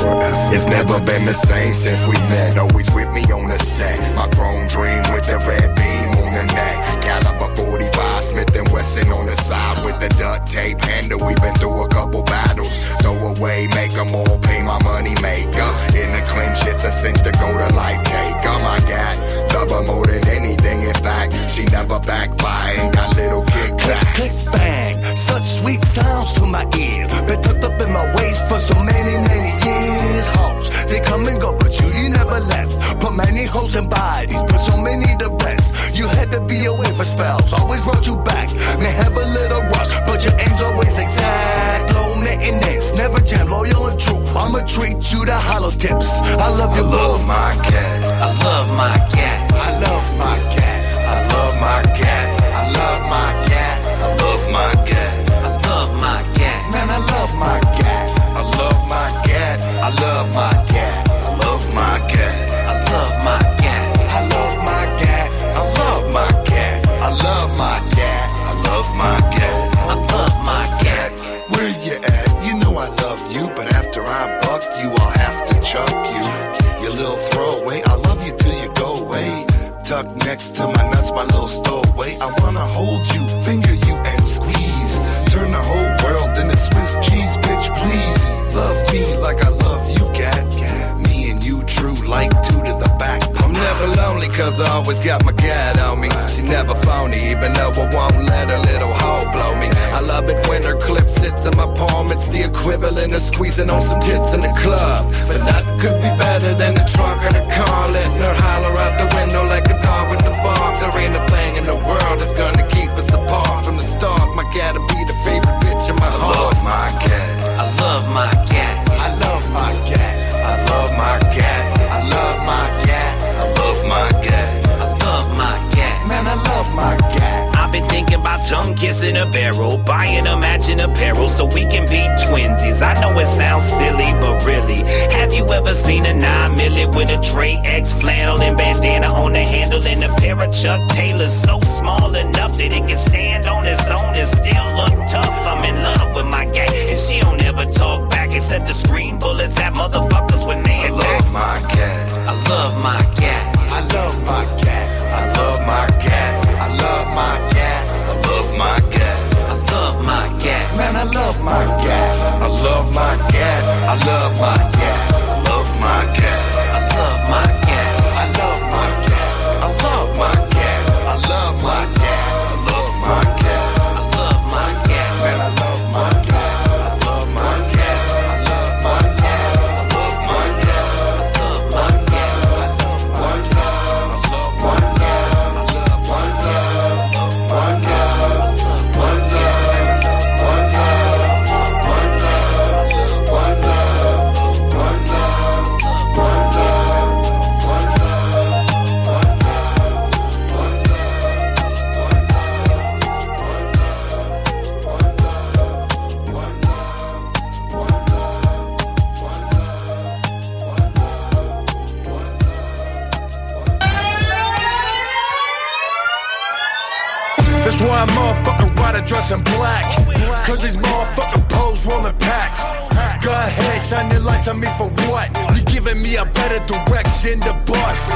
forever.
It's never been the same since we met. Always with me on the set. My chrome dream with the red beam on the neck. Caliber 45,
Smith and Wesson on the side with the duct tape handle. We've been through a couple battles. Throw away, make 'em all pay my money maker. In the clinch, it's a cinch to go to life taker. My cat, love her more than anything. In fact, she never backfire. Ain't got little kickbacks.
Click, click, bang. Such sweet sounds to my ear. Been tucked up in my waist for so many, many years. Hoes, they come and go, but you, you never left. Put many hoes in bodies, put so many to rest. You had to be away for spells, always brought you back. May have a little rush, but your aim's always exact. Low maintenance, never jam, loyal and true. I'ma treat you to hollow tips. I love you, I love my cat. I love my cat. I love my cat. I love my cat. I love my cat. I love my cat. I love my cat. Man, I love my cat. I love my cat. I love my cat. I love my cat. I love my cat. I love my cat. I love my cat. I love my cat. I love my cat. I love my cat.
Where you at? You know I love you, but after I buck you, I'll have to chuck you. Your little throwaway, I love you till you go away. Tuck next to my nuts, my little stowaway. I wanna hold you, finger you, and squeeze. Turn the whole world into Swiss cheese, bitch, please. Love me like I love you, cat. Me and you, true, like two to the back.
I'm never lonely cause I always got my cat on me. She never phony, even though I won't let her little hoe blow me. I love it when her clip sits in my palm. It's the equivalent of squeezing on some tits in the club. But nothing could be better than the trunk of the car, letting her holler out the window like a dog with the bark. There ain't a thing in the world that's gonna keep us apart from the start. My cat'll be the favorite bitch in my
I
heart.
love my cat. I love my cat. I love my cat. I love my cat. I love my cat. I love my cat. I love my cat. Man, I love my cat.
I've been thinking about tongue kissing a barrel, buying a matching apparel so we can be twinsies. I know it sounds silly, but really, have you ever seen a nine milli with a Trey X flannel and bandana on the handle and a pair of Chuck Taylors so small enough that it can stand on its own and still look tough? I'm in love with my gang, and she don't ever talk back except to scream bullets at motherfuckers when they attack.
love my cat. I love my cat. I love my cat. I love my cat. I love my cat. I love my cat. I love my cat. Man, I love my cat. I love my cat. I love my cat. I love my cat. I love my cat. I love my cat. I love my cat. I love my cat. I love my cat. I love my cat. Man, I love my cat. I love my cat. I love my cat. I love my cat. I love my cat. I love my cat. I love my cat. I love my cat. I love my cat. I love my cat. My cat. My cat. My cat. My cat. My cat. That's why I'm motherfucking white, I dress in black. Cause these motherfucking poles rolling packs. Go ahead, shine your lights on me for what? You giving me a better direction to bust.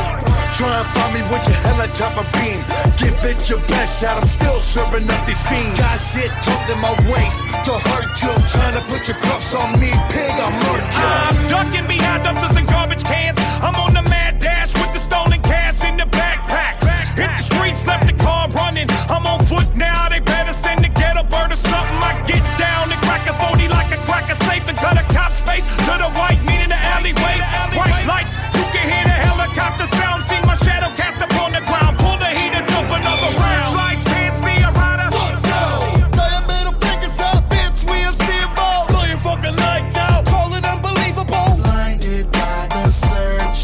Try and find me with your helicopter beam. Give it your best shot, I'm still serving up these fiends. Got shit tucked in my waist to hurt you. Trying to put your cuffs on me, pig, I'm hurt you.
I'm ducking behind dumpsters and garbage cans. I'm on the mad dash with the stolen cash in the backpack. Hit the streets, left the car running. I'm on foot now, they better send the ghetto bird or something. I get down and crack a 40 like a cracker safe and cut a cop's face to the white, meat in the alleyway. White lights, you can hear the helicopter sound. See my shadow cast upon the ground. Pull the heater, dump another round. Lights can't see a rider.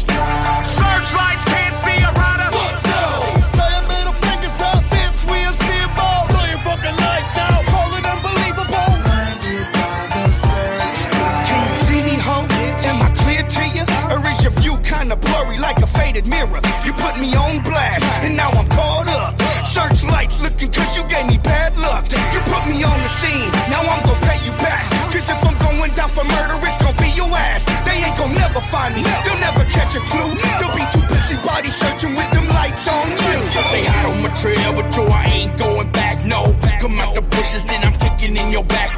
Searchlights can't see a rider. Fuck no. They a middle fingers up, bitch. We a steamboat. Blow your fucking lights out. Call it unbelievable.
Can you see me, ho? Am I clear to you? Or is your view kinda blurry like a faded mirror? You put me on blast, and now I'm caught up. Searchlights looking cause you gave me bad luck. You put me on the scene, now I'm gonna pay you back. Cause if I'm going down for murder, it's gonna be your ass. They ain't gonna never find me, they'll never catch a clue. They'll be too busy body searching with them lights on you.
They hot on my trail, but yo, I ain't going back, no.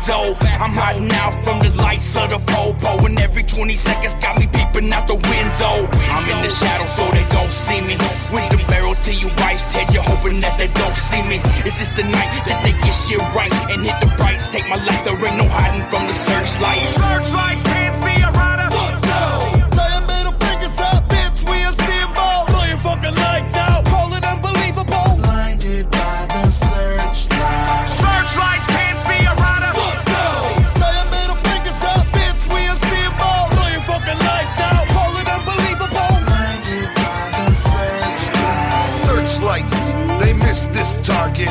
toe. I'm hiding out from the lights of the popo, and every 20 seconds got me peeping out the window. I'm in the shadow so they don't see me. With the barrel to your wife's head, you're hoping that they don't see me. It's just the night that they get shit right and hit the price. Take my life, there ain't no hiding from the searchlight. Searchlights can't see a rider.
Player middle fingers up, bitch, we are steamboat. Blow your fucking lights out. Call it unbelievable. Blinded by the searchlight. Searchlights can't see a rider. Fuck no. Player middle fingers up, bitch, we are steamboat. Blow your fucking lights out. Call it unbelievable. Blinded by the searchlight. Searchlights, they missed this target.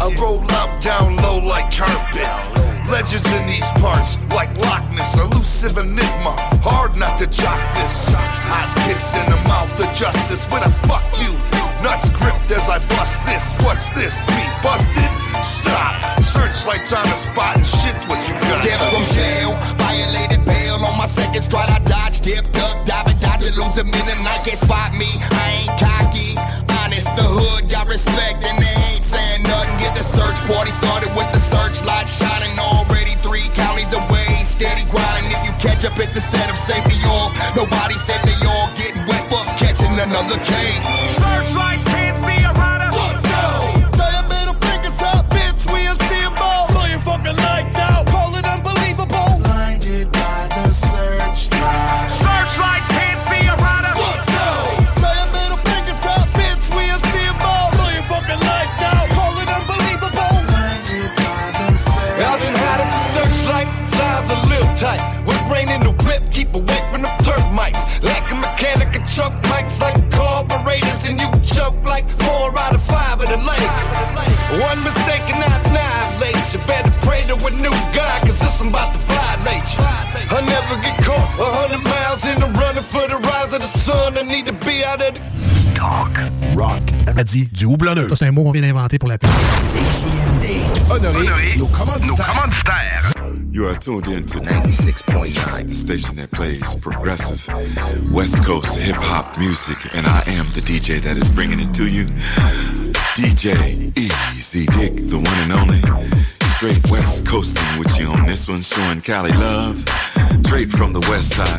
I roll out down low like carpet. Legends in these parts, like Loch Ness, elusive enigma. Hard not to jock this. Hot kiss in the mouth of justice with a fuck you. Nuts gripped as I bust this. What's this? Me busted? Stop. Searchlights on the spot and shit's what you got.
Step from jail, violated bail on my second stride. I dodge, dip, duck, dive, and dodge it. Lose a minute, and I can't spot me. I ain't cocky, honest. The hood got respect, and they ain't saying nothing. Get the search party started with the searchlight shining. Already three counties away, steady grinding. If you catch up, it's a setup. Safety off. Nobody said they all getting wet for catching another case. Searchlights can't see a rider.
Fuck no. Player middle fingers up, bitch, we are steamboat. Blow your fucking lights out. Call it unbelievable. Blinded by the searchlight. Searchlights can't see a rider. Fuck no. Player middle fingers up, bitch, we are steamboat. Blow your fucking lights out. Call it unbelievable. Blinded by the
I done had them searchlight, size a little tight. With rain in the whip, keep away from them termites. Lack of mechanic and choke mics like carburetors, and you choke like four out of five of the Lakers. One mistake and I annihilate you. Better pray to a new guy, cause this I'm about to violate you. I never get caught a hundred miles in the running for the rise of the sun. I need to be out of the dark.
Rock. Elle dit du houblonneux.
Ça, c'est un mot qu'on vient d'inventer pour la pub.
Honoré, nos commanditaires.
You are tuned in to 96.9, the station that plays progressive West Coast hip hop music, and I am the DJ that is bringing it to you. DJ Easy Dick, the one and only. Straight West Coasting with you on this one, showing Cali love. Straight from the West Side.